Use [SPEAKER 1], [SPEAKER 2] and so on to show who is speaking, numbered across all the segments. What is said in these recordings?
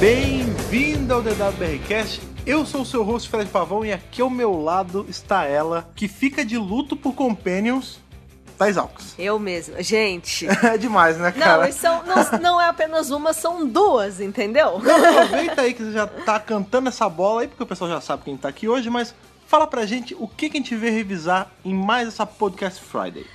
[SPEAKER 1] Bem-vindo ao DWBRCast. Eu sou o seu host Fred Pavão e aqui ao meu lado está ela, que fica de luto por Companions, Thais Alves.
[SPEAKER 2] Eu mesma. Gente.
[SPEAKER 1] É demais, né, cara?
[SPEAKER 2] Não, e são, não, não é apenas uma, são duas, entendeu?
[SPEAKER 1] Então, aproveita aí que você já tá cantando essa bola aí, porque o pessoal já sabe quem tá aqui hoje, mas fala pra gente o que, que a gente veio revisar em mais essa Podcast Friday.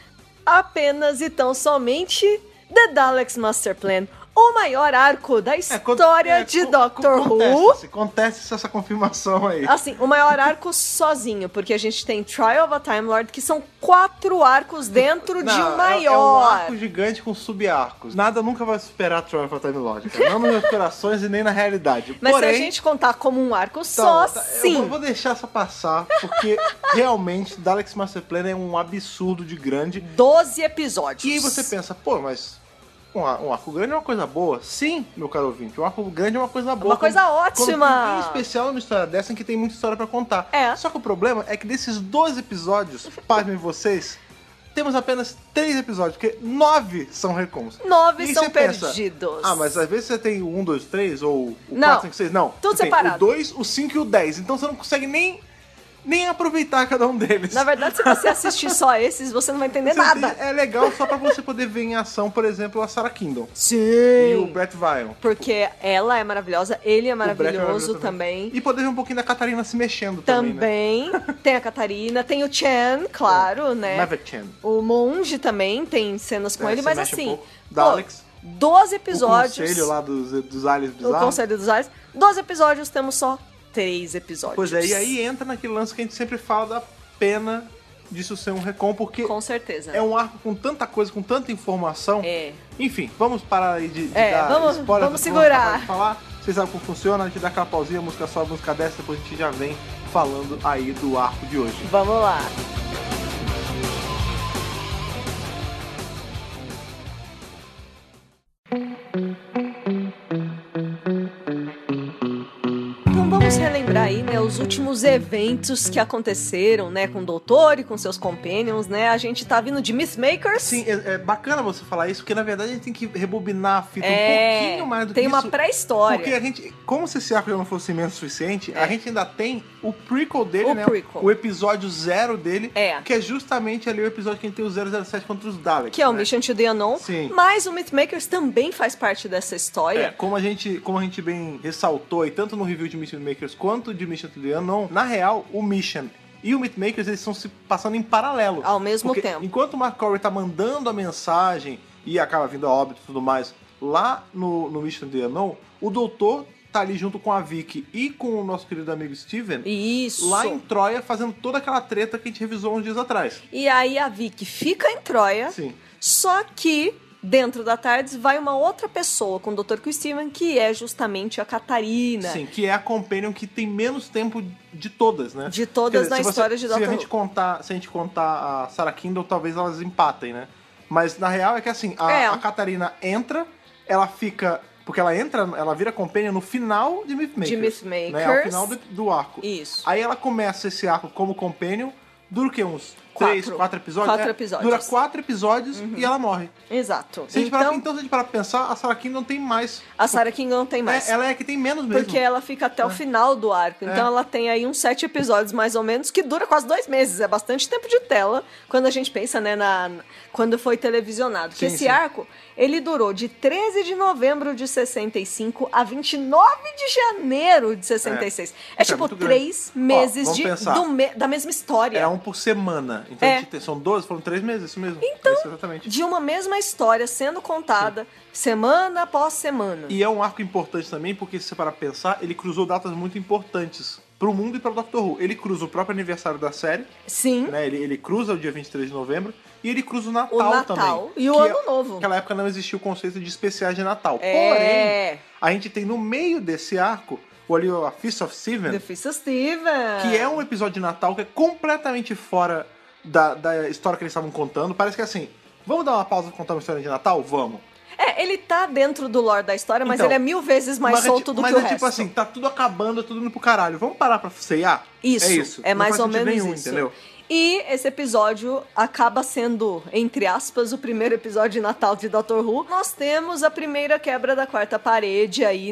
[SPEAKER 2] Apenas e tão somente The Daleks Master Plan, o maior arco da
[SPEAKER 1] quando-
[SPEAKER 2] história
[SPEAKER 1] é,
[SPEAKER 2] de
[SPEAKER 1] co-
[SPEAKER 2] Doctor
[SPEAKER 1] acontece
[SPEAKER 2] Who.
[SPEAKER 1] isso, Acontece essa confirmação aí.
[SPEAKER 2] Assim, o maior arco sozinho, porque a gente tem Trial of a Time Lord, que são quatro arcos dentro de
[SPEAKER 1] Não,
[SPEAKER 2] um
[SPEAKER 1] É, é um
[SPEAKER 2] maior.
[SPEAKER 1] arco gigante com subarcos. Nada nunca vai superar a Trial of a Time Lógica. Não nas minhas corações e nem na realidade.
[SPEAKER 2] Mas
[SPEAKER 1] Porém,
[SPEAKER 2] se a gente contar como um arco
[SPEAKER 1] então,
[SPEAKER 2] só,
[SPEAKER 1] tá, eu
[SPEAKER 2] sim.
[SPEAKER 1] vou- vou deixar essa passar, porque realmente Daleks Master Plan é um absurdo de grande.
[SPEAKER 2] 12 episódios.
[SPEAKER 1] E aí você pensa, pô, mas um, ar- um arco grande é uma coisa boa? Sim, meu caro ouvinte, um arco grande é uma coisa boa.
[SPEAKER 2] Uma coisa ótima.
[SPEAKER 1] Em um especial numa história dessa em que tem muita história pra contar.
[SPEAKER 2] É.
[SPEAKER 1] Só que o problema é que desses dois episódios, pasmem vocês, temos apenas três episódios, porque nove são recons.
[SPEAKER 2] Nove
[SPEAKER 1] E aí
[SPEAKER 2] são
[SPEAKER 1] você pensa,
[SPEAKER 2] perdidos.
[SPEAKER 1] Ah, mas às vezes você tem o 1, 2, 3 ou o
[SPEAKER 2] Não.
[SPEAKER 1] 4, 5, 6. Não.
[SPEAKER 2] Tudo
[SPEAKER 1] você
[SPEAKER 2] separado.
[SPEAKER 1] Tem o 2, o 5 e o 10. Então você não consegue nem, nem aproveitar cada um deles.
[SPEAKER 2] Na verdade, se você assistir só esses, você não vai entender
[SPEAKER 1] Você
[SPEAKER 2] nada.
[SPEAKER 1] tem- é legal só pra você poder ver em ação, por exemplo, a Sarah Kindle e o
[SPEAKER 2] Sim.
[SPEAKER 1] Brett é Vion.
[SPEAKER 2] Porque ela é maravilhosa, ele é maravilhoso também.
[SPEAKER 1] E poder ver um pouquinho da Catarina se mexendo também. né?
[SPEAKER 2] Também tem a Catarina, tem o Chen, claro, né?
[SPEAKER 1] Maverick Chan.
[SPEAKER 2] O Monge também tem cenas com
[SPEAKER 1] É,
[SPEAKER 2] ele,
[SPEAKER 1] se
[SPEAKER 2] mas
[SPEAKER 1] mexe um
[SPEAKER 2] assim.
[SPEAKER 1] pouco. Da Alex.
[SPEAKER 2] 12
[SPEAKER 1] O conselho
[SPEAKER 2] episódios.
[SPEAKER 1] lá dos, dos aliens
[SPEAKER 2] o
[SPEAKER 1] bizarros.
[SPEAKER 2] Conselho dos Ares. 12 episódios, temos só 3 episódios.
[SPEAKER 1] Pois é, e aí entra naquele lance que a gente sempre fala da pena disso ser um recon, porque
[SPEAKER 2] Com certeza.
[SPEAKER 1] é um arco com tanta coisa, com tanta informação.
[SPEAKER 2] É.
[SPEAKER 1] Enfim, vamos parar aí de, de
[SPEAKER 2] É,
[SPEAKER 1] dar
[SPEAKER 2] vamos-
[SPEAKER 1] spoiler
[SPEAKER 2] vamos
[SPEAKER 1] do que eu
[SPEAKER 2] segurar.
[SPEAKER 1] acabei de falar. Vocês sabem como funciona, a gente dá aquela pausinha, música sobe, música desce, depois a gente já vem falando aí do arco de hoje.
[SPEAKER 2] Vamos lá. Então vamos relembrar aí, né, os últimos eventos que aconteceram, né, com o Doutor e com seus companions, né? A gente tá vindo de Mythmakers.
[SPEAKER 1] Sim, é, é bacana você falar isso, porque na verdade a gente tem que rebobinar a fita um
[SPEAKER 2] é,
[SPEAKER 1] pouquinho mais do
[SPEAKER 2] tem
[SPEAKER 1] que
[SPEAKER 2] uma
[SPEAKER 1] isso. Porque
[SPEAKER 2] pré-história. É.
[SPEAKER 1] a gente, como se esse arco já não fosse imenso o suficiente, a gente ainda tem o prequel dele,
[SPEAKER 2] O
[SPEAKER 1] né?
[SPEAKER 2] prequel.
[SPEAKER 1] O episódio zero dele,
[SPEAKER 2] É.
[SPEAKER 1] que é justamente ali o episódio que a gente tem o 007 contra os Daleks.
[SPEAKER 2] Que é o
[SPEAKER 1] né?
[SPEAKER 2] Mission to the Unknown,
[SPEAKER 1] Sim.
[SPEAKER 2] mas o Mythmakers também faz parte dessa
[SPEAKER 1] É,
[SPEAKER 2] história.
[SPEAKER 1] como a gente, como a gente bem ressaltou, e tanto no review de Mission Makers quanto de Mission to the Unknown, na real, o Mission e o Mythmakers, eles estão se passando em paralelo.
[SPEAKER 2] Ao mesmo
[SPEAKER 1] É. Porque
[SPEAKER 2] tempo.
[SPEAKER 1] Enquanto o Mark Corey tá mandando a mensagem e acaba vindo a óbito e tudo mais, lá no, no Mission to the Unknown, o doutor tá ali junto com a Vicky e com o nosso querido amigo Steven,
[SPEAKER 2] Isso.
[SPEAKER 1] lá em Troia, fazendo toda aquela treta que a gente revisou uns dias atrás.
[SPEAKER 2] E aí a Vicky fica em Troia,
[SPEAKER 1] Sim.
[SPEAKER 2] só que dentro da tarde vai uma outra pessoa com o Dr. Chris Steven, que é justamente a Catarina.
[SPEAKER 1] Sim, que é a Companion que tem menos tempo de todas, né?
[SPEAKER 2] De todas
[SPEAKER 1] Quer dizer,
[SPEAKER 2] na
[SPEAKER 1] se você-
[SPEAKER 2] história de
[SPEAKER 1] se
[SPEAKER 2] Doctor
[SPEAKER 1] a gente
[SPEAKER 2] Who.
[SPEAKER 1] contar Se a gente contar a Sarah Kindle, talvez elas empatem, né? Mas na real é que assim, a,
[SPEAKER 2] É.
[SPEAKER 1] a Catarina entra, ela fica. Porque ela entra, ela vira Companion no final de Mythmakers.
[SPEAKER 2] De Mythmakers.
[SPEAKER 1] Né? Ao final do, do arco.
[SPEAKER 2] Isso.
[SPEAKER 1] Aí ela começa esse arco como Companion, dura o quê? Uns
[SPEAKER 2] Quatro.
[SPEAKER 1] três, quatro episódios?
[SPEAKER 2] Quatro
[SPEAKER 1] né?
[SPEAKER 2] episódios.
[SPEAKER 1] Dura quatro episódios e ela morre.
[SPEAKER 2] Exato.
[SPEAKER 1] Se a gente parar-
[SPEAKER 2] Então,
[SPEAKER 1] então, se a gente parar pra pensar, a Sarah Kindle não tem mais.
[SPEAKER 2] a Sarah King não tem mais.
[SPEAKER 1] É, ela é a que tem menos mesmo.
[SPEAKER 2] Porque ela fica até o final do arco. Então
[SPEAKER 1] É.
[SPEAKER 2] ela tem aí uns sete episódios, mais ou menos, que dura quase dois meses. É bastante tempo de tela quando a gente pensa, né, na, quando foi televisionado. Porque
[SPEAKER 1] Sim,
[SPEAKER 2] esse
[SPEAKER 1] sim.
[SPEAKER 2] arco, ele durou de 13 de novembro de 65 a 29 de janeiro de 66. É,
[SPEAKER 1] É
[SPEAKER 2] tipo
[SPEAKER 1] muito grande.
[SPEAKER 2] três
[SPEAKER 1] Ó,
[SPEAKER 2] meses
[SPEAKER 1] vamos
[SPEAKER 2] de,
[SPEAKER 1] pensar.
[SPEAKER 2] do me- da mesma história.
[SPEAKER 1] É um por semana. Então
[SPEAKER 2] É.
[SPEAKER 1] a gente tem- são 12, foram 3 meses, isso mesmo. Então. exatamente.
[SPEAKER 2] De uma mesma história sendo contada semana após semana.
[SPEAKER 1] E é um arco importante também, porque se você parar pra pensar, ele cruzou datas muito importantes pro mundo e pro Doctor Who. Ele cruza o próprio aniversário da série,
[SPEAKER 2] Sim.
[SPEAKER 1] né? Ele, ele cruza o dia 23 de novembro. E ele cruza o Natal,
[SPEAKER 2] Uhum. O Natal
[SPEAKER 1] também.
[SPEAKER 2] e o
[SPEAKER 1] que
[SPEAKER 2] Ano Novo.
[SPEAKER 1] Naquela época não existia o conceito de especiais de Natal. Porém,
[SPEAKER 2] É.
[SPEAKER 1] a gente tem no meio desse arco, o ali, o a Feast of Steven,
[SPEAKER 2] The Feast of Steven.
[SPEAKER 1] que é um episódio de Natal que é completamente fora da, da história que eles estavam contando. Parece que assim, vamos dar uma pausa pra contar uma história de Natal? Vamos.
[SPEAKER 2] É, ele tá dentro do lore da história, mas
[SPEAKER 1] Então,
[SPEAKER 2] ele é mil vezes mais
[SPEAKER 1] é
[SPEAKER 2] solto
[SPEAKER 1] tipo-
[SPEAKER 2] do
[SPEAKER 1] mas
[SPEAKER 2] que o
[SPEAKER 1] é
[SPEAKER 2] resto.
[SPEAKER 1] tipo tá assim, tá tudo acabando, é tudo indo pro caralho. Vamos parar pra ceiar?
[SPEAKER 2] Isso,
[SPEAKER 1] É isso.
[SPEAKER 2] é mais
[SPEAKER 1] não faz
[SPEAKER 2] ou
[SPEAKER 1] sentido
[SPEAKER 2] menos
[SPEAKER 1] nenhum,
[SPEAKER 2] isso.
[SPEAKER 1] entendeu?
[SPEAKER 2] E esse episódio acaba sendo, entre aspas, o primeiro episódio de Natal de Doctor Who. Nós temos a primeira quebra da quarta parede aí,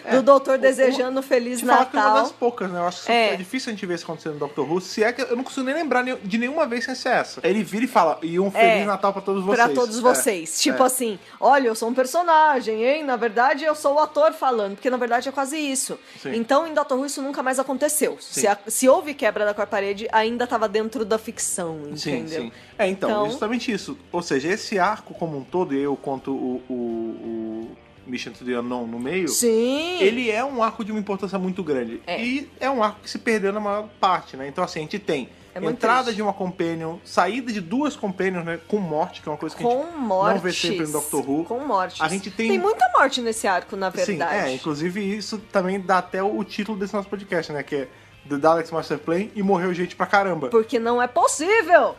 [SPEAKER 1] É, é.
[SPEAKER 2] do Doutor
[SPEAKER 1] O-
[SPEAKER 2] desejando Feliz
[SPEAKER 1] Te falar que é uma
[SPEAKER 2] Natal.
[SPEAKER 1] das poucas, né? Eu acho que
[SPEAKER 2] É.
[SPEAKER 1] é difícil a gente ver isso acontecendo no Doctor Who. Se é que eu não consigo nem lembrar nem- de nenhuma vez sem ser essa. Ele vira e fala, e um Feliz
[SPEAKER 2] É.
[SPEAKER 1] Natal pra todos vocês.
[SPEAKER 2] Pra todos
[SPEAKER 1] É.
[SPEAKER 2] vocês. Tipo
[SPEAKER 1] é.
[SPEAKER 2] assim, olha, eu sou um personagem, hein? Na verdade, eu sou o ator falando, porque na verdade é quase isso.
[SPEAKER 1] Sim.
[SPEAKER 2] Então, em Doctor Who, isso nunca mais aconteceu. Se,
[SPEAKER 1] Sim.
[SPEAKER 2] a- se houve quebra da quarta parede, ainda estava dentro da ficção, entendeu?
[SPEAKER 1] Sim, sim. É, então,
[SPEAKER 2] Então-
[SPEAKER 1] justamente isso. Ou seja, esse arco como um todo, e aí eu conto o, o, o Mission to the Unknown no meio,
[SPEAKER 2] Sim.
[SPEAKER 1] ele é um arco de uma importância muito grande.
[SPEAKER 2] É.
[SPEAKER 1] E é um arco que se perdeu na maior parte, né? Então, assim, a gente tem
[SPEAKER 2] É muito
[SPEAKER 1] entrada
[SPEAKER 2] triste.
[SPEAKER 1] de uma companion, saída de duas companions, né? Com morte, que é uma coisa que a
[SPEAKER 2] com
[SPEAKER 1] gente
[SPEAKER 2] mortes.
[SPEAKER 1] não vê sempre no Doctor Who.
[SPEAKER 2] Com mortes.
[SPEAKER 1] A gente tem-
[SPEAKER 2] Tem muita morte nesse arco, na verdade.
[SPEAKER 1] Sim, é, inclusive isso também dá até o título desse nosso podcast, né? Que é The Daleks Master Plan e morreu gente pra caramba.
[SPEAKER 2] Porque não é possível!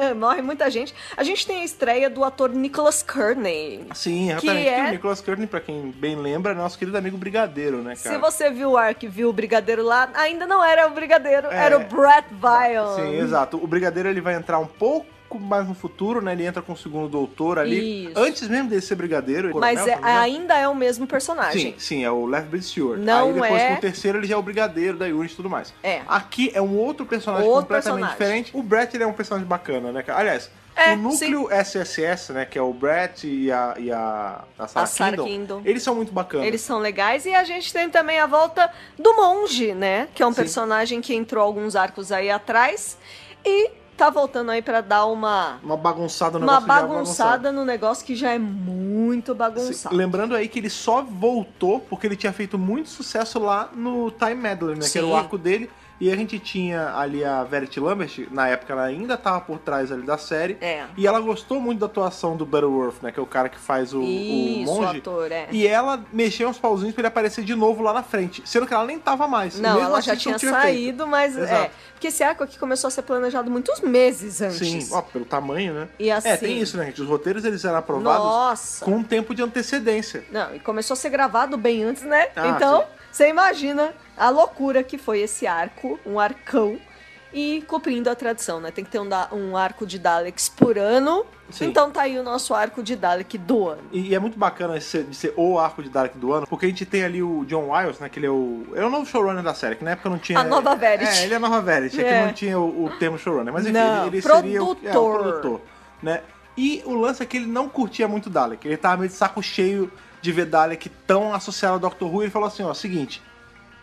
[SPEAKER 1] É,
[SPEAKER 2] Morre muita gente. A gente tem a estreia do ator Nicholas Kearney.
[SPEAKER 1] sim, exatamente.
[SPEAKER 2] Que é-
[SPEAKER 1] O Nicholas Kearney, pra quem bem lembra, é nosso querido amigo Brigadeiro, né, cara?
[SPEAKER 2] Se você viu o arco e viu o Brigadeiro lá, ainda não era o Brigadeiro,
[SPEAKER 1] É.
[SPEAKER 2] era o Brett Vion.
[SPEAKER 1] Sim, exato. O Brigadeiro ele vai entrar um pouco mais no futuro, né? Ele entra com o segundo doutor ali.
[SPEAKER 2] Isso.
[SPEAKER 1] Antes mesmo dele ser brigadeiro, coronel,
[SPEAKER 2] Mas
[SPEAKER 1] se
[SPEAKER 2] é-
[SPEAKER 1] não me engano.
[SPEAKER 2] ainda é o mesmo personagem.
[SPEAKER 1] Sim, sim, é o Lethbridge Stewart.
[SPEAKER 2] Não
[SPEAKER 1] Aí depois
[SPEAKER 2] é-
[SPEAKER 1] com o terceiro ele já é o brigadeiro da Unity e tudo mais.
[SPEAKER 2] É.
[SPEAKER 1] Aqui é um outro personagem
[SPEAKER 2] Outro
[SPEAKER 1] completamente
[SPEAKER 2] personagem.
[SPEAKER 1] diferente. O Brett ele é um personagem bacana, né? cara? Aliás,
[SPEAKER 2] É,
[SPEAKER 1] o núcleo SSS, né? Que é o Brett e a, e a, a Sarah,
[SPEAKER 2] A Sarah
[SPEAKER 1] Kindle,
[SPEAKER 2] Kindle.
[SPEAKER 1] Eles são muito bacanas.
[SPEAKER 2] Eles são legais e a gente tem também a volta do Monge, né? Que é um
[SPEAKER 1] Sim.
[SPEAKER 2] personagem que entrou alguns arcos aí atrás e tá voltando aí pra dar uma
[SPEAKER 1] Uma bagunçada no
[SPEAKER 2] uma
[SPEAKER 1] Um negócio já é bagunçado.
[SPEAKER 2] bagunçada no negócio que já é muito
[SPEAKER 1] Sim,
[SPEAKER 2] bagunçado.
[SPEAKER 1] Lembrando aí que ele só voltou porque ele tinha feito muito sucesso lá no Time Meddler, né? Que era o
[SPEAKER 2] Sim.
[SPEAKER 1] arco dele. E a gente tinha ali a Verity Lambert, na época ela ainda tava por trás ali da série.
[SPEAKER 2] É.
[SPEAKER 1] E ela gostou muito da atuação do Butterworth, né? Que é o cara que faz o, o
[SPEAKER 2] Isso, o
[SPEAKER 1] monge.
[SPEAKER 2] ator, é.
[SPEAKER 1] E ela mexeu uns pauzinhos pra ele aparecer de novo lá na frente. Sendo que ela nem tava mais. E
[SPEAKER 2] Não,
[SPEAKER 1] mesmo
[SPEAKER 2] ela
[SPEAKER 1] assim
[SPEAKER 2] já
[SPEAKER 1] isso
[SPEAKER 2] tinha
[SPEAKER 1] não feito.
[SPEAKER 2] saído, mas é.
[SPEAKER 1] Exato.
[SPEAKER 2] Porque esse arco aqui começou a ser planejado muitos meses antes.
[SPEAKER 1] Sim, ó, pelo tamanho, né?
[SPEAKER 2] E assim.
[SPEAKER 1] É, tem isso, né, gente? Os roteiros eles eram aprovados
[SPEAKER 2] Nossa.
[SPEAKER 1] com um tempo de antecedência.
[SPEAKER 2] Não, e começou a ser gravado bem antes, né?
[SPEAKER 1] Ah,
[SPEAKER 2] então,
[SPEAKER 1] sim.
[SPEAKER 2] você imagina a loucura que foi esse arco, um arcão, e cumprindo a tradição, né? Tem que ter um, da- um arco de Daleks por ano.
[SPEAKER 1] Sim.
[SPEAKER 2] Então tá aí o nosso arco de Dalek do ano.
[SPEAKER 1] E é muito bacana esse- de ser o arco de Dalek do ano, porque a gente tem ali o John Wiles, né? Que ele é o. Ele é o novo showrunner da série, que na época não tinha.
[SPEAKER 2] A nova Verity.
[SPEAKER 1] É, ele é a nova Verity, é.
[SPEAKER 2] É.
[SPEAKER 1] que não tinha o, o termo showrunner. Mas enfim,
[SPEAKER 2] Não,
[SPEAKER 1] ele, ele seria o, é, o
[SPEAKER 2] produtor.
[SPEAKER 1] produtor, né? E o lance é que ele não curtia muito Dalek. Ele tava meio de saco cheio de ver Dalek tão associado ao Doctor Who. E ele falou assim: ó, seguinte,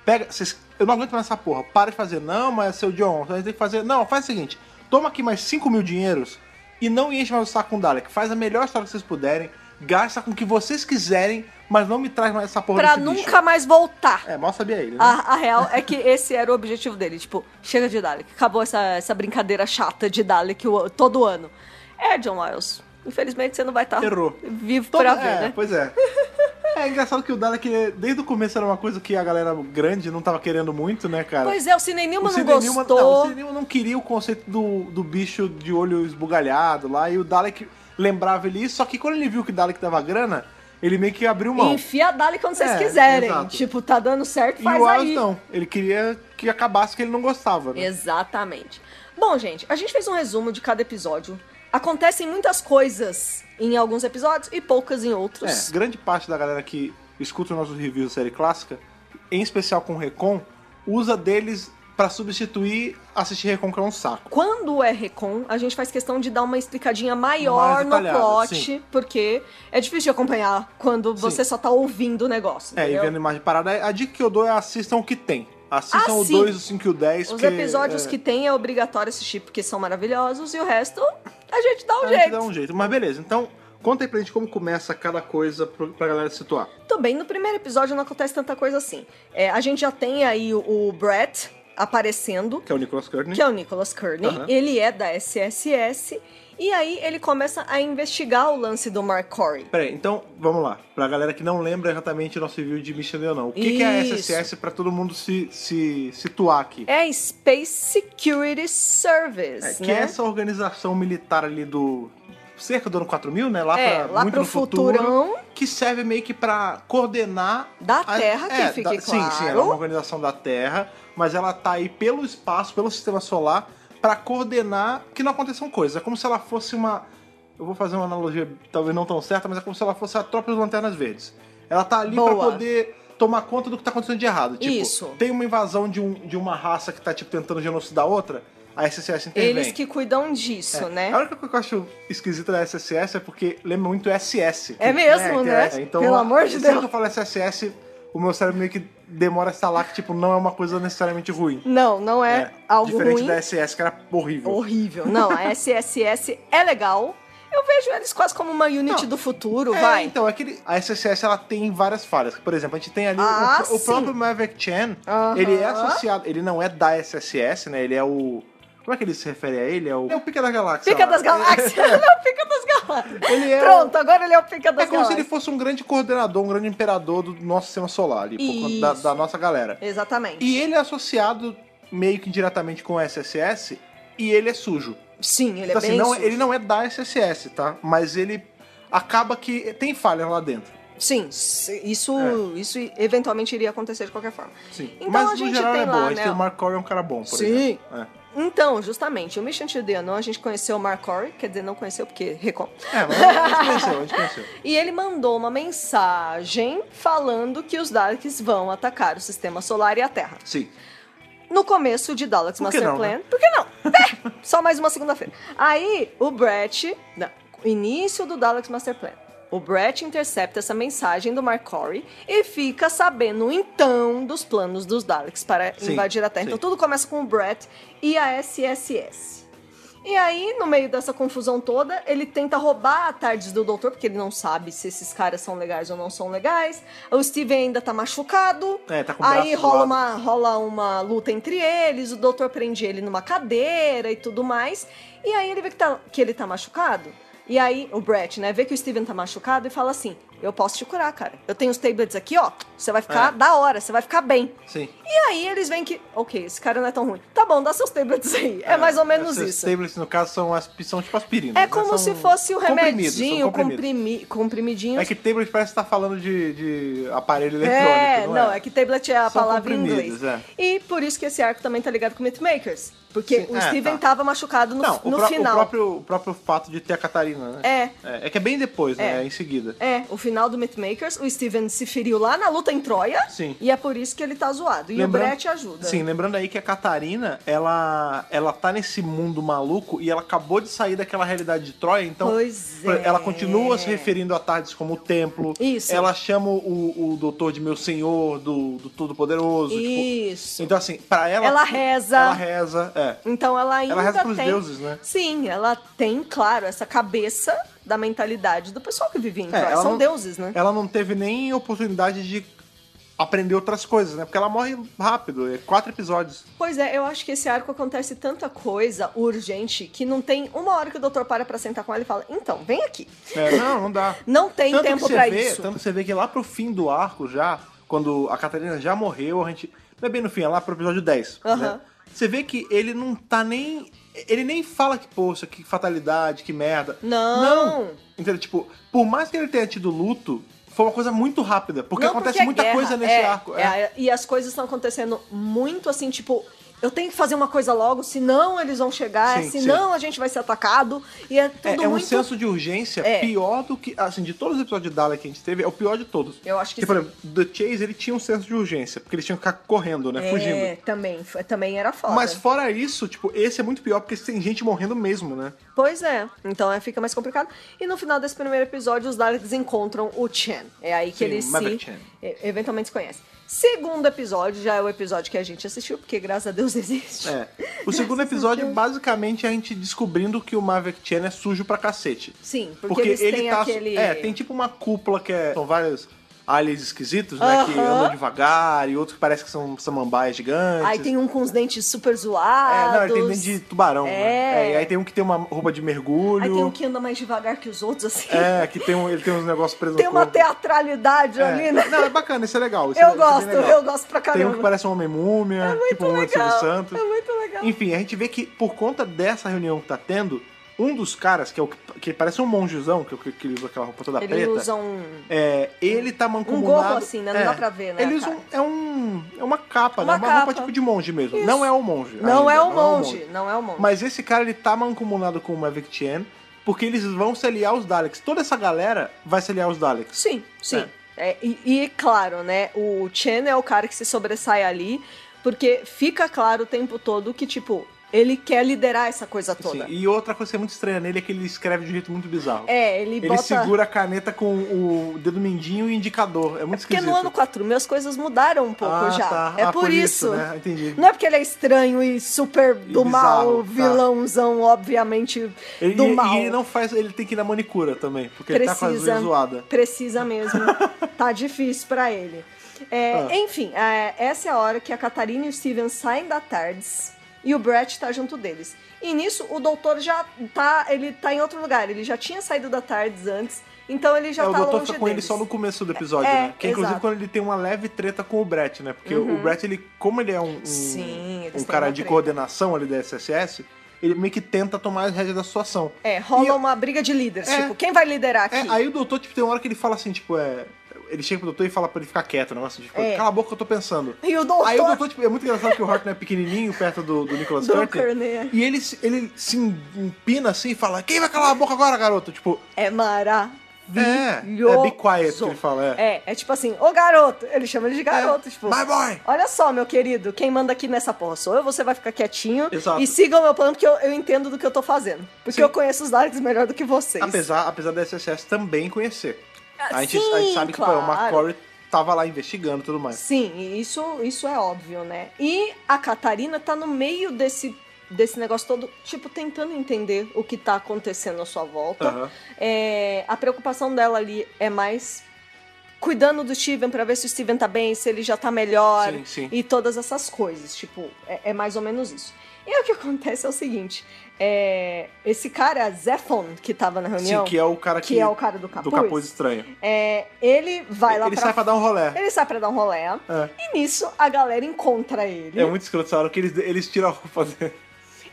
[SPEAKER 1] pega. Vocês, eu não aguento mais essa porra. Para de fazer. Não, mas seu John, você tem que fazer. Não, faz o seguinte: toma aqui mais 5 mil dinheiros e não enche mais o saco com Dalek. Faz a melhor história que vocês puderem. Gasta com o que vocês quiserem, mas não me traz mais essa porra
[SPEAKER 2] Pra
[SPEAKER 1] desse bicho.
[SPEAKER 2] nunca mais voltar.
[SPEAKER 1] É, mal sabia ele, né?
[SPEAKER 2] A, a real é que esse era o objetivo dele. Tipo, chega de Dalek. Acabou essa, essa brincadeira chata de Dalek o- todo ano. É, John Wiles. Infelizmente você não vai estar
[SPEAKER 1] Errou.
[SPEAKER 2] vivo
[SPEAKER 1] Todo-
[SPEAKER 2] pra ver,
[SPEAKER 1] é,
[SPEAKER 2] né?
[SPEAKER 1] Pois é. É engraçado que o Dalek, desde o começo, era uma coisa que a galera grande não tava querendo muito, né, cara?
[SPEAKER 2] Pois é, o Cine Newman não
[SPEAKER 1] Sidney Newman-
[SPEAKER 2] gostou.
[SPEAKER 1] não, o Sidney Newman não queria o conceito do, do bicho de olho esbugalhado lá, e o Dalek lembrava ele isso, só que quando ele viu que o Dalek dava grana, ele meio que abriu mão.
[SPEAKER 2] Enfia a Dali quando vocês
[SPEAKER 1] É,
[SPEAKER 2] quiserem.
[SPEAKER 1] exato.
[SPEAKER 2] Tipo, tá dando certo,
[SPEAKER 1] E
[SPEAKER 2] faz
[SPEAKER 1] o Wiles
[SPEAKER 2] aí.
[SPEAKER 1] não. Ele queria que acabasse que ele não gostava. Né?
[SPEAKER 2] Exatamente. Bom, gente, a gente fez um resumo de cada episódio. Acontecem muitas coisas em alguns episódios e poucas em outros.
[SPEAKER 1] É, grande parte da galera que escuta os nossos reviews de série clássica, em especial com o Recon, usa deles pra substituir assistir Recon, que é um saco.
[SPEAKER 2] Quando é Recon, a gente faz questão de dar uma explicadinha
[SPEAKER 1] Mais
[SPEAKER 2] maior no
[SPEAKER 1] detalhada,
[SPEAKER 2] plot,
[SPEAKER 1] sim.
[SPEAKER 2] porque é difícil de acompanhar quando você só tá ouvindo o negócio.
[SPEAKER 1] É, e
[SPEAKER 2] entendeu?
[SPEAKER 1] vendo imagem parada, a dica que eu dou é assistam o que tem. Assistam
[SPEAKER 2] Ah,
[SPEAKER 1] o
[SPEAKER 2] sim.
[SPEAKER 1] 2, o 5 e o 10.
[SPEAKER 2] Os
[SPEAKER 1] porque,
[SPEAKER 2] episódios
[SPEAKER 1] é,
[SPEAKER 2] que tem é obrigatório assistir porque são maravilhosos e o resto a gente dá um
[SPEAKER 1] a gente
[SPEAKER 2] jeito.
[SPEAKER 1] dá um jeito. Mas beleza, então conta aí pra gente como começa cada coisa pro- pra galera se situar.
[SPEAKER 2] Também no primeiro episódio não acontece tanta coisa assim. É, a gente já tem aí o, o Brett aparecendo,
[SPEAKER 1] Que é o Nicholas Kearney.
[SPEAKER 2] que é o Nicholas Kearney.
[SPEAKER 1] Aham.
[SPEAKER 2] Ele é da SSS. E aí ele começa a investigar o lance do Mark Corey.
[SPEAKER 1] Peraí, então vamos lá. Pra galera que não lembra exatamente o nosso review de Mission Day ou não. O que, que é a
[SPEAKER 2] Isso.
[SPEAKER 1] SSS pra todo mundo se, se situar aqui?
[SPEAKER 2] É a Space Security Service,
[SPEAKER 1] É, que
[SPEAKER 2] né?
[SPEAKER 1] é essa organização militar ali do. cerca do ano 4000, né? Lá,
[SPEAKER 2] É,
[SPEAKER 1] pra,
[SPEAKER 2] lá
[SPEAKER 1] muito
[SPEAKER 2] pro
[SPEAKER 1] no futuro,
[SPEAKER 2] futurão.
[SPEAKER 1] Que serve meio que pra coordenar.
[SPEAKER 2] Da Terra, que
[SPEAKER 1] é,
[SPEAKER 2] fique
[SPEAKER 1] da- Sim, sim, ela é
[SPEAKER 2] claro.
[SPEAKER 1] uma organização da Terra, mas ela tá aí pelo espaço, pelo sistema solar, pra coordenar que não aconteçam coisas. É como se ela fosse uma. Eu vou fazer uma analogia talvez não tão certa, mas é como se ela fosse a tropa das lanternas verdes. Ela tá ali pra
[SPEAKER 2] Boa.
[SPEAKER 1] poder tomar conta do que tá acontecendo de errado. Tipo,
[SPEAKER 2] Isso.
[SPEAKER 1] tem uma invasão de, um- de uma raça que tá tipo, tentando genocidar outra, a SCS intervém.
[SPEAKER 2] Eles que cuidam disso,
[SPEAKER 1] É.
[SPEAKER 2] né?
[SPEAKER 1] A única coisa que eu acho esquisita da SSS é porque lembra muito SS.
[SPEAKER 2] É mesmo,
[SPEAKER 1] que
[SPEAKER 2] né?
[SPEAKER 1] é- Então,
[SPEAKER 2] Pelo amor de
[SPEAKER 1] Sempre
[SPEAKER 2] Deus.
[SPEAKER 1] que eu falo SSS, o meu cérebro meio que demora a instalar que, tipo, não é uma coisa necessariamente ruim.
[SPEAKER 2] Não, não é, algo
[SPEAKER 1] Diferente
[SPEAKER 2] ruim.
[SPEAKER 1] da SS, que era horrível.
[SPEAKER 2] Horrível. Não, a SSS é legal. Eu vejo eles quase como uma unit
[SPEAKER 1] Não.
[SPEAKER 2] do futuro,
[SPEAKER 1] É,
[SPEAKER 2] vai.
[SPEAKER 1] então, é que ele- a SSS ela tem várias falhas. Por exemplo, a gente tem ali o-
[SPEAKER 2] Ah,
[SPEAKER 1] o,
[SPEAKER 2] sim.
[SPEAKER 1] próprio Maverick Chan,
[SPEAKER 2] Aham.
[SPEAKER 1] ele é associado, ele não é da SSS, né? Ele é o. Como é que ele se refere a ele? É o, é o Pica da Galáxia.
[SPEAKER 2] Pica
[SPEAKER 1] lá.
[SPEAKER 2] das Galáxias. Ele é o Pica das Galáxias.
[SPEAKER 1] Ele é
[SPEAKER 2] Pronto, agora ele é o Pica das
[SPEAKER 1] É como se
[SPEAKER 2] Galáxias.
[SPEAKER 1] ele fosse um grande coordenador, um grande imperador do nosso sistema solar, ali, por conta da,
[SPEAKER 2] Isso.
[SPEAKER 1] da nossa galera.
[SPEAKER 2] Exatamente.
[SPEAKER 1] E ele é associado meio que indiretamente com o SSS, e ele é sujo.
[SPEAKER 2] Sim, ele
[SPEAKER 1] Então,
[SPEAKER 2] é
[SPEAKER 1] assim,
[SPEAKER 2] bem
[SPEAKER 1] não,
[SPEAKER 2] sujo.
[SPEAKER 1] ele não é da SSS, tá? Mas ele acaba que tem falha lá dentro.
[SPEAKER 2] Sim, se- isso, isso eventualmente iria acontecer de qualquer forma.
[SPEAKER 1] Sim.
[SPEAKER 2] Então
[SPEAKER 1] Mas
[SPEAKER 2] a gente
[SPEAKER 1] no geral
[SPEAKER 2] tem
[SPEAKER 1] é
[SPEAKER 2] lá,
[SPEAKER 1] boa. a gente
[SPEAKER 2] né?
[SPEAKER 1] tem o Mark Corey, é um cara bom, por
[SPEAKER 2] Sim.
[SPEAKER 1] exemplo. É.
[SPEAKER 2] Então, justamente, o Mission to the Unknown, a gente conheceu o Mark Corey, quer dizer, não conheceu porque recom.
[SPEAKER 1] É, mas a gente conheceu, a gente conheceu.
[SPEAKER 2] E ele mandou uma mensagem falando que os Daleks vão atacar o sistema solar e a Terra.
[SPEAKER 1] Sim.
[SPEAKER 2] No começo de Daleks
[SPEAKER 1] Por que
[SPEAKER 2] Master
[SPEAKER 1] não,
[SPEAKER 2] Plan.
[SPEAKER 1] né?
[SPEAKER 2] Por que não? É, só mais uma segunda-feira. Aí, o Brett. Não, início do Daleks Master Plan. O Brett intercepta essa mensagem do Mark Corey e fica sabendo então dos planos dos Daleks para
[SPEAKER 1] Sim,
[SPEAKER 2] invadir a Terra. Então
[SPEAKER 1] sim.
[SPEAKER 2] tudo começa com o Brett e a SSS. E aí, no meio dessa confusão toda, ele tenta roubar a Tardes do Doutor, porque ele não sabe se esses caras são legais ou não são legais. O Steven ainda tá machucado.
[SPEAKER 1] É, tá com o
[SPEAKER 2] Aí
[SPEAKER 1] braço
[SPEAKER 2] rola
[SPEAKER 1] zoado.
[SPEAKER 2] uma, Ah, rola uma luta entre eles, o doutor prende ele numa cadeira e tudo mais. E aí ele vê que, tá- que ele tá machucado. E aí o Brett, né, vê que o Steven tá machucado e fala assim: Eu posso te curar, cara. Eu tenho os tablets aqui, ó. Você vai ficar
[SPEAKER 1] É.
[SPEAKER 2] da hora, você vai ficar bem.
[SPEAKER 1] Sim.
[SPEAKER 2] E aí eles veem que, ok, esse cara não é tão ruim. Tá bom, dá seus tablets aí. É, mais ou menos
[SPEAKER 1] Esses
[SPEAKER 2] isso.
[SPEAKER 1] Tablets, no caso, são, as, são tipo aspirinas.
[SPEAKER 2] É
[SPEAKER 1] né? São
[SPEAKER 2] como se fosse o
[SPEAKER 1] comprimidos, são
[SPEAKER 2] remedinho,
[SPEAKER 1] comprimidos.
[SPEAKER 2] comprimi, comprimidinho.
[SPEAKER 1] É que tablet parece que tá falando de, de aparelho eletrônico,
[SPEAKER 2] É,
[SPEAKER 1] não,
[SPEAKER 2] não, é que tablet é a
[SPEAKER 1] São
[SPEAKER 2] palavra em
[SPEAKER 1] comprimidos, é.
[SPEAKER 2] inglês. E por isso que esse arco também tá ligado com Mythmakers. Porque
[SPEAKER 1] Sim,
[SPEAKER 2] o
[SPEAKER 1] é,
[SPEAKER 2] Steven
[SPEAKER 1] tá.
[SPEAKER 2] tava machucado no,
[SPEAKER 1] Não, o,
[SPEAKER 2] no
[SPEAKER 1] pró-
[SPEAKER 2] final.
[SPEAKER 1] o próprio, o próprio fato de ter a Catarina, né?
[SPEAKER 2] É.
[SPEAKER 1] É, é que é bem depois, né?
[SPEAKER 2] É.
[SPEAKER 1] É em seguida.
[SPEAKER 2] É, o final do Mythmakers, o Steven se feriu lá na luta em Troia.
[SPEAKER 1] Sim.
[SPEAKER 2] E é por isso que ele tá zoado. E o Brett ajuda.
[SPEAKER 1] Sim, lembrando aí que a Catarina, ela, ela tá nesse mundo maluco e ela acabou de sair daquela realidade de Troia, então
[SPEAKER 2] Pois
[SPEAKER 1] pra-
[SPEAKER 2] é.
[SPEAKER 1] ela continua se referindo a Tardes como o templo.
[SPEAKER 2] Isso.
[SPEAKER 1] Ela chama o, o doutor de meu senhor, do, do Todo-Poderoso. tipo,
[SPEAKER 2] Isso.
[SPEAKER 1] então, assim, pra ela.
[SPEAKER 2] Ela reza.
[SPEAKER 1] Ela reza, é.
[SPEAKER 2] Então ela ainda
[SPEAKER 1] reza pros
[SPEAKER 2] tem...
[SPEAKER 1] deuses, né?
[SPEAKER 2] Sim, ela tem, claro, essa cabeça da mentalidade do pessoal que vivia em
[SPEAKER 1] É,
[SPEAKER 2] Troia.
[SPEAKER 1] ela
[SPEAKER 2] São
[SPEAKER 1] não-
[SPEAKER 2] deuses, né?
[SPEAKER 1] Ela não teve nem oportunidade de aprender outras coisas, né? Porque ela morre rápido, é quatro episódios.
[SPEAKER 2] Pois é, eu acho que esse arco acontece tanta coisa urgente que não tem uma hora que o doutor para pra sentar com ela e fala: então, vem aqui.
[SPEAKER 1] É, não, não dá.
[SPEAKER 2] Não tem
[SPEAKER 1] Tanto
[SPEAKER 2] tempo
[SPEAKER 1] que você
[SPEAKER 2] pra
[SPEAKER 1] vê,
[SPEAKER 2] isso.
[SPEAKER 1] Tanto que você vê que lá pro fim do arco já, quando a Catarina já morreu, a gente. Não é bem no fim, é lá pro episódio 10.
[SPEAKER 2] Aham.
[SPEAKER 1] né? Você vê que ele não tá nem. Ele nem fala que, poxa, que fatalidade, que merda.
[SPEAKER 2] Não.
[SPEAKER 1] Não! Entendeu? Tipo, por mais que ele tenha tido luto, foi uma coisa muito rápida. Porque
[SPEAKER 2] Não,
[SPEAKER 1] acontece
[SPEAKER 2] é
[SPEAKER 1] muita
[SPEAKER 2] guerra,
[SPEAKER 1] coisa nesse
[SPEAKER 2] é,
[SPEAKER 1] arco.
[SPEAKER 2] é, e as coisas estão acontecendo muito assim, tipo. Eu tenho que fazer uma coisa logo, senão eles vão chegar,
[SPEAKER 1] Sim,
[SPEAKER 2] senão a gente vai ser atacado. E é tudo
[SPEAKER 1] É, é um
[SPEAKER 2] muito.
[SPEAKER 1] senso de urgência
[SPEAKER 2] É.
[SPEAKER 1] pior do que. Assim, de todos os episódios de Dalek que a gente teve, é o pior de todos.
[SPEAKER 2] Eu acho que
[SPEAKER 1] Porque, por
[SPEAKER 2] sim.
[SPEAKER 1] exemplo, The Chase, ele tinha um senso de urgência, porque eles tinham que ficar correndo, né? Fugindo.
[SPEAKER 2] É, também, f- também era foda.
[SPEAKER 1] Mas fora isso, tipo, esse é muito pior porque tem gente morrendo mesmo, né?
[SPEAKER 2] Pois é, então é, fica mais complicado. E no final desse primeiro episódio, os Daleks encontram o Chen. É aí que
[SPEAKER 1] Sim,
[SPEAKER 2] eles se,
[SPEAKER 1] Maverick Chen.
[SPEAKER 2] e- eventualmente se conhecem. Segundo episódio, já é o episódio que a gente assistiu, porque graças a Deus existe.
[SPEAKER 1] É. O segundo episódio, basicamente, é a gente descobrindo que o Maverick Chen é sujo pra cacete.
[SPEAKER 2] Sim, porque eles têm aquele-
[SPEAKER 1] É, tem tipo uma cúpula que é... São vários aliens esquisitos, né? Que
[SPEAKER 2] Aham.
[SPEAKER 1] andam devagar e outros que parecem que são samambaias gigantes.
[SPEAKER 2] Aí tem um com os dentes super
[SPEAKER 1] É,
[SPEAKER 2] zoados.
[SPEAKER 1] não, ele tem dente de tubarão,
[SPEAKER 2] É.
[SPEAKER 1] né? e aí tem um que tem uma roupa de mergulho.
[SPEAKER 2] Aí tem um que anda mais devagar que os outros, assim.
[SPEAKER 1] É, que tem um, ele tem uns negócios presos
[SPEAKER 2] Tem
[SPEAKER 1] no
[SPEAKER 2] uma
[SPEAKER 1] corpo.
[SPEAKER 2] teatralidade
[SPEAKER 1] É.
[SPEAKER 2] ali, né?
[SPEAKER 1] Não, é bacana, isso é legal. isso é-
[SPEAKER 2] eu
[SPEAKER 1] isso é bem
[SPEAKER 2] gosto,
[SPEAKER 1] legal.
[SPEAKER 2] eu gosto pra
[SPEAKER 1] Tem um que
[SPEAKER 2] caramba.
[SPEAKER 1] parece um homem múmia,
[SPEAKER 2] É muito
[SPEAKER 1] tipo um homem do Silvio
[SPEAKER 2] legal.
[SPEAKER 1] Santos.
[SPEAKER 2] É muito legal.
[SPEAKER 1] Enfim, a gente vê que por conta dessa reunião que tá tendo, Um dos caras, que é o que- que parece um monjuzão, que, é o que, que ele usa aquela roupa toda
[SPEAKER 2] Ele
[SPEAKER 1] preta.
[SPEAKER 2] usa um.
[SPEAKER 1] É, ele tá mancomunado.
[SPEAKER 2] Um gorro assim, né? Não
[SPEAKER 1] é.
[SPEAKER 2] dá pra ver, né,
[SPEAKER 1] Ele usa
[SPEAKER 2] cara?
[SPEAKER 1] um, é, um, é uma capa,
[SPEAKER 2] Uma
[SPEAKER 1] né? Uma roupa
[SPEAKER 2] capa.
[SPEAKER 1] tipo de monge mesmo.
[SPEAKER 2] Isso.
[SPEAKER 1] Não é um monge.
[SPEAKER 2] Não,
[SPEAKER 1] ainda,
[SPEAKER 2] é o monge, não é o monge.
[SPEAKER 1] Mas esse cara, ele tá mancomunado com o Maverick Chen, porque eles vão se aliar aos Daleks. Toda essa galera vai se aliar aos Daleks.
[SPEAKER 2] Sim, sim. É, e, e, claro, né? O Chen é o cara que se sobressai ali, porque fica claro o tempo todo que, tipo, ele quer liderar essa coisa toda.
[SPEAKER 1] Assim, e outra coisa que é muito estranha nele é que ele escreve de um jeito muito bizarro.
[SPEAKER 2] É, ele,
[SPEAKER 1] ele
[SPEAKER 2] bota.
[SPEAKER 1] segura a caneta com o dedo mindinho e o indicador. É muito
[SPEAKER 2] Porque
[SPEAKER 1] esquisito.
[SPEAKER 2] no ano 4 meus coisas mudaram um pouco
[SPEAKER 1] Ah,
[SPEAKER 2] já.
[SPEAKER 1] tá.
[SPEAKER 2] É
[SPEAKER 1] Ah,
[SPEAKER 2] por isso.
[SPEAKER 1] né? Entendi.
[SPEAKER 2] Não é porque ele é estranho e super do
[SPEAKER 1] bizarro,
[SPEAKER 2] mal,
[SPEAKER 1] tá.
[SPEAKER 2] vilãozão, obviamente,
[SPEAKER 1] Ele,
[SPEAKER 2] do
[SPEAKER 1] e-
[SPEAKER 2] mal.
[SPEAKER 1] E ele não faz. Ele tem que ir na manicura também, porque ele tá com a
[SPEAKER 2] precisa,
[SPEAKER 1] unha zoada.
[SPEAKER 2] precisa mesmo. tá difícil pra ele. É,
[SPEAKER 1] Ah.
[SPEAKER 2] Enfim, é, essa é a hora que a Catarina e o Steven saem da Tardes e o Brett tá junto deles. E nisso o doutor já tá, ele tá em outro lugar, ele já tinha saído da Tardes antes, então ele já
[SPEAKER 1] é,
[SPEAKER 2] tá
[SPEAKER 1] o doutor
[SPEAKER 2] longe
[SPEAKER 1] fica com ele
[SPEAKER 2] deles.
[SPEAKER 1] só no começo do episódio,
[SPEAKER 2] É,
[SPEAKER 1] né? Que é, inclusive
[SPEAKER 2] exato. Uhum.
[SPEAKER 1] quando ele tem uma leve treta com o Brett, né? Porque o Brett, ele, como ele é um, um,
[SPEAKER 2] Sim, eles
[SPEAKER 1] um
[SPEAKER 2] têm
[SPEAKER 1] cara
[SPEAKER 2] uma
[SPEAKER 1] de
[SPEAKER 2] treta.
[SPEAKER 1] coordenação ali da SSS, ele meio que tenta tomar as rédeas da situação.
[SPEAKER 2] É, rola
[SPEAKER 1] E eu-
[SPEAKER 2] uma briga de líderes,
[SPEAKER 1] É.
[SPEAKER 2] tipo, quem vai liderar aqui?
[SPEAKER 1] É, aí o doutor, tipo, tem uma hora que ele fala assim, tipo, é. Ele chega pro doutor e fala pra ele ficar quieto, o negócio, tipo,
[SPEAKER 2] É.
[SPEAKER 1] cala a boca que eu tô pensando.
[SPEAKER 2] E o doutor...
[SPEAKER 1] Aí o doutor, tipo, é muito engraçado que o Hartnell é pequenininho, perto do, do Nicholas
[SPEAKER 2] Do
[SPEAKER 1] Curtin.
[SPEAKER 2] Kearney.
[SPEAKER 1] E ele, se- ele se empina assim e fala, quem vai calar a boca agora, garoto? Tipo,
[SPEAKER 2] É
[SPEAKER 1] É,
[SPEAKER 2] maravilhoso.
[SPEAKER 1] é, be quiet que ele fala, É,
[SPEAKER 2] É, é tipo assim, ô garoto, ele chama ele de garoto, tipo...
[SPEAKER 1] my boy!
[SPEAKER 2] Olha só, meu querido, quem manda aqui nessa porra sou eu, você vai ficar quietinho
[SPEAKER 1] Exato.
[SPEAKER 2] e siga o meu plano, porque eu, eu entendo do que eu tô fazendo. Porque
[SPEAKER 1] Sim.
[SPEAKER 2] eu conheço os Daleks melhor do que vocês.
[SPEAKER 1] Apesar, apesar da SSS também conhecer.
[SPEAKER 2] Ah,
[SPEAKER 1] A gente,
[SPEAKER 2] sim,
[SPEAKER 1] a gente sabe que pô, o
[SPEAKER 2] claro.
[SPEAKER 1] McCory tava lá investigando e tudo mais.
[SPEAKER 2] Sim, e isso, isso é óbvio, né? E a Catarina tá no meio desse, desse negócio todo, tipo, tentando entender o que tá acontecendo à sua volta.
[SPEAKER 1] Aham.
[SPEAKER 2] É, a preocupação dela ali é mais cuidando do Steven pra ver se o Steven tá bem, se ele já tá melhor
[SPEAKER 1] Sim, sim.
[SPEAKER 2] e todas essas coisas. Tipo, é, é mais ou menos isso. E aí o que acontece é o seguinte: é, esse cara, Zephon, que tava na
[SPEAKER 1] Sim,
[SPEAKER 2] reunião,
[SPEAKER 1] que é o cara que,
[SPEAKER 2] que é o cara do capuz,
[SPEAKER 1] do capuz estranho.
[SPEAKER 2] é, ele vai lá
[SPEAKER 1] ele
[SPEAKER 2] pra,
[SPEAKER 1] sai pra dar um rolé.
[SPEAKER 2] Ele sai pra dar um rolé.
[SPEAKER 1] É.
[SPEAKER 2] E nisso a galera encontra ele.
[SPEAKER 1] É muito escroto essa hora que eles, eles tiram a roupa dele.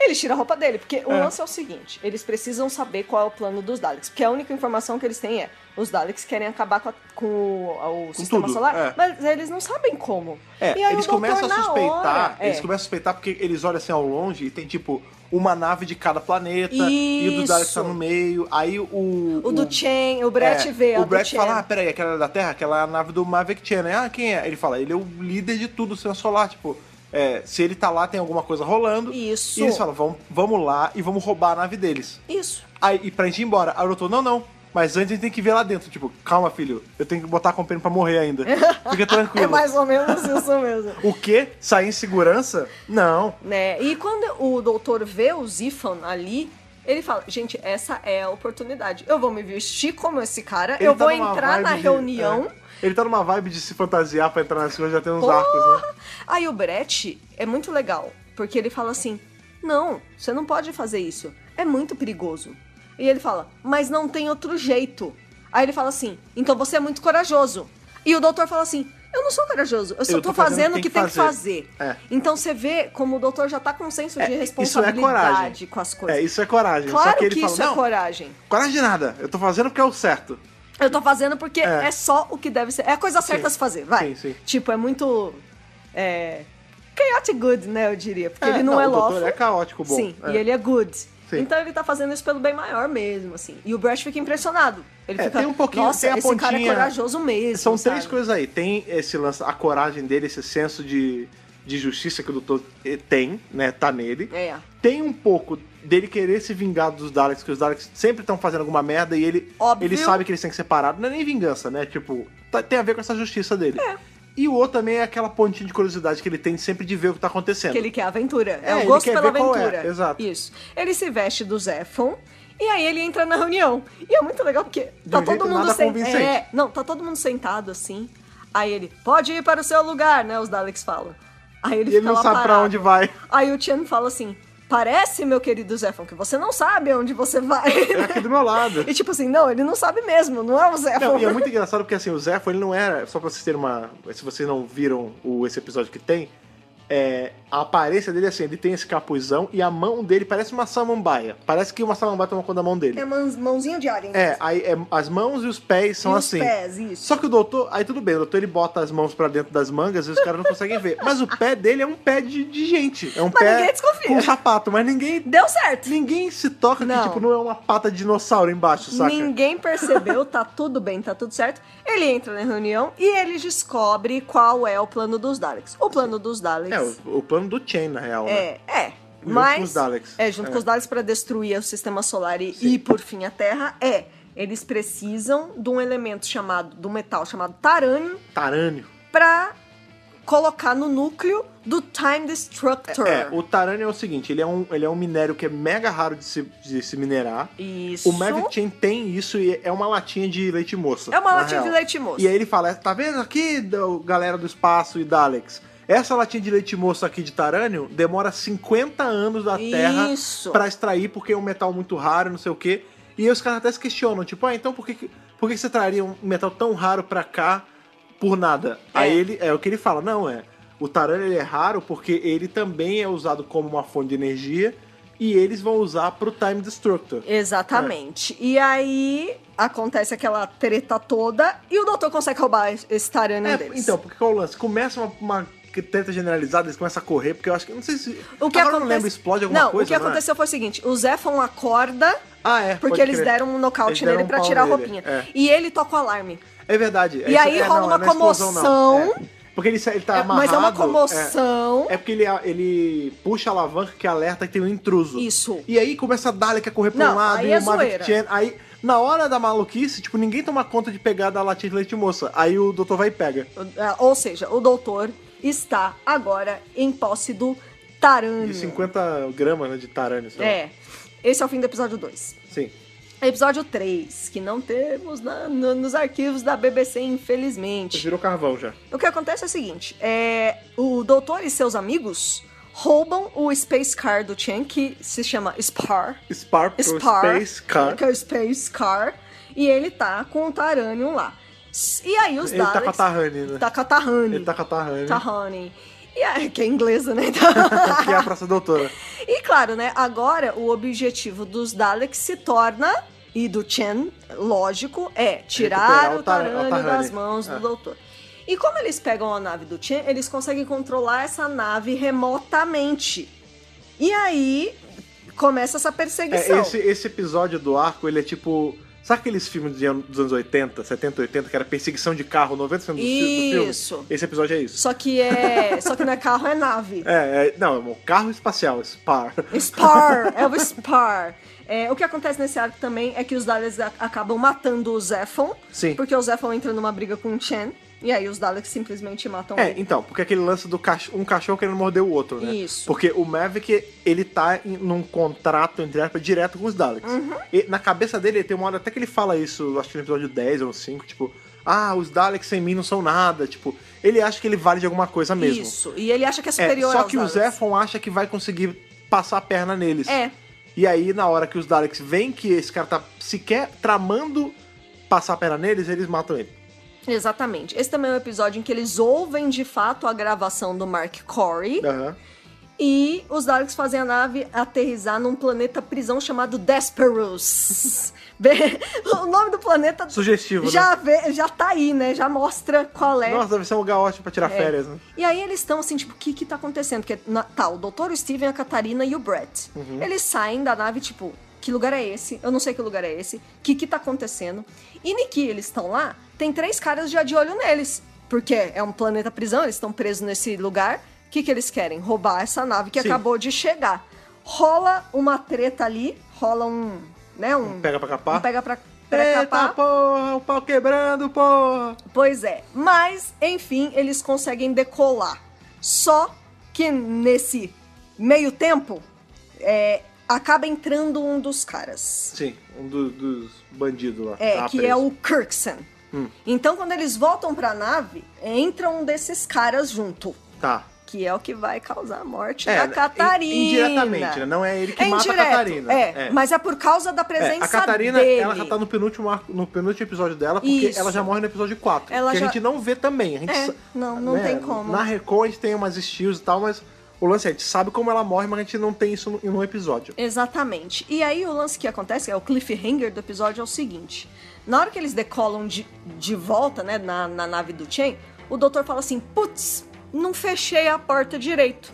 [SPEAKER 2] Ele tira a roupa dele, porque o
[SPEAKER 1] É.
[SPEAKER 2] lance é o seguinte: eles precisam saber qual é o plano dos Daleks, porque a única informação que eles têm é os Daleks querem acabar com, a- com o, o sistema
[SPEAKER 1] tudo,
[SPEAKER 2] solar,
[SPEAKER 1] é.
[SPEAKER 2] mas eles não sabem como.
[SPEAKER 1] É,
[SPEAKER 2] e aí
[SPEAKER 1] eles
[SPEAKER 2] o doutor,
[SPEAKER 1] começam a
[SPEAKER 2] na
[SPEAKER 1] suspeitar.
[SPEAKER 2] hora-
[SPEAKER 1] Eles
[SPEAKER 2] é.
[SPEAKER 1] começam a suspeitar porque eles olham assim ao longe e tem tipo uma nave de cada planeta e o do Dalek tá
[SPEAKER 2] Isso.
[SPEAKER 1] no meio. Aí o.
[SPEAKER 2] O do Chen, o Brett
[SPEAKER 1] Hum. é,
[SPEAKER 2] vê a
[SPEAKER 1] O
[SPEAKER 2] do
[SPEAKER 1] Brett
[SPEAKER 2] Chen.
[SPEAKER 1] fala, ah, peraí, aquela da Terra, aquela é a nave do Maverick Chen, né? Ah, quem é? Ele fala, ele é o líder de tudo, o sistema solar, tipo... é, se ele tá lá, tem alguma coisa rolando.
[SPEAKER 2] Isso.
[SPEAKER 1] E eles falam, vamos, vamos lá e vamos roubar a nave deles.
[SPEAKER 2] Isso.
[SPEAKER 1] Aí, e pra gente ir embora. Aí o doutor, não, não. Mas antes a gente tem que ver lá dentro. Tipo, calma, filho. Eu tenho que botar a companhia pra morrer ainda. Fica
[SPEAKER 2] É
[SPEAKER 1] tranquilo.
[SPEAKER 2] mais ou menos isso mesmo.
[SPEAKER 1] O quê? Sair em segurança? Não.
[SPEAKER 2] né? E quando o doutor vê o Zifan ali, ele fala: gente, essa é a oportunidade. Eu vou me vestir como esse cara,
[SPEAKER 1] Ele
[SPEAKER 2] eu
[SPEAKER 1] tá
[SPEAKER 2] vou
[SPEAKER 1] numa
[SPEAKER 2] entrar
[SPEAKER 1] vibe
[SPEAKER 2] na
[SPEAKER 1] de-
[SPEAKER 2] reunião.
[SPEAKER 1] é. ele tá numa vibe de se fantasiar pra entrar nas coisas, já tem uns
[SPEAKER 2] Porra!
[SPEAKER 1] arcos, né?
[SPEAKER 2] Aí o Brett é muito legal, porque ele fala assim: não, você não pode fazer isso, é muito perigoso. E ele fala: mas não tem outro jeito. Aí ele fala assim: então você é muito corajoso. E o doutor fala assim: eu não sou corajoso, eu só
[SPEAKER 1] Eu
[SPEAKER 2] tô, fazendo o que tem que fazer.
[SPEAKER 1] É.
[SPEAKER 2] Então você vê como o doutor já tá com um senso de
[SPEAKER 1] É,
[SPEAKER 2] responsabilidade com as coisas.
[SPEAKER 1] É, isso é coragem. Só
[SPEAKER 2] Claro
[SPEAKER 1] que
[SPEAKER 2] que,
[SPEAKER 1] ele fala,
[SPEAKER 2] isso é
[SPEAKER 1] não,
[SPEAKER 2] coragem.
[SPEAKER 1] coragem de nada. Eu tô fazendo porque é o certo.
[SPEAKER 2] Eu tô fazendo porque
[SPEAKER 1] É.
[SPEAKER 2] é, só o que deve ser. É a coisa certa a
[SPEAKER 1] Sim.
[SPEAKER 2] se fazer, vai.
[SPEAKER 1] Sim, sim.
[SPEAKER 2] Tipo, é muito. É, chaotic good, né? Eu diria. Porque
[SPEAKER 1] É,
[SPEAKER 2] ele não,
[SPEAKER 1] não,
[SPEAKER 2] é
[SPEAKER 1] o doutor,
[SPEAKER 2] lawful.
[SPEAKER 1] ele é caótico bom,
[SPEAKER 2] Sim,
[SPEAKER 1] é.
[SPEAKER 2] e ele é good.
[SPEAKER 1] Sim.
[SPEAKER 2] Então ele tá fazendo isso pelo bem maior mesmo, assim. E o Brett fica impressionado. Ele
[SPEAKER 1] É,
[SPEAKER 2] fica,
[SPEAKER 1] tem um pouquinho-
[SPEAKER 2] nossa,
[SPEAKER 1] tem a
[SPEAKER 2] esse cara é
[SPEAKER 1] pontinha-
[SPEAKER 2] corajoso mesmo,
[SPEAKER 1] São três
[SPEAKER 2] sabe?
[SPEAKER 1] coisas aí. Tem esse lance, a coragem dele, esse senso de, de justiça que o doutor eh, tem, né? Tá nele.
[SPEAKER 2] É.
[SPEAKER 1] Tem um pouco dele querer se vingar dos Daleks, que os Daleks sempre estão fazendo alguma merda e ele,
[SPEAKER 2] Óbvio.
[SPEAKER 1] ele sabe que eles têm que ser parados. Não é nem vingança, né? Tipo, tá- tem a ver com essa justiça dele. E o outro também é aquela pontinha de curiosidade que ele tem sempre de ver o que tá acontecendo.
[SPEAKER 2] Que ele quer aventura.
[SPEAKER 1] É,
[SPEAKER 2] É, o
[SPEAKER 1] ele
[SPEAKER 2] gosto
[SPEAKER 1] quer
[SPEAKER 2] pela
[SPEAKER 1] ver qual é,
[SPEAKER 2] aventura.
[SPEAKER 1] exato.
[SPEAKER 2] Isso. Ele se veste do Zefon. E aí ele entra na reunião. E é muito legal porque tá
[SPEAKER 1] um jeito
[SPEAKER 2] todo mundo
[SPEAKER 1] nada
[SPEAKER 2] sentado.
[SPEAKER 1] convincente.
[SPEAKER 2] É, não, tá todo mundo sentado assim. Aí ele, pode ir para o seu lugar, né? Os Daleks falam. Aí ele
[SPEAKER 1] E ele
[SPEAKER 2] fica
[SPEAKER 1] não
[SPEAKER 2] lá
[SPEAKER 1] sabe pra
[SPEAKER 2] parado.
[SPEAKER 1] onde vai.
[SPEAKER 2] Aí o Chen fala assim: parece, meu querido Zefon, que você não sabe aonde você vai.
[SPEAKER 1] É aqui do meu lado.
[SPEAKER 2] e tipo assim, não, ele não sabe mesmo, não é o Zefon.
[SPEAKER 1] Não, e é muito engraçado porque assim, o Zefo, ele não era. Só pra vocês terem uma. Se vocês não viram o, esse episódio que tem, é, A aparência dele é assim, ele tem esse capuzão e a mão dele parece uma samambaia. Parece que uma samambaia toma conta da mão dele.
[SPEAKER 3] É mãos- mãozinha de alien.
[SPEAKER 1] É, aí é- as mãos e os pés são
[SPEAKER 3] E os
[SPEAKER 1] assim.
[SPEAKER 3] pés, isso.
[SPEAKER 1] Só que o doutor, aí tudo bem, o doutor ele bota as mãos pra dentro das mangas e os caras não conseguem ver. Mas o pé dele é um pé de, de gente. É um
[SPEAKER 2] Mas ninguém
[SPEAKER 1] pé
[SPEAKER 2] desconfia.
[SPEAKER 1] com sapato, mas ninguém
[SPEAKER 2] Deu certo.
[SPEAKER 1] ninguém se toca
[SPEAKER 2] Não.
[SPEAKER 1] que tipo não é uma pata de dinossauro embaixo, saca?
[SPEAKER 2] Ninguém percebeu, tá tudo bem, tá tudo certo. Ele entra na reunião e ele descobre qual é o plano dos Daleks. O plano dos Daleks
[SPEAKER 1] É, o, o plano do Chain, na real, né?
[SPEAKER 2] é, é,
[SPEAKER 1] Junto
[SPEAKER 2] mas
[SPEAKER 1] com os Daleks.
[SPEAKER 2] é junto
[SPEAKER 1] É.
[SPEAKER 2] com os Daleks para destruir o sistema solar e,
[SPEAKER 1] Sim.
[SPEAKER 2] e, por fim a Terra é eles precisam de um elemento chamado, de um metal chamado tarânio
[SPEAKER 1] Tarânio.
[SPEAKER 2] para colocar no núcleo do Time Destructor.
[SPEAKER 1] É, o tarânio é o seguinte, ele é um, ele é um minério que é mega raro de se, de se minerar.
[SPEAKER 2] Isso.
[SPEAKER 1] O Magic Chain tem isso e é uma latinha de leite moça.
[SPEAKER 2] É uma
[SPEAKER 1] na
[SPEAKER 2] latinha de
[SPEAKER 1] real.
[SPEAKER 2] leite moça.
[SPEAKER 1] E aí ele fala, tá vendo aqui, do- galera do espaço e da Alex? Essa latinha de leite moça aqui de Tarânio demora 50 anos da Terra
[SPEAKER 2] Isso.
[SPEAKER 1] pra extrair, porque é um metal muito raro, não sei o quê. E aí os caras até se questionam, tipo, ah, então por que, que- por que que você traria um metal tão raro pra cá por nada?
[SPEAKER 2] É.
[SPEAKER 1] Aí ele, é o que ele fala, não, é. O Tarânio ele é raro porque ele também é usado como uma fonte de energia e eles vão usar pro Time Destructor.
[SPEAKER 2] Exatamente. E aí acontece aquela treta toda e o doutor consegue roubar esse tarânio
[SPEAKER 1] É,
[SPEAKER 2] um deles.
[SPEAKER 1] então, porque qual é o lance? Começa uma, uma treta generalizada, eles começam a correr, porque eu acho que. Não sei se.
[SPEAKER 2] o que
[SPEAKER 1] agora eu
[SPEAKER 2] acontece-
[SPEAKER 1] não lembro, explode alguma
[SPEAKER 2] Não,
[SPEAKER 1] coisa.
[SPEAKER 2] o que
[SPEAKER 1] não é?
[SPEAKER 2] aconteceu foi o seguinte: o Zefon acorda
[SPEAKER 1] Ah, é.
[SPEAKER 2] porque
[SPEAKER 1] pode
[SPEAKER 2] eles
[SPEAKER 1] crer.
[SPEAKER 2] deram um
[SPEAKER 1] Eles
[SPEAKER 2] nocaute
[SPEAKER 1] deram
[SPEAKER 2] nele
[SPEAKER 1] um
[SPEAKER 2] pra
[SPEAKER 1] pau
[SPEAKER 2] tirar
[SPEAKER 1] nele,
[SPEAKER 2] a roupinha.
[SPEAKER 1] é.
[SPEAKER 2] E ele toca o alarme.
[SPEAKER 1] É verdade.
[SPEAKER 2] E
[SPEAKER 1] é
[SPEAKER 2] aí
[SPEAKER 1] isso- é,
[SPEAKER 2] rola
[SPEAKER 1] não,
[SPEAKER 2] uma
[SPEAKER 1] não é explosão, não.
[SPEAKER 2] comoção.
[SPEAKER 1] É, Porque ele, sa- ele tá
[SPEAKER 2] É,
[SPEAKER 1] amarrado.
[SPEAKER 2] mas é uma
[SPEAKER 1] É.
[SPEAKER 2] comoção.
[SPEAKER 1] É porque ele, ele puxa a alavanca que alerta que tem um intruso.
[SPEAKER 2] Isso.
[SPEAKER 1] E aí começa a Dalek a correr pra
[SPEAKER 2] Não,
[SPEAKER 1] um lado
[SPEAKER 2] aí
[SPEAKER 1] e
[SPEAKER 2] é
[SPEAKER 1] o Maverick
[SPEAKER 2] zoeira.
[SPEAKER 1] Chen. Aí, na hora da maluquice, tipo, ninguém toma conta de pegar da latinha de leite moça. Aí o doutor vai e pega.
[SPEAKER 2] Ah, Ou seja, o doutor está agora em posse do tarânio.
[SPEAKER 1] De 50 gramas né, de tarânio, sei lá.
[SPEAKER 2] Hum. É. Esse é o fim do episódio 2.
[SPEAKER 1] Sim.
[SPEAKER 2] Episódio 3, que não temos na- no- nos arquivos da BBC, infelizmente.
[SPEAKER 1] Virou carvão já.
[SPEAKER 2] O que acontece é o seguinte: é, o doutor e seus amigos roubam o Space Car do Chen, que se chama Spar.
[SPEAKER 1] Spar, porque é o
[SPEAKER 2] Spar,
[SPEAKER 1] Space Car.
[SPEAKER 2] que é o Space Car, e ele tá com o Taranium lá. S- E aí os
[SPEAKER 1] Ele tá
[SPEAKER 2] Daleks...
[SPEAKER 1] com a Tahani, né?
[SPEAKER 2] Tá com a Tahani.
[SPEAKER 1] Ele tá com a Tahani,
[SPEAKER 2] Tahani. E aí, que é inglesa, né? Então-
[SPEAKER 1] que é a Praça Doutora.
[SPEAKER 2] E claro, né? Agora o objetivo dos Daleks se torna, e do Chen, lógico, é tirar
[SPEAKER 1] Recuperar
[SPEAKER 2] o
[SPEAKER 1] o tar-
[SPEAKER 2] Tarânio
[SPEAKER 1] a Tarrani.
[SPEAKER 2] das mãos do
[SPEAKER 1] É.
[SPEAKER 2] doutor. E como eles pegam a nave do Chen, eles conseguem controlar essa nave remotamente. E aí começa essa perseguição.
[SPEAKER 1] É, esse, esse episódio do arco, ele é tipo... Sabe aqueles filmes de ano- dos anos 80, 70, 80, que era perseguição de carro, 90% dos fi- do
[SPEAKER 2] Isso.
[SPEAKER 1] filme? Esse episódio é isso.
[SPEAKER 2] Só que é. Só que não é carro, é nave.
[SPEAKER 1] É, é- não, é um carro espacial, Spar.
[SPEAKER 2] Spar! É o Spar! É, o que acontece nesse arco também é que os Daleks a- acabam matando o Zephon.
[SPEAKER 1] Sim.
[SPEAKER 2] Porque o Zephon entra numa briga com o Chen. E aí os Daleks simplesmente matam
[SPEAKER 1] É,
[SPEAKER 2] ele.
[SPEAKER 1] então, porque aquele lance do cach- um cachorro querendo morder o outro, né?
[SPEAKER 2] Isso.
[SPEAKER 1] Porque o Mavic, ele tá em- num contrato, entre aspas, direto com os Daleks.
[SPEAKER 2] Uhum.
[SPEAKER 1] E na cabeça dele, tem uma hora até que ele fala isso, acho que no episódio 10 ou 5, tipo, ah, os Daleks sem mim não são nada, tipo, ele acha que ele vale de alguma coisa mesmo.
[SPEAKER 2] Isso. E ele acha que é
[SPEAKER 1] É,
[SPEAKER 2] superior
[SPEAKER 1] só
[SPEAKER 2] aos
[SPEAKER 1] que o
[SPEAKER 2] Daleks.
[SPEAKER 1] Zephon acha que vai conseguir passar a perna neles.
[SPEAKER 2] É.
[SPEAKER 1] E aí, na hora que os Daleks veem que esse cara tá sequer tramando passar a perna neles, eles matam ele.
[SPEAKER 2] Exatamente. Esse também é um episódio em que eles ouvem de fato a gravação do Mark Corey.
[SPEAKER 1] Aham.
[SPEAKER 2] E os Daleks fazem a nave aterrissar num planeta prisão chamado Desperus. Bem, o nome do planeta
[SPEAKER 1] Sugestivo, né?
[SPEAKER 2] já, vê, já tá aí, né? Já mostra qual é.
[SPEAKER 1] Nossa, deve ser um lugar ótimo pra tirar
[SPEAKER 2] É.
[SPEAKER 1] férias, né?
[SPEAKER 2] E aí eles estão assim, tipo, o que que tá acontecendo? Porque na- tá, o doutor, o Steven, a Catarina e o Brett. Eles saem da nave, tipo, que lugar é esse? Eu não sei que lugar é esse. O que que tá acontecendo? E Niki, eles estão lá, tem três caras já de olho neles. Porque é um planeta prisão, eles estão presos nesse lugar. O que que eles querem? Roubar essa nave que
[SPEAKER 1] Sim.
[SPEAKER 2] acabou de chegar. Rola uma treta ali, rola um, né, um...
[SPEAKER 1] Pega pra capar.
[SPEAKER 2] um pega pra, pra
[SPEAKER 1] Eita,
[SPEAKER 2] capar.
[SPEAKER 1] porra, o pau quebrando, porra.
[SPEAKER 2] Pois é, mas enfim, eles conseguem decolar. Só que nesse meio tempo, é, acaba entrando um dos caras.
[SPEAKER 1] Sim, um do- dos bandidos lá.
[SPEAKER 2] É,
[SPEAKER 1] Tá
[SPEAKER 2] que
[SPEAKER 1] preso.
[SPEAKER 2] é o Kirkson.
[SPEAKER 1] Hum.
[SPEAKER 2] Então, quando eles voltam pra nave, entra um desses caras junto.
[SPEAKER 1] Tá.
[SPEAKER 2] Que é o que vai causar a morte
[SPEAKER 1] É,
[SPEAKER 2] da Catarina.
[SPEAKER 1] in- indiretamente, né? Não é ele que
[SPEAKER 2] É
[SPEAKER 1] mata a
[SPEAKER 2] indireto,
[SPEAKER 1] Catarina.
[SPEAKER 2] É,
[SPEAKER 1] É.
[SPEAKER 2] mas é por causa da
[SPEAKER 1] É,
[SPEAKER 2] presença
[SPEAKER 1] a Catarina,
[SPEAKER 2] dele.
[SPEAKER 1] ela já tá no penúltimo, arco- no penúltimo episódio dela, porque
[SPEAKER 2] Isso.
[SPEAKER 1] ela já morre no episódio 4.
[SPEAKER 2] Ela
[SPEAKER 1] que
[SPEAKER 2] já-
[SPEAKER 1] a gente não vê também. A gente
[SPEAKER 2] É,
[SPEAKER 1] sa- né,
[SPEAKER 2] não, não tem como.
[SPEAKER 1] Na Record a gente tem umas steals e tal, mas O lance é, a gente sabe como ela morre, mas a gente não tem isso no- em um episódio.
[SPEAKER 2] É Exatamente. E aí o lance que acontece, é o cliffhanger do episódio, é o seguinte. Na hora que eles decolam de, de volta, né, na, na nave do Chen, o doutor fala assim, putz, não fechei a porta direito.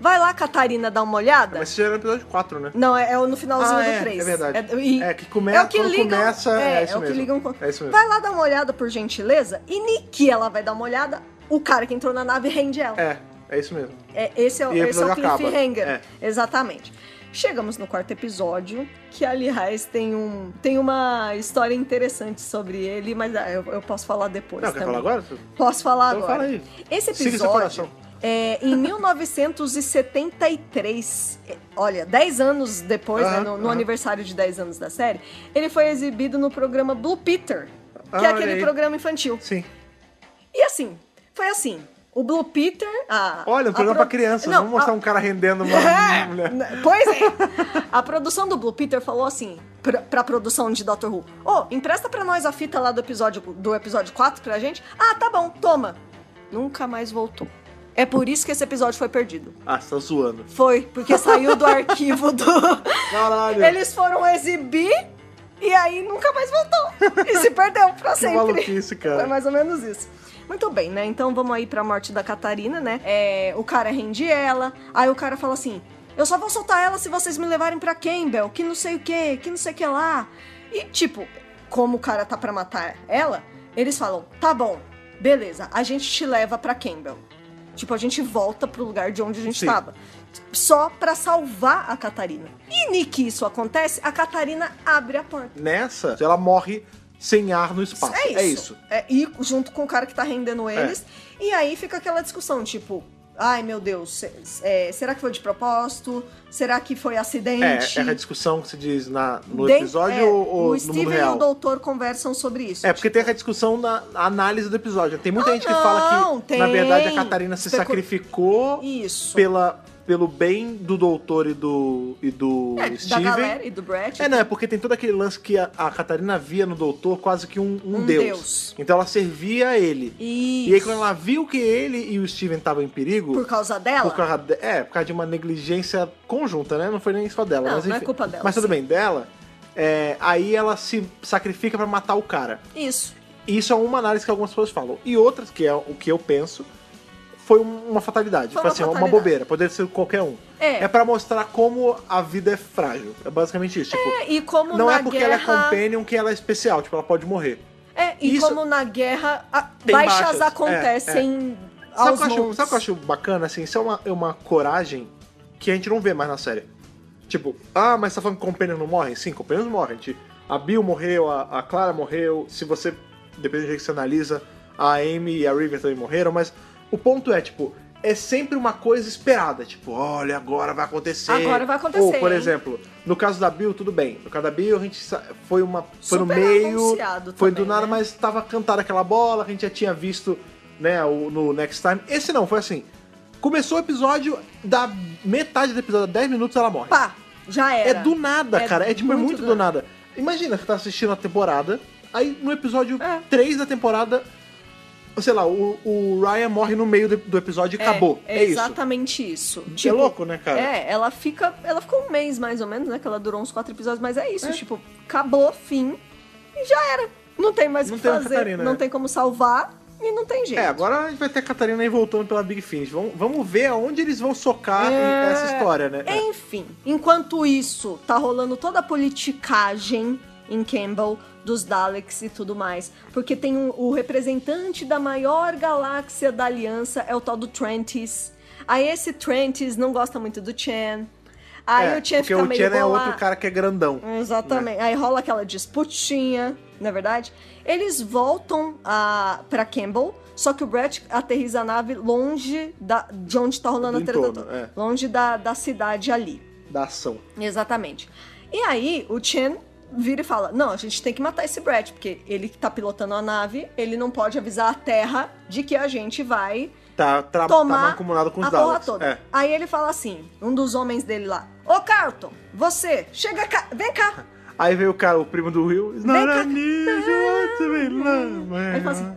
[SPEAKER 2] Vai lá, Catarina, dar uma olhada.
[SPEAKER 1] Mas isso era no episódio 4, né?
[SPEAKER 2] Não, é, é no finalzinho
[SPEAKER 1] Ah,
[SPEAKER 2] do
[SPEAKER 1] é,
[SPEAKER 2] 3.
[SPEAKER 1] é verdade.
[SPEAKER 2] e-
[SPEAKER 1] É, que come- quando começa, é isso
[SPEAKER 2] o que
[SPEAKER 1] mesmo.
[SPEAKER 2] ligam com-
[SPEAKER 1] É isso mesmo.
[SPEAKER 2] Vai lá dar uma olhada, por gentileza. E Niki, ela vai dar uma olhada. O cara que entrou na nave rende ela.
[SPEAKER 1] É, é isso mesmo.
[SPEAKER 2] É, esse é, o-
[SPEAKER 1] E o
[SPEAKER 2] esse é o
[SPEAKER 1] episódio acaba.
[SPEAKER 2] cliffhanger.
[SPEAKER 1] É.
[SPEAKER 2] Exatamente. Chegamos no quarto episódio, que aliás tem, um, tem uma história interessante sobre ele, mas ah, eu, eu posso falar depois.
[SPEAKER 1] Não, quer
[SPEAKER 2] também.
[SPEAKER 1] falar agora?
[SPEAKER 2] Posso falar
[SPEAKER 1] Então
[SPEAKER 2] agora.
[SPEAKER 1] fala aí.
[SPEAKER 2] Esse
[SPEAKER 1] Siga seu
[SPEAKER 2] episódio
[SPEAKER 1] coração.
[SPEAKER 2] é em 1973. é, Olha, 10 anos depois, né,
[SPEAKER 1] Aham,
[SPEAKER 2] no, no
[SPEAKER 1] aham.
[SPEAKER 2] aniversário de 10 anos da série, ele foi exibido no programa Blue Peter, que
[SPEAKER 1] Ah,
[SPEAKER 2] é
[SPEAKER 1] olha
[SPEAKER 2] aquele
[SPEAKER 1] aí.
[SPEAKER 2] programa infantil.
[SPEAKER 1] Sim.
[SPEAKER 2] E assim, foi assim. O Blue Peter. A,
[SPEAKER 1] Olha, um
[SPEAKER 2] a
[SPEAKER 1] programa pra
[SPEAKER 2] pro-
[SPEAKER 1] crianças.
[SPEAKER 2] Ah, Não,
[SPEAKER 1] Vamos mostrar
[SPEAKER 2] a-
[SPEAKER 1] um cara rendendo uma
[SPEAKER 2] É,
[SPEAKER 1] mulher.
[SPEAKER 2] n- Pois é. A produção do Blue Peter falou assim pra, pra produção de Doctor Who: Ô, empresta pra nós a fita lá do episódio, do episódio 4 pra gente. Ah, tá bom, toma. Nunca mais voltou. É por isso que esse episódio foi perdido.
[SPEAKER 1] Ah, você tá zoando.
[SPEAKER 2] Foi, porque saiu do arquivo do.
[SPEAKER 1] Caralho.
[SPEAKER 2] Eles foram exibir e aí nunca mais voltou. E se perdeu pra
[SPEAKER 1] Que
[SPEAKER 2] sempre.
[SPEAKER 1] maluquice, cara.
[SPEAKER 2] Foi mais ou menos isso. Muito bem, né? Então vamos aí pra morte da Catarina, né? É, o cara rende ela. Aí o cara fala assim: Eu só vou soltar ela se vocês me levarem pra Campbell, que não sei o que, que não sei o que lá. E tipo, como o cara tá pra matar ela, eles falam: Tá bom, beleza, a gente te leva pra Campbell. Tipo, a gente volta pro lugar de onde a gente
[SPEAKER 1] Sim.
[SPEAKER 2] tava. Só pra salvar a Catarina. E Nick, isso acontece, a Catarina abre a porta.
[SPEAKER 1] Nessa, ela morre sem ar no espaço.
[SPEAKER 2] É isso. É, e junto com o cara que tá
[SPEAKER 1] É.
[SPEAKER 2] rendendo eles. E aí fica aquela discussão, tipo, ai meu Deus, se- é, será que foi de propósito? Será que foi acidente?
[SPEAKER 1] É, é a discussão que se diz na, no
[SPEAKER 2] Den-
[SPEAKER 1] episódio
[SPEAKER 2] é,
[SPEAKER 1] ou, ou
[SPEAKER 2] o
[SPEAKER 1] no
[SPEAKER 2] Steven
[SPEAKER 1] mundo
[SPEAKER 2] e o
[SPEAKER 1] real?
[SPEAKER 2] doutor conversam sobre isso.
[SPEAKER 1] É, porque tem a discussão na na análise do episódio. Tem muita
[SPEAKER 2] Ah,
[SPEAKER 1] gente que fala
[SPEAKER 2] não,
[SPEAKER 1] que, na
[SPEAKER 2] tem.
[SPEAKER 1] verdade, a Catarina se
[SPEAKER 2] Especu-
[SPEAKER 1] sacrificou
[SPEAKER 2] Isso.
[SPEAKER 1] pela, pelo bem do doutor e do, e do
[SPEAKER 2] É, da
[SPEAKER 1] Steven.
[SPEAKER 2] galera e do Brett.
[SPEAKER 1] É, não, é porque tem todo aquele lance que a, a Catarina via no doutor quase que um, um
[SPEAKER 2] Um
[SPEAKER 1] deus.
[SPEAKER 2] deus.
[SPEAKER 1] Então ela servia a ele. E
[SPEAKER 2] Isso.
[SPEAKER 1] aí, quando ela viu que ele e o Steven estavam em perigo.
[SPEAKER 2] Por causa dela?
[SPEAKER 1] Por causa de, é, por causa de uma negligência conjunta, né? Não foi nem só dela.
[SPEAKER 2] Não,
[SPEAKER 1] mas,
[SPEAKER 2] não é
[SPEAKER 1] enfim.
[SPEAKER 2] culpa dela,
[SPEAKER 1] Mas tudo
[SPEAKER 2] sim.
[SPEAKER 1] bem, dela. é, aí ela se sacrifica pra matar o cara.
[SPEAKER 2] Isso.
[SPEAKER 1] Isso é uma análise que algumas pessoas falam. E outras, que é o que eu penso, foi um- uma fatalidade.
[SPEAKER 2] Foi
[SPEAKER 1] Tipo
[SPEAKER 2] uma
[SPEAKER 1] assim, uma
[SPEAKER 2] fatalidade.
[SPEAKER 1] bobeira. Poderia ser qualquer um.
[SPEAKER 2] É.
[SPEAKER 1] pra mostrar como a vida é frágil. É basicamente isso. Tipo,
[SPEAKER 2] E como
[SPEAKER 1] não
[SPEAKER 2] na
[SPEAKER 1] é porque ela é
[SPEAKER 2] guerra.
[SPEAKER 1] companion que ela é especial. Tipo, ela pode morrer.
[SPEAKER 2] É, e
[SPEAKER 1] Isso-
[SPEAKER 2] como na guerra a-
[SPEAKER 1] Tem
[SPEAKER 2] baixas,
[SPEAKER 1] baixas, é,
[SPEAKER 2] acontecem
[SPEAKER 1] Sabe o
[SPEAKER 2] aos
[SPEAKER 1] que eu acho-
[SPEAKER 2] montes.
[SPEAKER 1] sabe o que eu acho bacana? Assim, isso é uma, é uma coragem que a gente não vê mais na série. Tipo, ah, mas você tá falando que Companion não morre? Sim, Companions morrem. A gente- A Bill morreu, a, a Clara morreu. Se você. Depende do jeito que você analisa, a Amy e a River também morreram, mas o ponto é, tipo. É sempre uma coisa esperada, tipo, olha, agora vai acontecer.
[SPEAKER 2] Agora vai acontecer,
[SPEAKER 1] Ou, por
[SPEAKER 2] hein?
[SPEAKER 1] exemplo, no caso da Bill, tudo bem. No caso da Bill, a gente sa- foi uma. Foi no
[SPEAKER 2] Super
[SPEAKER 1] meio.
[SPEAKER 2] anunciado
[SPEAKER 1] Foi
[SPEAKER 2] também,
[SPEAKER 1] do nada,
[SPEAKER 2] né?
[SPEAKER 1] mas mas tava cantada aquela bola, a gente já tinha visto, né, o- no Next Time. Esse não, foi assim. Começou o episódio, da metade do episódio, 10 minutos ela morre.
[SPEAKER 2] Pá, já
[SPEAKER 1] é
[SPEAKER 2] era.
[SPEAKER 1] do nada,
[SPEAKER 2] É
[SPEAKER 1] cara. É tipo, é
[SPEAKER 2] muito
[SPEAKER 1] muito
[SPEAKER 2] do
[SPEAKER 1] do nada. Imagina, você tá assistindo a temporada, aí no episódio
[SPEAKER 2] É.
[SPEAKER 1] 3 da temporada, sei lá, o, o Ryan morre no meio do, do episódio e acabou. É, isso.
[SPEAKER 2] exatamente isso. Tipo,
[SPEAKER 1] é louco, né, cara?
[SPEAKER 2] É, ela fica. Ela ficou um mês mais ou menos, né? Que ela durou uns quatro episódios, mas é isso, tipo, acabou, fim, e já era. Não tem mais o
[SPEAKER 1] Não
[SPEAKER 2] que
[SPEAKER 1] tem uma
[SPEAKER 2] fazer.
[SPEAKER 1] Catarina,
[SPEAKER 2] não
[SPEAKER 1] né?
[SPEAKER 2] tem como salvar e não tem jeito.
[SPEAKER 1] É, agora a gente vai ter a Catarina aí voltando pela Big Finish. Vamos, vamos ver aonde eles vão socar
[SPEAKER 2] É.
[SPEAKER 1] essa história, né?
[SPEAKER 2] Enfim, enquanto isso, tá rolando toda a politicagem em Campbell dos Daleks e tudo mais, porque tem um- o representante da maior galáxia da aliança é o tal do Trentis. Aí esse Trentis não gosta muito do Chen. Aí
[SPEAKER 1] É,
[SPEAKER 2] o Chen
[SPEAKER 1] porque
[SPEAKER 2] fica
[SPEAKER 1] o
[SPEAKER 2] meio
[SPEAKER 1] Chen é
[SPEAKER 2] bolado. Hum.
[SPEAKER 1] outro cara que é grandão.
[SPEAKER 2] Exatamente. Aí rola aquela disputinha, na verdade. Eles voltam a, pra Campbell, só que o Brett aterriza a nave longe da, de onde tá rolando
[SPEAKER 1] Do
[SPEAKER 2] a treta
[SPEAKER 1] entorno,
[SPEAKER 2] toda.
[SPEAKER 1] é.
[SPEAKER 2] Longe da, da cidade ali.
[SPEAKER 1] da ação.
[SPEAKER 2] Exatamente. E aí, o Chen vira e fala: Não, a gente tem que matar esse Brett, porque ele que tá pilotando a nave, ele não pode avisar a Terra de que a gente vai
[SPEAKER 1] Tá, tra- tá
[SPEAKER 2] tomar
[SPEAKER 1] mancomunado com os
[SPEAKER 2] a porra
[SPEAKER 1] Daleks.
[SPEAKER 2] toda.
[SPEAKER 1] É.
[SPEAKER 2] Aí ele fala assim: um dos homens dele lá, Ô Carlton, você, chega cá, vem cá.
[SPEAKER 1] Aí veio o cara, o primo do Will. It's
[SPEAKER 2] Vem
[SPEAKER 1] not
[SPEAKER 2] cá.
[SPEAKER 1] unusual to be loved, man.
[SPEAKER 2] Ele fala assim: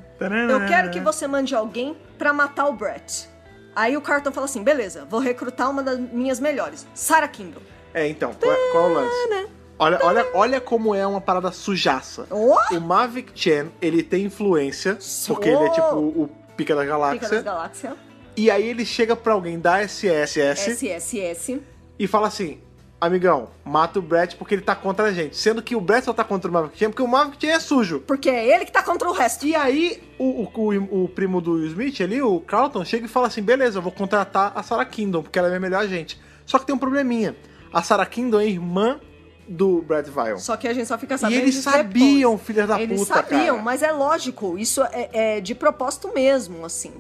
[SPEAKER 2] Eu quero que você mande alguém pra matar o Brett. Aí o Carlton fala assim: beleza, vou recrutar uma das minhas melhores, Sarah Kindle.
[SPEAKER 1] É, então, qual, é- qual é o lance?
[SPEAKER 2] né?
[SPEAKER 1] Olha, olha, olha como é uma parada sujaça.
[SPEAKER 2] Oh!
[SPEAKER 1] O Mavic Chan, ele tem influência,
[SPEAKER 2] Sou.
[SPEAKER 1] porque ele é tipo o pica da
[SPEAKER 2] Pica das
[SPEAKER 1] galáxia.
[SPEAKER 2] Galáxia.
[SPEAKER 1] E aí ele chega pra alguém da SSS
[SPEAKER 2] SSS.
[SPEAKER 1] e fala assim: Amigão, mata o Brett porque ele tá contra a gente. Sendo que o Brett só tá contra o Maverick Chan porque o Maverick Chan é sujo.
[SPEAKER 2] Porque é ele que tá contra o resto.
[SPEAKER 1] E aí o, o- o- o primo do Will Smith ali, o Carlton, chega e fala assim: beleza, eu vou contratar a Sarah Kingdom, porque ela é minha melhor gente. Só que tem um probleminha. A Sarah Kingdom é irmã do Brett Vile.
[SPEAKER 2] Só que a gente só fica
[SPEAKER 1] E
[SPEAKER 2] sabendo.
[SPEAKER 1] eles
[SPEAKER 2] disso
[SPEAKER 1] sabiam,
[SPEAKER 2] depois.
[SPEAKER 1] filhas da
[SPEAKER 2] Eles
[SPEAKER 1] puta,
[SPEAKER 2] sabiam,
[SPEAKER 1] cara.
[SPEAKER 2] mas é lógico. Isso é, é de propósito mesmo, assim.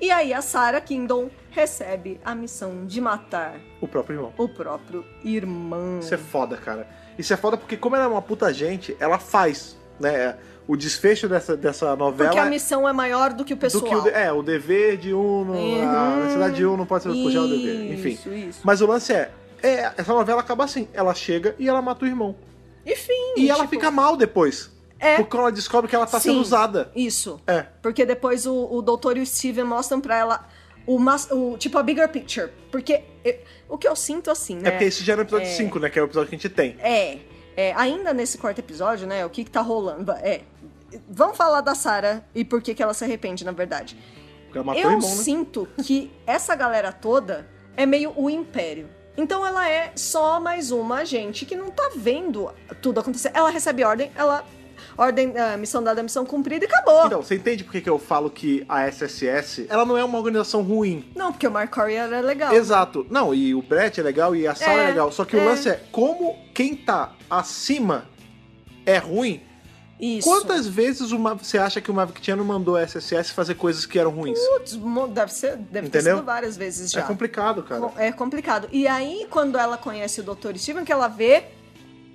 [SPEAKER 2] E aí a Sarah Kingdom recebe a missão de matar
[SPEAKER 1] O próprio irmão.
[SPEAKER 2] o próprio irmão.
[SPEAKER 1] Isso é foda, cara. Isso é foda porque, como ela é uma puta gente, ela faz, né? O desfecho dessa, dessa novela.
[SPEAKER 2] Porque a
[SPEAKER 1] é-
[SPEAKER 2] missão é maior do que o pessoal.
[SPEAKER 1] Do que o, de- é, o dever de um, no- a
[SPEAKER 2] Uhum.
[SPEAKER 1] necessidade de um não pode ser puxar o dever. Enfim.
[SPEAKER 2] Isso, isso.
[SPEAKER 1] Mas o lance é, é, essa novela acaba assim. Ela chega e ela mata o irmão.
[SPEAKER 2] Enfim.
[SPEAKER 1] E ela
[SPEAKER 2] tipo,
[SPEAKER 1] fica mal depois.
[SPEAKER 2] É.
[SPEAKER 1] Porque ela descobre que ela tá
[SPEAKER 2] Sim.
[SPEAKER 1] sendo usada.
[SPEAKER 2] Isso.
[SPEAKER 1] É.
[SPEAKER 2] Porque depois o, o doutor e o Steven mostram pra ela o, mas- o- tipo a bigger picture. Porque eu- o que eu sinto assim,
[SPEAKER 1] É
[SPEAKER 2] né?
[SPEAKER 1] porque isso já é no episódio
[SPEAKER 2] É.
[SPEAKER 1] 5, né? Que é o episódio que a gente tem.
[SPEAKER 2] É, é, ainda nesse quarto episódio, né? O que que tá rolando? É. Vamos falar da Sarah e por que que ela se arrepende, na verdade.
[SPEAKER 1] Porque ela matou
[SPEAKER 2] eu
[SPEAKER 1] o irmão, né?
[SPEAKER 2] sinto que essa galera toda é meio o império. Então ela é só mais uma agente que não tá vendo tudo acontecer. Ela recebe ordem, ela. Ordem, ah, missão dada, missão cumprida e acabou.
[SPEAKER 1] Então, você entende por que que eu falo que a SSS, ela não é uma organização ruim.
[SPEAKER 2] Não, porque o Mark Corey era legal.
[SPEAKER 1] Exato. Não, e o Brett é legal e a Sarah é,
[SPEAKER 2] É,
[SPEAKER 1] legal. Só que
[SPEAKER 2] é.
[SPEAKER 1] o lance é como quem tá acima é ruim.
[SPEAKER 2] Isso.
[SPEAKER 1] Quantas vezes o Ma- você acha que o Maverick Chan não mandou a SSS fazer coisas que eram ruins?
[SPEAKER 2] Putz, mo- deve, ser, deve ter
[SPEAKER 1] Entendeu?
[SPEAKER 2] sido várias vezes já.
[SPEAKER 1] É complicado, cara.
[SPEAKER 2] Com- É complicado. E aí, quando ela conhece o Dr. Steven, que ela vê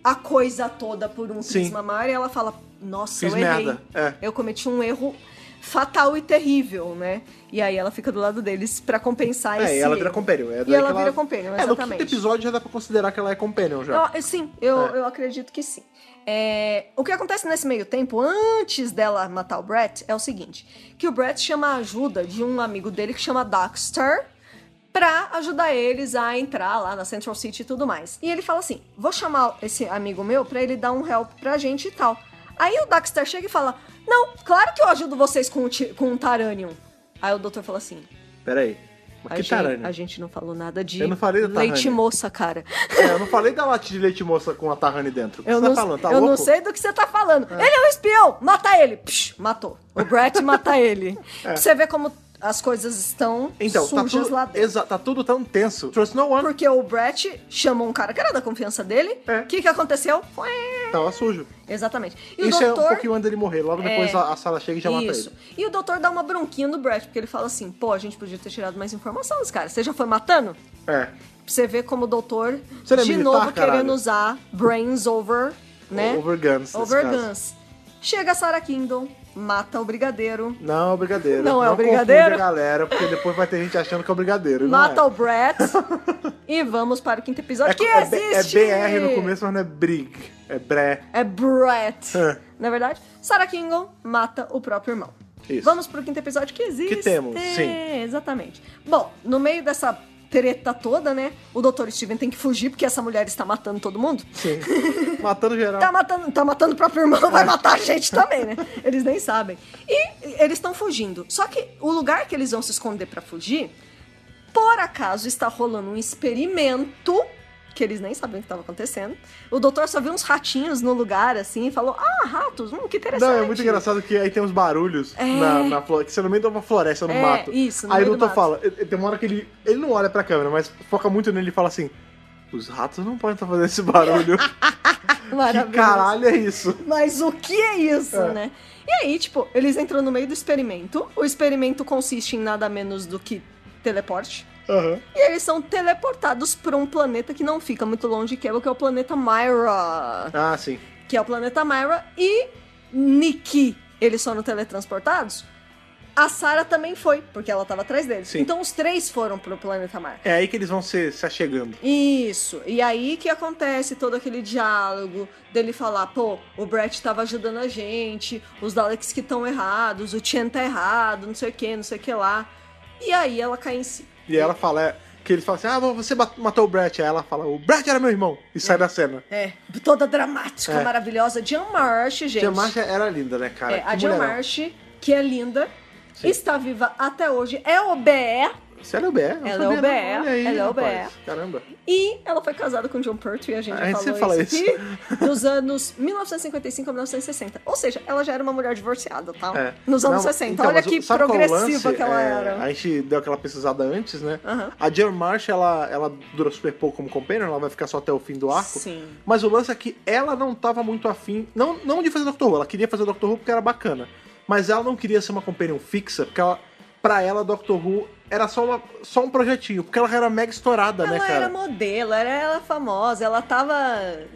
[SPEAKER 2] a coisa toda por um
[SPEAKER 1] Sim.
[SPEAKER 2] prisma maior, e ela fala: Nossa,
[SPEAKER 1] Fiz
[SPEAKER 2] eu errei.
[SPEAKER 1] merda. É.
[SPEAKER 2] Eu cometi um erro fatal e terrível, né? E aí ela fica do lado deles pra compensar
[SPEAKER 1] É,
[SPEAKER 2] esse.
[SPEAKER 1] e ela vira
[SPEAKER 2] erro.
[SPEAKER 1] companion. É
[SPEAKER 2] E
[SPEAKER 1] daí
[SPEAKER 2] ela
[SPEAKER 1] que
[SPEAKER 2] vira companion,
[SPEAKER 1] É, no quinto
[SPEAKER 2] exatamente.
[SPEAKER 1] episódio já dá pra considerar que ela é companion já.
[SPEAKER 2] Eu- sim, eu,
[SPEAKER 1] É.
[SPEAKER 2] eu acredito que sim. É, o que acontece nesse meio tempo, antes dela matar o Brett, é o seguinte: que o Brett chama a ajuda de um amigo dele que chama Daxter pra ajudar eles a entrar lá na Central City e tudo mais. E ele fala assim: vou chamar esse amigo meu pra ele dar um help pra gente e tal. Aí o Daxter chega e fala: Não, claro que eu ajudo vocês com, o ti- com o Taranium. Aí o doutor fala assim:
[SPEAKER 1] Pera aí.
[SPEAKER 2] a,
[SPEAKER 1] Mas que
[SPEAKER 2] gente,
[SPEAKER 1] tarânia.
[SPEAKER 2] a gente não falou nada de
[SPEAKER 1] Eu não falei do
[SPEAKER 2] leite
[SPEAKER 1] Tarânia.
[SPEAKER 2] moça, cara.
[SPEAKER 1] É, eu não falei da lata de leite moça com a Tahani dentro. O que
[SPEAKER 2] Eu,
[SPEAKER 1] você
[SPEAKER 2] não,
[SPEAKER 1] tá falando? Tá
[SPEAKER 2] eu
[SPEAKER 1] louco?
[SPEAKER 2] não sei do que você tá falando. Ele é um espião! Mata ele! Psh, matou. O Brett mata ele. Pra Você vê como as coisas estão
[SPEAKER 1] É. Então, tá
[SPEAKER 2] sujas
[SPEAKER 1] tudo,
[SPEAKER 2] lá dentro.
[SPEAKER 1] exa, tá tudo tão tenso. Trust no one.
[SPEAKER 2] Porque o Brett chamou um cara que era da confiança dele. O
[SPEAKER 1] É.
[SPEAKER 2] que, que aconteceu? Foi...
[SPEAKER 1] Tava Tá sujo.
[SPEAKER 2] Exatamente. E
[SPEAKER 1] Isso
[SPEAKER 2] o doutor...
[SPEAKER 1] é
[SPEAKER 2] É.
[SPEAKER 1] um pouquinho antes dele morrer. Logo depois a, a Sarah chega e já mata
[SPEAKER 2] Isso.
[SPEAKER 1] ele.
[SPEAKER 2] E o doutor dá uma bronquinha no Brett, porque ele fala assim: pô, a gente podia ter tirado mais informação dos caras. Você já foi matando?
[SPEAKER 1] É.
[SPEAKER 2] Pra Você vê como o doutor,
[SPEAKER 1] Você não é
[SPEAKER 2] de
[SPEAKER 1] militar,
[SPEAKER 2] novo,
[SPEAKER 1] caralho?
[SPEAKER 2] querendo usar brains over, né?
[SPEAKER 1] Over guns, nesse
[SPEAKER 2] Over
[SPEAKER 1] caso.
[SPEAKER 2] guns. Chega a Sarah Kingdom, mata o brigadeiro,
[SPEAKER 1] Não é o brigadeiro.
[SPEAKER 2] Não é o
[SPEAKER 1] confunde
[SPEAKER 2] brigadeiro?
[SPEAKER 1] a galera, porque depois vai ter gente achando que é o brigadeiro. e não
[SPEAKER 2] mata
[SPEAKER 1] é.
[SPEAKER 2] o Brett e vamos para o quinto episódio,
[SPEAKER 1] É,
[SPEAKER 2] que
[SPEAKER 1] é, B-
[SPEAKER 2] existe!
[SPEAKER 1] é BR no começo, mas não é Brig. É Bré.
[SPEAKER 2] É Brett.
[SPEAKER 1] É.
[SPEAKER 2] Na verdade, Sarah Kingdom mata o próprio irmão.
[SPEAKER 1] Isso.
[SPEAKER 2] Vamos pro quinto episódio que existe.
[SPEAKER 1] Que temos, sim.
[SPEAKER 2] Exatamente. Bom, no meio dessa treta toda, né? O Dr. Steven tem que fugir porque essa mulher está matando todo mundo.
[SPEAKER 1] Sim. Matando geral.
[SPEAKER 2] Tá matando, tá matando o próprio irmão, vai matar a gente também, né? Eles nem sabem. E eles estão fugindo. Só que o lugar que eles vão se esconder pra fugir, por acaso está rolando um experimento que eles nem sabiam o que estava acontecendo. O doutor só viu uns ratinhos no lugar assim e falou: "Ah, ratos, hum, que interessante".
[SPEAKER 1] Não, é muito engraçado que aí tem uns barulhos na, na floresta, que você no meio de uma floresta, no
[SPEAKER 2] É,
[SPEAKER 1] mato.
[SPEAKER 2] isso, no
[SPEAKER 1] aí
[SPEAKER 2] meio
[SPEAKER 1] o
[SPEAKER 2] do
[SPEAKER 1] doutor
[SPEAKER 2] mato.
[SPEAKER 1] fala, e- e tem uma hora que ele, ele não olha pra câmera, mas foca muito nele e fala assim, os ratos não podem estar fazendo esse barulho, que
[SPEAKER 2] Maravilhoso.
[SPEAKER 1] caralho é isso?
[SPEAKER 2] Mas o que é isso,
[SPEAKER 1] É.
[SPEAKER 2] né? E aí, tipo, eles entram no meio do experimento. O experimento consiste em nada menos do que teleporte.
[SPEAKER 1] Aham.
[SPEAKER 2] E eles são teleportados para um planeta que não fica muito longe de Cable, que é o planeta Myra.
[SPEAKER 1] Ah, sim.
[SPEAKER 2] Que é o planeta Myra e Nikki. Eles foram teletransportados. A Sarah também foi, porque ela estava atrás deles.
[SPEAKER 1] Sim.
[SPEAKER 2] Então os três foram pro planeta Myra.
[SPEAKER 1] É aí que eles vão se, se achegando.
[SPEAKER 2] Isso. E aí que acontece todo aquele diálogo dele falar, pô, o Brett tava ajudando a gente, os Daleks que estão errados, o Tien tá errado, não sei o que, não sei o que lá. E aí ela cai em si.
[SPEAKER 1] E ela fala, é, que ele fala assim, ah, você bat- matou o Brett. Aí ela fala, o Brett era meu irmão. E sai da cena.
[SPEAKER 2] É, toda dramática,
[SPEAKER 1] É.
[SPEAKER 2] maravilhosa. Jean Marsh, gente.
[SPEAKER 1] Tia Marcia era linda, né, cara?
[SPEAKER 2] É,
[SPEAKER 1] Que
[SPEAKER 2] a Jean
[SPEAKER 1] mulherão.
[SPEAKER 2] Marsh, que é linda,
[SPEAKER 1] Sim.
[SPEAKER 2] está viva até hoje, é OBE
[SPEAKER 1] Você era o BE.
[SPEAKER 2] Ela é o BE, ela é o BE.
[SPEAKER 1] Caramba.
[SPEAKER 2] e ela foi casada com John Pertwee, a gente
[SPEAKER 1] A
[SPEAKER 2] já
[SPEAKER 1] gente
[SPEAKER 2] falou
[SPEAKER 1] sempre
[SPEAKER 2] isso,
[SPEAKER 1] fala
[SPEAKER 2] aqui, dos anos 1955 a 1960. Ou seja, ela já era uma mulher divorciada, tá?
[SPEAKER 1] É.
[SPEAKER 2] Nos anos
[SPEAKER 1] Não,
[SPEAKER 2] 60.
[SPEAKER 1] então,
[SPEAKER 2] Olha
[SPEAKER 1] mas
[SPEAKER 2] que
[SPEAKER 1] o- sabe qual é o
[SPEAKER 2] progressiva
[SPEAKER 1] lance?
[SPEAKER 2] que ela
[SPEAKER 1] É,
[SPEAKER 2] era.
[SPEAKER 1] A gente deu aquela pesquisada antes, né?
[SPEAKER 2] Aham.
[SPEAKER 1] A Jen Marsh, ela, ela dura super pouco como companion, ela vai ficar só até o fim do arco.
[SPEAKER 2] Sim.
[SPEAKER 1] Mas o lance é que ela não tava muito afim, não, não de fazer Doctor Who, ela queria fazer Doctor Who porque era bacana. Mas ela não queria ser uma companion fixa, porque ela, pra ela Doctor Who era só, uma- só um projetinho, porque ela era mega estourada,
[SPEAKER 2] Ela
[SPEAKER 1] né, cara?
[SPEAKER 2] era modelo, era ela famosa, ela tava,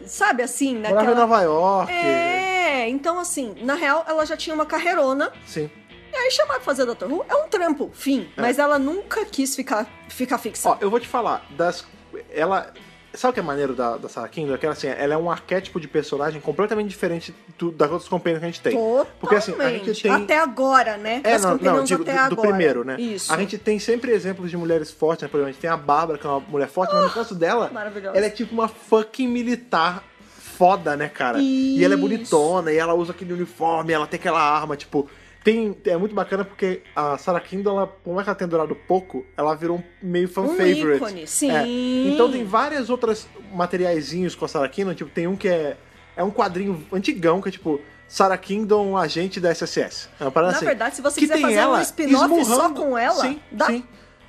[SPEAKER 2] sabe assim,
[SPEAKER 1] Morava em
[SPEAKER 2] naquela...
[SPEAKER 1] Nova York.
[SPEAKER 2] É, então assim, na real ela já tinha uma carreirona,
[SPEAKER 1] Sim.
[SPEAKER 2] e aí chamar pra fazer Doctor Who é um trampo, fim.
[SPEAKER 1] É.
[SPEAKER 2] Mas ela nunca quis ficar, ficar fixa.
[SPEAKER 1] Ó, eu vou te falar, das. Ela. Sabe o que é maneiro da, da Sarah Kindle? É que ela, assim, ela é um arquétipo de personagem completamente diferente do, das outras companhias que a gente tem.
[SPEAKER 2] Totalmente.
[SPEAKER 1] Porque assim, a gente tem.
[SPEAKER 2] Até agora, né?
[SPEAKER 1] É,
[SPEAKER 2] As
[SPEAKER 1] não, não
[SPEAKER 2] companions
[SPEAKER 1] digo,
[SPEAKER 2] até
[SPEAKER 1] do, do
[SPEAKER 2] agora.
[SPEAKER 1] primeiro, né?
[SPEAKER 2] Isso.
[SPEAKER 1] A gente tem sempre exemplos de mulheres fortes, né? Por exemplo, a gente tem a Bárbara, que é uma mulher forte, mas no caso dela,
[SPEAKER 2] Ah, maravilhosa.
[SPEAKER 1] ela é tipo uma fucking militar foda, né, cara? E ela é
[SPEAKER 2] Isso.
[SPEAKER 1] bonitona, e ela usa aquele uniforme, ela tem aquela arma, tipo. Tem, é muito bacana porque a Sarah Kindle, ela, como é que ela tem durado pouco, ela virou um meio fan
[SPEAKER 2] Um
[SPEAKER 1] favorite.
[SPEAKER 2] ícone, sim.
[SPEAKER 1] É. Então tem várias outras materiaizinhos com a Sarah Kindle, tipo, tem um que é. É um quadrinho antigão que é tipo. Sarah Kingdom, um agente da SSS. É uma parada
[SPEAKER 2] Na
[SPEAKER 1] assim,
[SPEAKER 2] verdade, se você
[SPEAKER 1] que
[SPEAKER 2] quiser
[SPEAKER 1] tem
[SPEAKER 2] fazer
[SPEAKER 1] ela
[SPEAKER 2] um spin-off só
[SPEAKER 1] esmurrando-
[SPEAKER 2] com ela,
[SPEAKER 1] sim,
[SPEAKER 2] dá.
[SPEAKER 1] sim.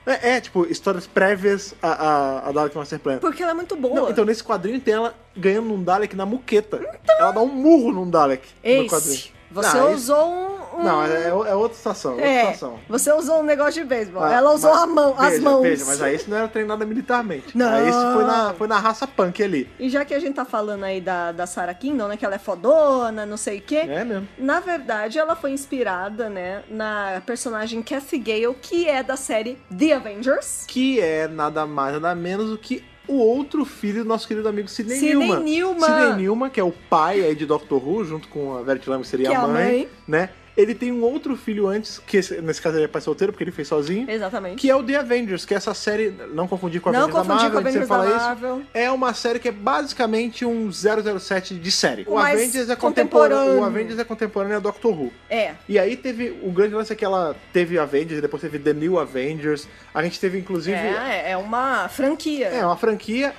[SPEAKER 1] É, é, tipo, histórias prévias a, a, a Dalek Master Plan.
[SPEAKER 2] Porque ela é muito boa.
[SPEAKER 1] Não, então, nesse quadrinho tem ela ganhando um Dalek na muqueta. Ela dá um murro num Dalek no quadrinho.
[SPEAKER 2] Ace, Então. você
[SPEAKER 1] não, é isso-
[SPEAKER 2] usou um... um-
[SPEAKER 1] Não, é, é outra situação, outra
[SPEAKER 2] É,
[SPEAKER 1] situação.
[SPEAKER 2] você usou um negócio de beisebol.
[SPEAKER 1] Ah,
[SPEAKER 2] ela usou
[SPEAKER 1] mas-
[SPEAKER 2] a mão, as
[SPEAKER 1] veja,
[SPEAKER 2] mãos.
[SPEAKER 1] Veja, mas a Ace não era treinada militarmente.
[SPEAKER 2] Não.
[SPEAKER 1] A Ace foi na, foi na raça punk ali.
[SPEAKER 2] E já que a gente tá falando aí da, da Sarah Kingdom, né? Que ela é fodona, não sei o quê.
[SPEAKER 1] É mesmo.
[SPEAKER 2] Na verdade, ela foi inspirada, né, na personagem Kathy Gale, que é da série The Avengers.
[SPEAKER 1] Que é nada mais, nada menos do que o outro filho do nosso querido amigo Sidney
[SPEAKER 2] Sidney
[SPEAKER 1] Newman.
[SPEAKER 2] Newman.
[SPEAKER 1] Sidney Newman, que é o pai aí de Doctor Who, junto com a Verity Lamb, que seria
[SPEAKER 2] Que é
[SPEAKER 1] a
[SPEAKER 2] a
[SPEAKER 1] mãe,
[SPEAKER 2] mãe.
[SPEAKER 1] né? Ele tem um outro filho antes, que esse- nesse caso ele é pai solteiro, porque ele fez sozinho,
[SPEAKER 2] Exatamente.
[SPEAKER 1] que é o The Avengers, que é essa série, não confundir com a
[SPEAKER 2] Não
[SPEAKER 1] Avengers da Marvel,
[SPEAKER 2] confundir com a
[SPEAKER 1] a gente sempre
[SPEAKER 2] Avengers
[SPEAKER 1] fala
[SPEAKER 2] da
[SPEAKER 1] isso.
[SPEAKER 2] Marvel.
[SPEAKER 1] É uma série que é basicamente um 007 de série.
[SPEAKER 2] O mais
[SPEAKER 1] Avengers é
[SPEAKER 2] contemporâneo.
[SPEAKER 1] O Avengers é contemporâneo a Doctor Who.
[SPEAKER 2] É.
[SPEAKER 1] E aí teve o grande lance é que ela teve Avengers, depois teve The New Avengers. A gente teve inclusive
[SPEAKER 2] É, é uma franquia.
[SPEAKER 1] é uma franquia.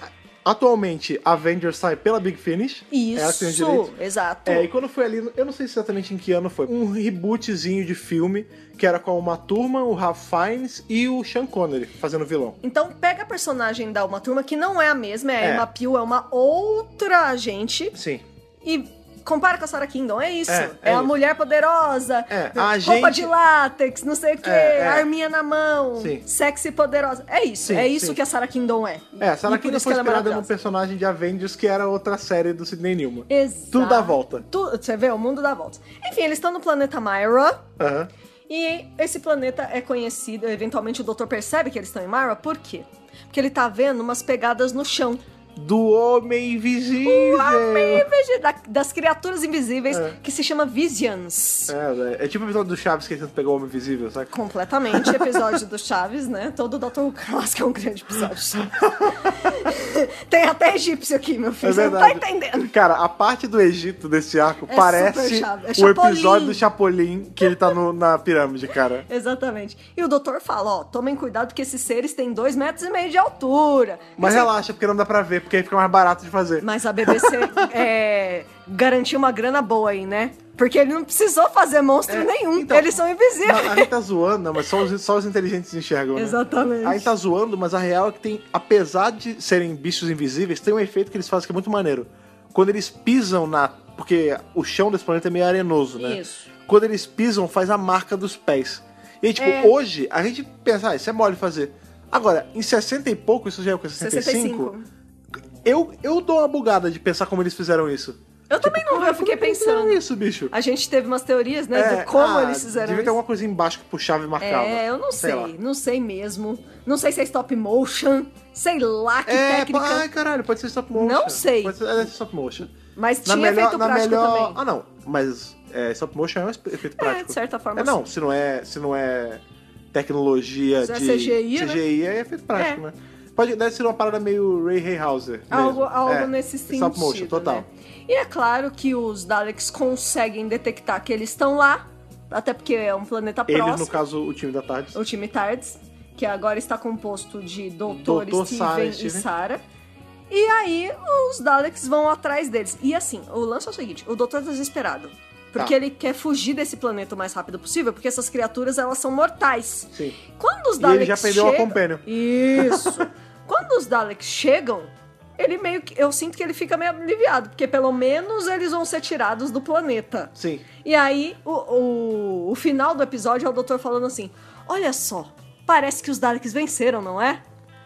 [SPEAKER 1] Atualmente, Avengers sai pela Big Finish. Ela que tem os direitos.
[SPEAKER 2] Isso, exato.
[SPEAKER 1] É, e quando foi ali, eu não sei exatamente em que ano foi, um rebootzinho de filme que era com uma turma, o Ralph Fiennes e o Sean Connery fazendo vilão.
[SPEAKER 2] Então pega a personagem da Uma Turma, que não é a mesma, é,
[SPEAKER 1] É.
[SPEAKER 2] a Emma Peel, é uma outra agente,
[SPEAKER 1] Sim.
[SPEAKER 2] e compara com a Sarah Kingdom, é isso.
[SPEAKER 1] É,
[SPEAKER 2] É,
[SPEAKER 1] é
[SPEAKER 2] uma
[SPEAKER 1] isso.
[SPEAKER 2] mulher poderosa,
[SPEAKER 1] É, a
[SPEAKER 2] roupa
[SPEAKER 1] gente-
[SPEAKER 2] de látex, não sei o quê,
[SPEAKER 1] É, é.
[SPEAKER 2] arminha na mão,
[SPEAKER 1] Sim.
[SPEAKER 2] sexy e poderosa. É isso,
[SPEAKER 1] Sim,
[SPEAKER 2] é isso
[SPEAKER 1] sim.
[SPEAKER 2] que a Sarah Kingdom é.
[SPEAKER 1] É, a Sarah
[SPEAKER 2] E por
[SPEAKER 1] Kingdon
[SPEAKER 2] isso
[SPEAKER 1] foi
[SPEAKER 2] que ela é
[SPEAKER 1] inspirada num
[SPEAKER 2] maravilhosa.
[SPEAKER 1] personagem de Avengers que era outra série do Sidney Newman.
[SPEAKER 2] Exato.
[SPEAKER 1] Tudo dá volta.
[SPEAKER 2] Tu- você vê, o mundo dá volta. Enfim, eles estão no planeta Myra.
[SPEAKER 1] Aham.
[SPEAKER 2] E esse planeta é conhecido, eventualmente o doutor percebe que eles estão em Mara, por quê? Porque ele tá vendo umas pegadas no chão.
[SPEAKER 1] Do Homem Invisível.
[SPEAKER 2] Invisíveis, da- das criaturas invisíveis,
[SPEAKER 1] É.
[SPEAKER 2] que se chama Visions.
[SPEAKER 1] É, é, é tipo o episódio do Chaves que tenta pegar o Homem Invisível, saca?
[SPEAKER 2] Completamente episódio do Chaves, né? Todo Dr. Clássico é um grande episódio. Tem até egípcio aqui, meu filho.
[SPEAKER 1] É
[SPEAKER 2] você não
[SPEAKER 1] verdade.
[SPEAKER 2] tá entendendo.
[SPEAKER 1] Cara, a parte do Egito desse arco
[SPEAKER 2] É
[SPEAKER 1] parece
[SPEAKER 2] super chave. É
[SPEAKER 1] o
[SPEAKER 2] Chapolin.
[SPEAKER 1] episódio do Chapolin que ele tá no- na pirâmide, cara.
[SPEAKER 2] Exatamente. E o doutor fala, ó, tomem cuidado que esses seres têm dois metros e meio de altura.
[SPEAKER 1] Mas
[SPEAKER 2] Assim,
[SPEAKER 1] relaxa, porque não dá pra ver, porque aí fica mais barato de fazer.
[SPEAKER 2] Mas a BBC é, garantiu uma grana boa aí, né? Porque ele não precisou fazer monstro
[SPEAKER 1] É,
[SPEAKER 2] nenhum.
[SPEAKER 1] então,
[SPEAKER 2] eles são invisíveis.
[SPEAKER 1] Não, a gente tá zoando, não, mas só os, só os inteligentes enxergam, né?
[SPEAKER 2] Exatamente.
[SPEAKER 1] A gente tá zoando, mas a real é que tem, apesar de serem bichos invisíveis, tem um efeito que eles fazem que é muito maneiro. Quando eles pisam na. Porque o chão desse planeta é meio arenoso, né?
[SPEAKER 2] Isso.
[SPEAKER 1] Quando eles pisam, faz a marca dos pés. E aí, tipo,
[SPEAKER 2] É.
[SPEAKER 1] hoje, a gente pensa, ah, isso é mole fazer. Agora, em 60 e pouco, isso já é o que? 65?
[SPEAKER 2] 65.
[SPEAKER 1] Eu, eu dou uma bugada de pensar como eles fizeram isso.
[SPEAKER 2] Eu também não, eu fiquei
[SPEAKER 1] Tipo, Como é eles fizeram
[SPEAKER 2] pensando.
[SPEAKER 1] isso, bicho.
[SPEAKER 2] A gente teve umas teorias, né,
[SPEAKER 1] É,
[SPEAKER 2] de como
[SPEAKER 1] ah,
[SPEAKER 2] eles fizeram
[SPEAKER 1] Devia ter
[SPEAKER 2] isso.
[SPEAKER 1] alguma coisa embaixo que puxava e marcava.
[SPEAKER 2] É, eu não sei,
[SPEAKER 1] lá.
[SPEAKER 2] não sei mesmo. Não sei se é stop motion, sei lá que
[SPEAKER 1] É,
[SPEAKER 2] técnica.
[SPEAKER 1] ai caralho, pode ser stop motion.
[SPEAKER 2] Não sei.
[SPEAKER 1] Pode ser, é, stop motion.
[SPEAKER 2] Mas
[SPEAKER 1] Na
[SPEAKER 2] tinha
[SPEAKER 1] melhor,
[SPEAKER 2] efeito
[SPEAKER 1] na
[SPEAKER 2] prático
[SPEAKER 1] melhor...
[SPEAKER 2] também.
[SPEAKER 1] Ah, não, mas é, stop motion é um espe- efeito prático.
[SPEAKER 2] de certa forma,
[SPEAKER 1] É, não, se não é, se não é tecnologia
[SPEAKER 2] Isso é
[SPEAKER 1] de
[SPEAKER 2] CGI, né?
[SPEAKER 1] CGI é efeito prático, né? Pode, deve ser uma parada meio Ray Harryhauser. mesmo.
[SPEAKER 2] Algo, algo
[SPEAKER 1] É,
[SPEAKER 2] nesse sentido.
[SPEAKER 1] Stop motion, total.
[SPEAKER 2] né? E é claro que os Daleks conseguem detectar que eles estão lá, até porque é um planeta
[SPEAKER 1] Eles,
[SPEAKER 2] próximo.
[SPEAKER 1] no caso, o time da tarde.
[SPEAKER 2] o time Tards, que agora está composto de Doutor,
[SPEAKER 1] Doutor,
[SPEAKER 2] Steven
[SPEAKER 1] Sarah e
[SPEAKER 2] e
[SPEAKER 1] Steven.
[SPEAKER 2] Sarah. E aí os Daleks vão atrás deles. E assim, o lance é o seguinte, o Doutor tá desesperado. Porque
[SPEAKER 1] Tá.
[SPEAKER 2] ele quer fugir desse planeta o mais rápido possível, porque essas criaturas, elas são mortais.
[SPEAKER 1] Sim.
[SPEAKER 2] Quando os
[SPEAKER 1] E ele
[SPEAKER 2] Daleks
[SPEAKER 1] já perdeu a
[SPEAKER 2] chegam-
[SPEAKER 1] Companion.
[SPEAKER 2] Isso. Quando os Daleks chegam, ele meio que... Eu sinto que ele fica meio aliviado, porque pelo menos eles vão ser tirados do planeta.
[SPEAKER 1] Sim.
[SPEAKER 2] E aí, o, o, o final do episódio é o doutor falando assim: Olha só, parece que os Daleks venceram, não é?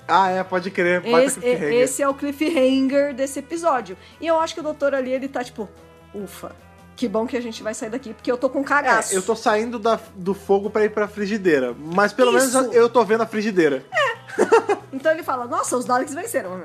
[SPEAKER 1] Ah, é, pode crer. Mata
[SPEAKER 2] Esse,
[SPEAKER 1] cliffhanger.
[SPEAKER 2] e- esse é o cliffhanger desse episódio. E eu acho que o doutor ali, ele tá tipo: Ufa, que bom que a gente vai sair daqui, porque eu tô com cagaço.
[SPEAKER 1] É, eu tô saindo da- do fogo pra ir pra frigideira. Mas pelo
[SPEAKER 2] Isso.
[SPEAKER 1] menos eu tô vendo a frigideira.
[SPEAKER 2] Então ele fala: Nossa, os Daleks venceram.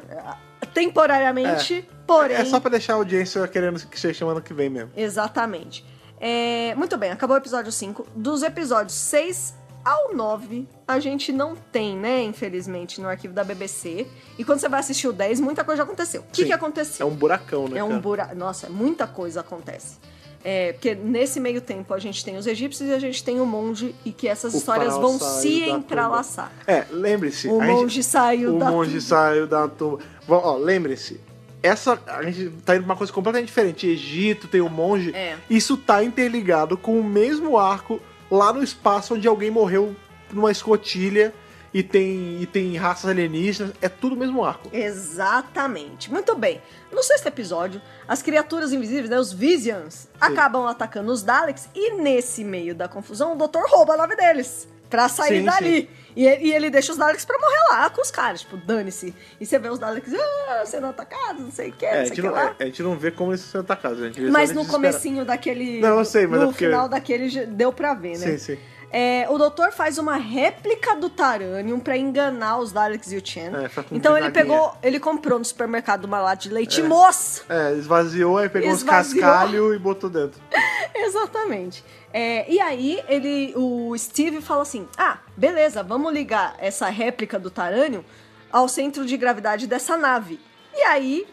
[SPEAKER 2] Temporariamente, porém.
[SPEAKER 1] É só pra deixar a audiência querendo que seja ano que vem mesmo.
[SPEAKER 2] Exatamente. É, muito bem, acabou o episódio 5. Dos episódios 6 ao 9, a gente não tem, né, infelizmente, no arquivo da BBC. E quando você vai assistir o 10, muita coisa já aconteceu. O que,
[SPEAKER 1] Sim.
[SPEAKER 2] que
[SPEAKER 1] É
[SPEAKER 2] aconteceu?
[SPEAKER 1] um buracão, né?
[SPEAKER 2] É um
[SPEAKER 1] cara?
[SPEAKER 2] buraco. Nossa, muita coisa acontece. É, porque nesse meio tempo a gente tem os egípcios e a gente tem o monge, e que essas
[SPEAKER 1] O
[SPEAKER 2] histórias
[SPEAKER 1] faraó
[SPEAKER 2] vão
[SPEAKER 1] saiu
[SPEAKER 2] se
[SPEAKER 1] da tumba.
[SPEAKER 2] entrelaçar.
[SPEAKER 1] É, lembre-se.
[SPEAKER 2] O
[SPEAKER 1] a gente-
[SPEAKER 2] monge saiu
[SPEAKER 1] o
[SPEAKER 2] da
[SPEAKER 1] monge saiu da tumba. Bom, ó, lembre-se. Essa, a gente tá indo pra uma coisa completamente diferente. Egito tem o monge.
[SPEAKER 2] É.
[SPEAKER 1] Isso tá interligado com o mesmo arco lá no espaço onde alguém morreu numa escotilha e tem, e tem raças alienígenas. É tudo o mesmo arco.
[SPEAKER 2] Exatamente. Muito bem. No sexto episódio, as criaturas invisíveis, né, os Visions, acabam atacando os Daleks e nesse meio da confusão, o Doutor rouba a nave deles pra sair
[SPEAKER 1] Sim,
[SPEAKER 2] dali. E ele, e ele deixa os Daleks pra morrer lá com os caras, tipo, dane-se. E você vê os Daleks ah, sendo atacados, não sei o que,
[SPEAKER 1] É, a
[SPEAKER 2] não sei o
[SPEAKER 1] gente
[SPEAKER 2] que
[SPEAKER 1] não,
[SPEAKER 2] lá.
[SPEAKER 1] é, a gente não vê como eles são atacados. né? A gente vê
[SPEAKER 2] Mas
[SPEAKER 1] só
[SPEAKER 2] no
[SPEAKER 1] eles
[SPEAKER 2] comecinho daquele...
[SPEAKER 1] Não, eu sei, mas
[SPEAKER 2] No
[SPEAKER 1] é porque-
[SPEAKER 2] final daquele já deu pra ver, né?
[SPEAKER 1] desesperam. Sim, sim.
[SPEAKER 2] É, o doutor faz uma réplica do Taranium pra enganar os Daleks e o Chen.
[SPEAKER 1] É, pra cumprir
[SPEAKER 2] então ele
[SPEAKER 1] vaguinha.
[SPEAKER 2] pegou, ele comprou no supermercado uma lata de leite moça.
[SPEAKER 1] É, esvaziou, aí pegou
[SPEAKER 2] Esvaziou.
[SPEAKER 1] uns cascalhos e botou dentro.
[SPEAKER 2] Exatamente. É, e aí ele, o Steve fala assim: "Ah, beleza, vamos ligar essa réplica do Taranium ao centro de gravidade dessa nave". E aí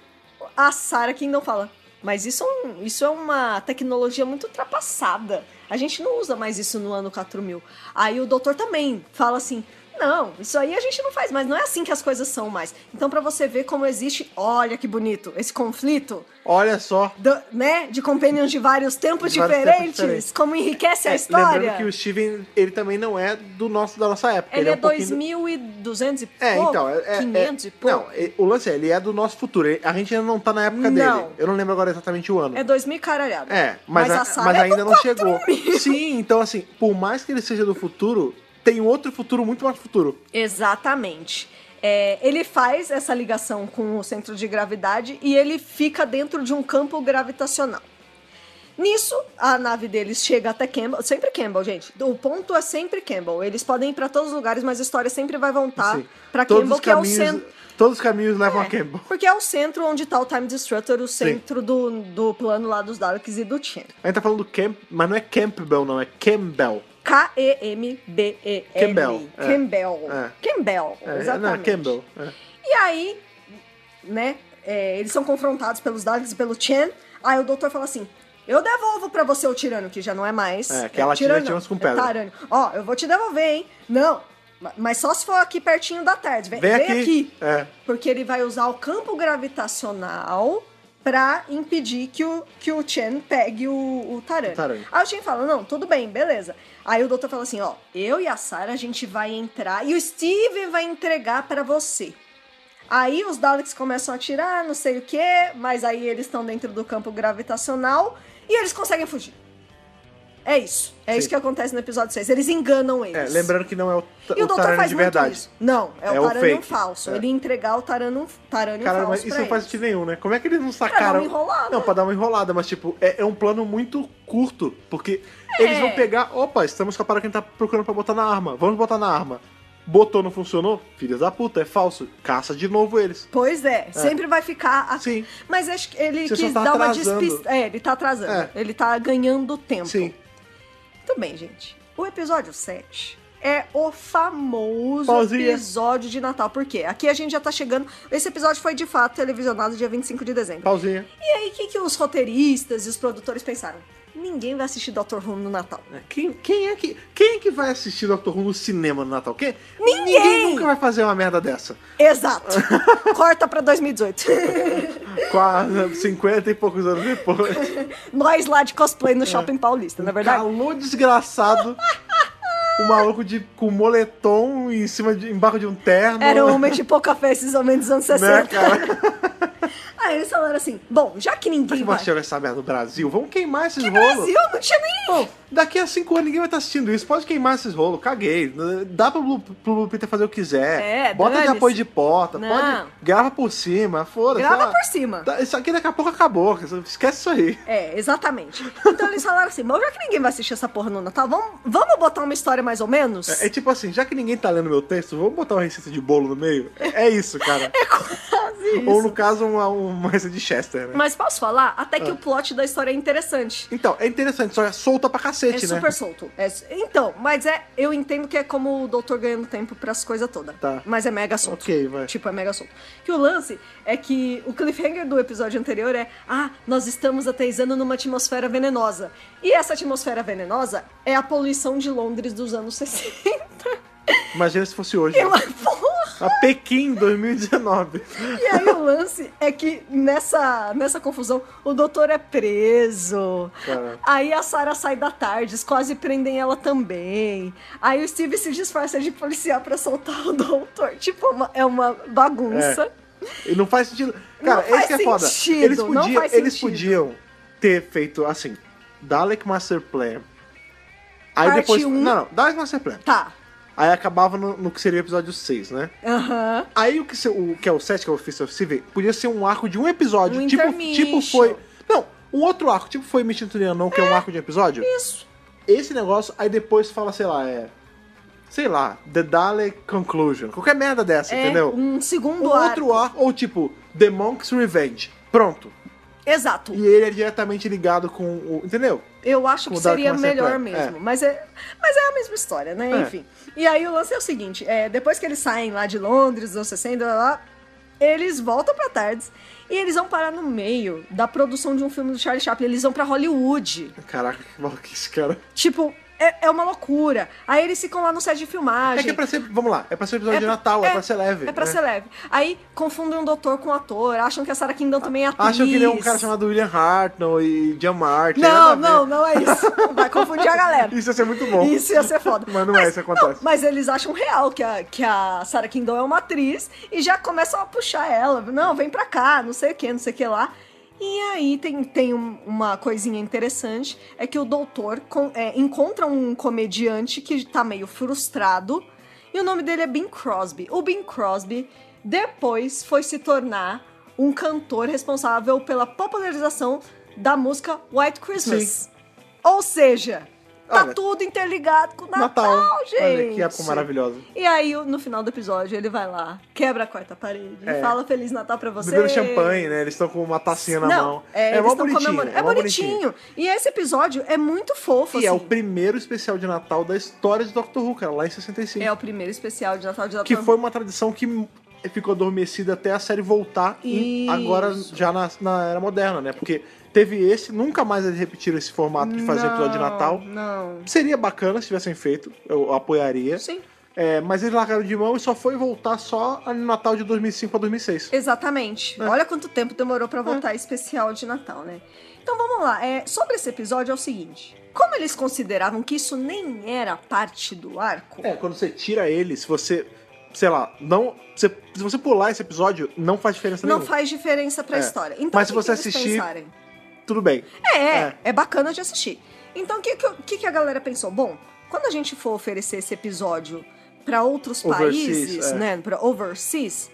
[SPEAKER 2] a Sarah Kingdom fala: "Mas isso é, um- isso é uma tecnologia muito ultrapassada. A gente não usa mais isso no ano 4000". Aí o doutor também fala assim: não, isso aí a gente não faz, mas não é assim que as coisas são mais. Então, pra você ver como existe, olha que bonito, esse conflito
[SPEAKER 1] Olha só.
[SPEAKER 2] do- né, de companions de vários tempos
[SPEAKER 1] De vários tempos
[SPEAKER 2] diferentes,
[SPEAKER 1] diferentes.
[SPEAKER 2] como enriquece a
[SPEAKER 1] É,
[SPEAKER 2] história.
[SPEAKER 1] Lembrando que o Steven, ele também não é do nosso, da nossa época.
[SPEAKER 2] Ele é,
[SPEAKER 1] um pouquinho do-
[SPEAKER 2] 2200 e pouco,
[SPEAKER 1] É, então, é, é-
[SPEAKER 2] 500
[SPEAKER 1] é-
[SPEAKER 2] e pouco.
[SPEAKER 1] Não, e- o lance é, ele é do nosso futuro. Ele- A gente ainda não tá na época
[SPEAKER 2] Não.
[SPEAKER 1] dele. Eu não lembro agora exatamente o ano.
[SPEAKER 2] É 2000 caralhado.
[SPEAKER 1] É, mas, a-
[SPEAKER 2] Sarah
[SPEAKER 1] mas
[SPEAKER 2] é
[SPEAKER 1] ainda não
[SPEAKER 2] do 4
[SPEAKER 1] chegou.
[SPEAKER 2] mil.
[SPEAKER 1] Sim, então assim, por mais que ele seja do futuro, tem outro futuro muito mais futuro.
[SPEAKER 2] Exatamente. É, ele faz essa ligação com o centro de gravidade e ele fica dentro de um campo gravitacional. Nisso, a nave deles chega até Campbell. Sempre Campbell, gente. O ponto é sempre Campbell. Eles podem ir pra todos os lugares, mas a história sempre vai voltar
[SPEAKER 1] Assim,
[SPEAKER 2] Tá. pra
[SPEAKER 1] todos
[SPEAKER 2] Campbell,
[SPEAKER 1] os
[SPEAKER 2] que é o
[SPEAKER 1] caminhos,
[SPEAKER 2] centro.
[SPEAKER 1] Todos os caminhos levam a Campbell.
[SPEAKER 2] Porque é o centro onde tá o Time Destructor, o centro do, do plano lá dos Daleks e do Chen.
[SPEAKER 1] A gente tá falando do Camp, mas não é Campbell, não, é Campbell.
[SPEAKER 2] K-E-M-B-E-L.
[SPEAKER 1] Campbell, é.
[SPEAKER 2] Campbell.
[SPEAKER 1] É.
[SPEAKER 2] Campbell,
[SPEAKER 1] É, Não, é
[SPEAKER 2] exatamente.
[SPEAKER 1] Campbell. é.
[SPEAKER 2] E aí, né, é, eles são confrontados pelos Daleks e pelo Chen. Aí o doutor fala assim, eu devolvo pra você o tirano, que já não é mais.
[SPEAKER 1] É, que ela
[SPEAKER 2] tirano,
[SPEAKER 1] tira tiros com
[SPEAKER 2] é
[SPEAKER 1] pedra.
[SPEAKER 2] tarânio. Ó, eu vou te devolver, hein. Não, ma- mas só se for aqui pertinho da tarde. Vem,
[SPEAKER 1] Vem,
[SPEAKER 2] vem
[SPEAKER 1] aqui.
[SPEAKER 2] aqui.
[SPEAKER 1] É.
[SPEAKER 2] Porque ele vai usar o campo gravitacional pra impedir que o, que o Chen pegue o, o Tarani.
[SPEAKER 1] O Tarani.
[SPEAKER 2] Aí o Chen fala, não, tudo bem, beleza. Aí o doutor fala assim, ó, eu e a Sarah a gente vai entrar e o Steven vai entregar pra você. Aí os Daleks começam a atirar, não sei o quê, mas aí eles estão dentro do campo gravitacional e eles conseguem fugir. É isso. É
[SPEAKER 1] Sim.
[SPEAKER 2] isso que acontece no episódio 6. Eles enganam
[SPEAKER 1] É,
[SPEAKER 2] eles.
[SPEAKER 1] lembrando que não é o,
[SPEAKER 2] E o,
[SPEAKER 1] o
[SPEAKER 2] doutor
[SPEAKER 1] Tarano
[SPEAKER 2] faz
[SPEAKER 1] de
[SPEAKER 2] muito
[SPEAKER 1] verdade.
[SPEAKER 2] isso. Não, é,
[SPEAKER 1] É
[SPEAKER 2] o
[SPEAKER 1] o
[SPEAKER 2] tarânio
[SPEAKER 1] fake.
[SPEAKER 2] falso.
[SPEAKER 1] É.
[SPEAKER 2] Ele entregar o tarânio, tarânio
[SPEAKER 1] Cara,
[SPEAKER 2] falso
[SPEAKER 1] mas isso
[SPEAKER 2] pra
[SPEAKER 1] não faz
[SPEAKER 2] ele.
[SPEAKER 1] sentido nenhum, né? Como é que eles não
[SPEAKER 2] dar uma
[SPEAKER 1] sacaram.
[SPEAKER 2] enrolada.
[SPEAKER 1] Não, pra dar uma enrolada, mas tipo, é, é um plano muito curto, porque
[SPEAKER 2] É.
[SPEAKER 1] eles vão pegar. Opa, estamos com a parada que a gente tá procurando pra botar na arma. Vamos botar na arma. Botou, não funcionou? Filhas da puta, é falso. Caça de novo eles.
[SPEAKER 2] Pois é, sempre vai ficar... a-
[SPEAKER 1] Sim.
[SPEAKER 2] Mas acho que ele
[SPEAKER 1] Você só
[SPEAKER 2] quis
[SPEAKER 1] tá
[SPEAKER 2] dar uma
[SPEAKER 1] atrasando.
[SPEAKER 2] despista... É, ele tá atrasando.
[SPEAKER 1] É.
[SPEAKER 2] Ele tá ganhando tempo.
[SPEAKER 1] Sim.
[SPEAKER 2] Muito bem, gente. O episódio 7 é o famoso
[SPEAKER 1] Pausinha.
[SPEAKER 2] episódio de Natal. Por quê? Aqui a gente já tá chegando. Esse episódio foi de fato televisionado dia 25 de dezembro.
[SPEAKER 1] Pausinha.
[SPEAKER 2] E aí, o que, que os roteiristas e os produtores pensaram? Ninguém vai assistir Doctor Who no Natal.
[SPEAKER 1] Quem, quem é que, quem é que vai assistir Doctor Who no cinema no Natal? Quem?
[SPEAKER 2] Ninguém!
[SPEAKER 1] nunca vai fazer uma merda dessa.
[SPEAKER 2] Exato. Corta pra 2018.
[SPEAKER 1] Quase 50 e poucos anos depois.
[SPEAKER 2] Nós lá de cosplay
[SPEAKER 1] É.
[SPEAKER 2] no Shopping Paulista, na é verdade.
[SPEAKER 1] Um Calor desgraçado. O maluco de, com moletom em cima de, embaixo de um terno.
[SPEAKER 2] Era um assim. homem de pouca fé, esses homens dos anos 60.
[SPEAKER 1] Né, cara?
[SPEAKER 2] Aí eles falaram assim, bom, já que ninguém
[SPEAKER 1] Como
[SPEAKER 2] vai...
[SPEAKER 1] assistiu essa merda no Brasil? Vamos queimar esses rolos.
[SPEAKER 2] Brasil, não tinha nem...
[SPEAKER 1] Bom, daqui a cinco anos ninguém vai estar assistindo isso. Pode queimar esses rolos, caguei. Dá pro, Blue- pro Blue Peter fazer o que quiser.
[SPEAKER 2] É,
[SPEAKER 1] Bota de
[SPEAKER 2] dane-se.
[SPEAKER 1] apoio de porta,
[SPEAKER 2] Não.
[SPEAKER 1] pode. Grava por cima, foda-se. sei
[SPEAKER 2] Grava
[SPEAKER 1] lá.
[SPEAKER 2] por cima.
[SPEAKER 1] Tá, Isso aqui daqui a pouco acabou. Esquece isso aí.
[SPEAKER 2] É, exatamente. Então eles falaram assim, bom, já que ninguém vai assistir essa porra no Natal, vamos, vamos botar uma história mais ou menos?
[SPEAKER 1] É, é tipo assim, já que ninguém tá lendo meu texto, vamos botar uma receita de bolo no meio? É, é isso, cara.
[SPEAKER 2] quase É isso.
[SPEAKER 1] Ou no caso, uma, uma receita de Chester, né?
[SPEAKER 2] Mas posso falar? Até
[SPEAKER 1] Ah.
[SPEAKER 2] que o plot da história é interessante.
[SPEAKER 1] Então, é interessante, só é solta pra
[SPEAKER 2] É
[SPEAKER 1] cacete, né?
[SPEAKER 2] super solto. É su- então, mas é. Eu entendo que é como o doutor ganhando tempo pras coisas todas.
[SPEAKER 1] Tá.
[SPEAKER 2] Mas é mega solto.
[SPEAKER 1] Ok, vai.
[SPEAKER 2] Tipo, é mega solto. Que o lance é que o cliffhanger do episódio anterior é: ah, nós estamos ateizando numa atmosfera venenosa. E essa atmosfera venenosa é a poluição de Londres dos anos é 60.
[SPEAKER 1] Imagina se fosse hoje.
[SPEAKER 2] E lá, porra!
[SPEAKER 1] A Pequim 2019.
[SPEAKER 2] E aí o lance é que nessa, nessa confusão o doutor é preso.
[SPEAKER 1] Cara.
[SPEAKER 2] Aí a Sarah sai da tarde, quase prendem ela também. Aí o Steve se disfarça de policial pra soltar o doutor. Tipo, é uma- é uma bagunça.
[SPEAKER 1] E não faz sentido. Cara,
[SPEAKER 2] faz
[SPEAKER 1] esse que é foda.
[SPEAKER 2] sentido,
[SPEAKER 1] eles
[SPEAKER 2] não
[SPEAKER 1] podiam,
[SPEAKER 2] faz
[SPEAKER 1] eles
[SPEAKER 2] sentido.
[SPEAKER 1] podiam ter feito assim, Dalek Master Plan. Aí
[SPEAKER 2] Parte
[SPEAKER 1] depois.
[SPEAKER 2] um.
[SPEAKER 1] Não, não, Dalek Master Plan.
[SPEAKER 2] Tá.
[SPEAKER 1] Aí acabava no, no que seria o episódio 6, né?
[SPEAKER 2] Aham.
[SPEAKER 1] Aí o que, se- o que é o 7, que é o Fist of Civil, podia ser um arco de um episódio.
[SPEAKER 2] Um
[SPEAKER 1] tipo,
[SPEAKER 2] intermission.
[SPEAKER 1] tipo foi. Não, um outro arco, tipo foi Mission to the Unknown, que é um arco de um episódio.
[SPEAKER 2] Isso.
[SPEAKER 1] Esse negócio, aí depois fala, sei lá, é. Sei lá, The Dalek Conclusion. Qualquer merda dessa,
[SPEAKER 2] É
[SPEAKER 1] entendeu?
[SPEAKER 2] um segundo
[SPEAKER 1] Um outro arco, ou tipo, The Monk's Revenge. Pronto.
[SPEAKER 2] Exato.
[SPEAKER 1] E ele é diretamente ligado com o. Entendeu?
[SPEAKER 2] Eu acho que
[SPEAKER 1] Mudar
[SPEAKER 2] seria
[SPEAKER 1] com uma sequela.
[SPEAKER 2] melhor mesmo.
[SPEAKER 1] É.
[SPEAKER 2] Mas, é, mas é a mesma história, né?
[SPEAKER 1] É.
[SPEAKER 2] Enfim. E aí o lance é o seguinte: é, depois que eles saem lá de Londres, ou 60, lá, lá, eles voltam pra Tardes e eles vão parar no meio da produção de um filme do Charlie Chaplin. Eles vão pra Hollywood.
[SPEAKER 1] Caraca, que maluquice, cara.
[SPEAKER 2] Tipo, é, é uma loucura. Aí eles ficam lá no set de filmagem.
[SPEAKER 1] É que é pra ser. Vamos lá, é pra ser um episódio de
[SPEAKER 2] pra-
[SPEAKER 1] Natal, é, pra ser leve.
[SPEAKER 2] É pra
[SPEAKER 1] né?
[SPEAKER 2] ser leve. Aí confundem um doutor com um ator, acham que a Sarah Kingdon também é atriz.
[SPEAKER 1] Acham que ele é um cara chamado né? William Hartnell e John Martin.
[SPEAKER 2] Não, não, não é isso. Vai confundir a galera.
[SPEAKER 1] Isso ia ser muito bom.
[SPEAKER 2] Isso ia ser foda.
[SPEAKER 1] Mas não é isso que acontece.
[SPEAKER 2] mas eles acham real que a, que a Sarah Kingdon é uma atriz e já começam a puxar ela. Não, vem pra cá, não sei o que, não sei o que lá. E aí tem, tem um- uma coisinha interessante, é que o doutor con- é, encontra um comediante que tá meio frustrado e o nome dele é Bing Crosby. O Bing Crosby depois foi se tornar um cantor responsável pela popularização da música White Christmas.
[SPEAKER 1] Sim.
[SPEAKER 2] Ou seja, tá
[SPEAKER 1] Olha,
[SPEAKER 2] tudo interligado com o é Natal, gente.
[SPEAKER 1] Olha que época maravilhosa.
[SPEAKER 2] E aí, no final do episódio, ele vai lá, quebra a quarta parede,
[SPEAKER 1] É.
[SPEAKER 2] fala Feliz Natal pra você.
[SPEAKER 1] Bebendo champanhe, né? Eles estão com uma tacinha na
[SPEAKER 2] Não,
[SPEAKER 1] mão.
[SPEAKER 2] É, eles
[SPEAKER 1] mó
[SPEAKER 2] tão
[SPEAKER 1] bonitinho.
[SPEAKER 2] comemorando. É
[SPEAKER 1] mó
[SPEAKER 2] bonitinho. E esse episódio é muito fofo,
[SPEAKER 1] E é o
[SPEAKER 2] assim.
[SPEAKER 1] primeiro especial de Natal da história de Doctor Who, cara, lá em 65.
[SPEAKER 2] É o primeiro especial de Natal de Natal.
[SPEAKER 1] Que foi uma tradição que ficou adormecida até a série voltar e
[SPEAKER 2] Isso.
[SPEAKER 1] agora já na, na era moderna, né? Porque teve esse, nunca mais eles repetiram esse formato de fazer episódio de Natal.
[SPEAKER 2] Não.
[SPEAKER 1] Seria bacana se tivessem feito, eu apoiaria.
[SPEAKER 2] Sim.
[SPEAKER 1] É, mas eles largaram de mão e só foi voltar só no Natal de 2005 a 2006.
[SPEAKER 2] Exatamente.
[SPEAKER 1] Ah.
[SPEAKER 2] Olha quanto tempo demorou pra voltar especial de Natal, né? Então vamos lá. É, sobre esse episódio é o seguinte: como eles consideravam que isso nem era parte do arco,
[SPEAKER 1] É, quando você tira ele, se você, sei lá, não, se, se você pular esse episódio, não faz diferença
[SPEAKER 2] não
[SPEAKER 1] nenhuma.
[SPEAKER 2] faz diferença pra
[SPEAKER 1] É.
[SPEAKER 2] história. Então,
[SPEAKER 1] Mas
[SPEAKER 2] o
[SPEAKER 1] se
[SPEAKER 2] que
[SPEAKER 1] você
[SPEAKER 2] que eles
[SPEAKER 1] assistir-
[SPEAKER 2] pensarem?
[SPEAKER 1] Tudo bem.
[SPEAKER 2] É, é,
[SPEAKER 1] É.
[SPEAKER 2] bacana de assistir. Então, o que, que, eu- que que a galera pensou? Bom, quando a gente for oferecer esse episódio pra outros
[SPEAKER 1] Overseas,
[SPEAKER 2] países,
[SPEAKER 1] é.
[SPEAKER 2] né, pra overseas,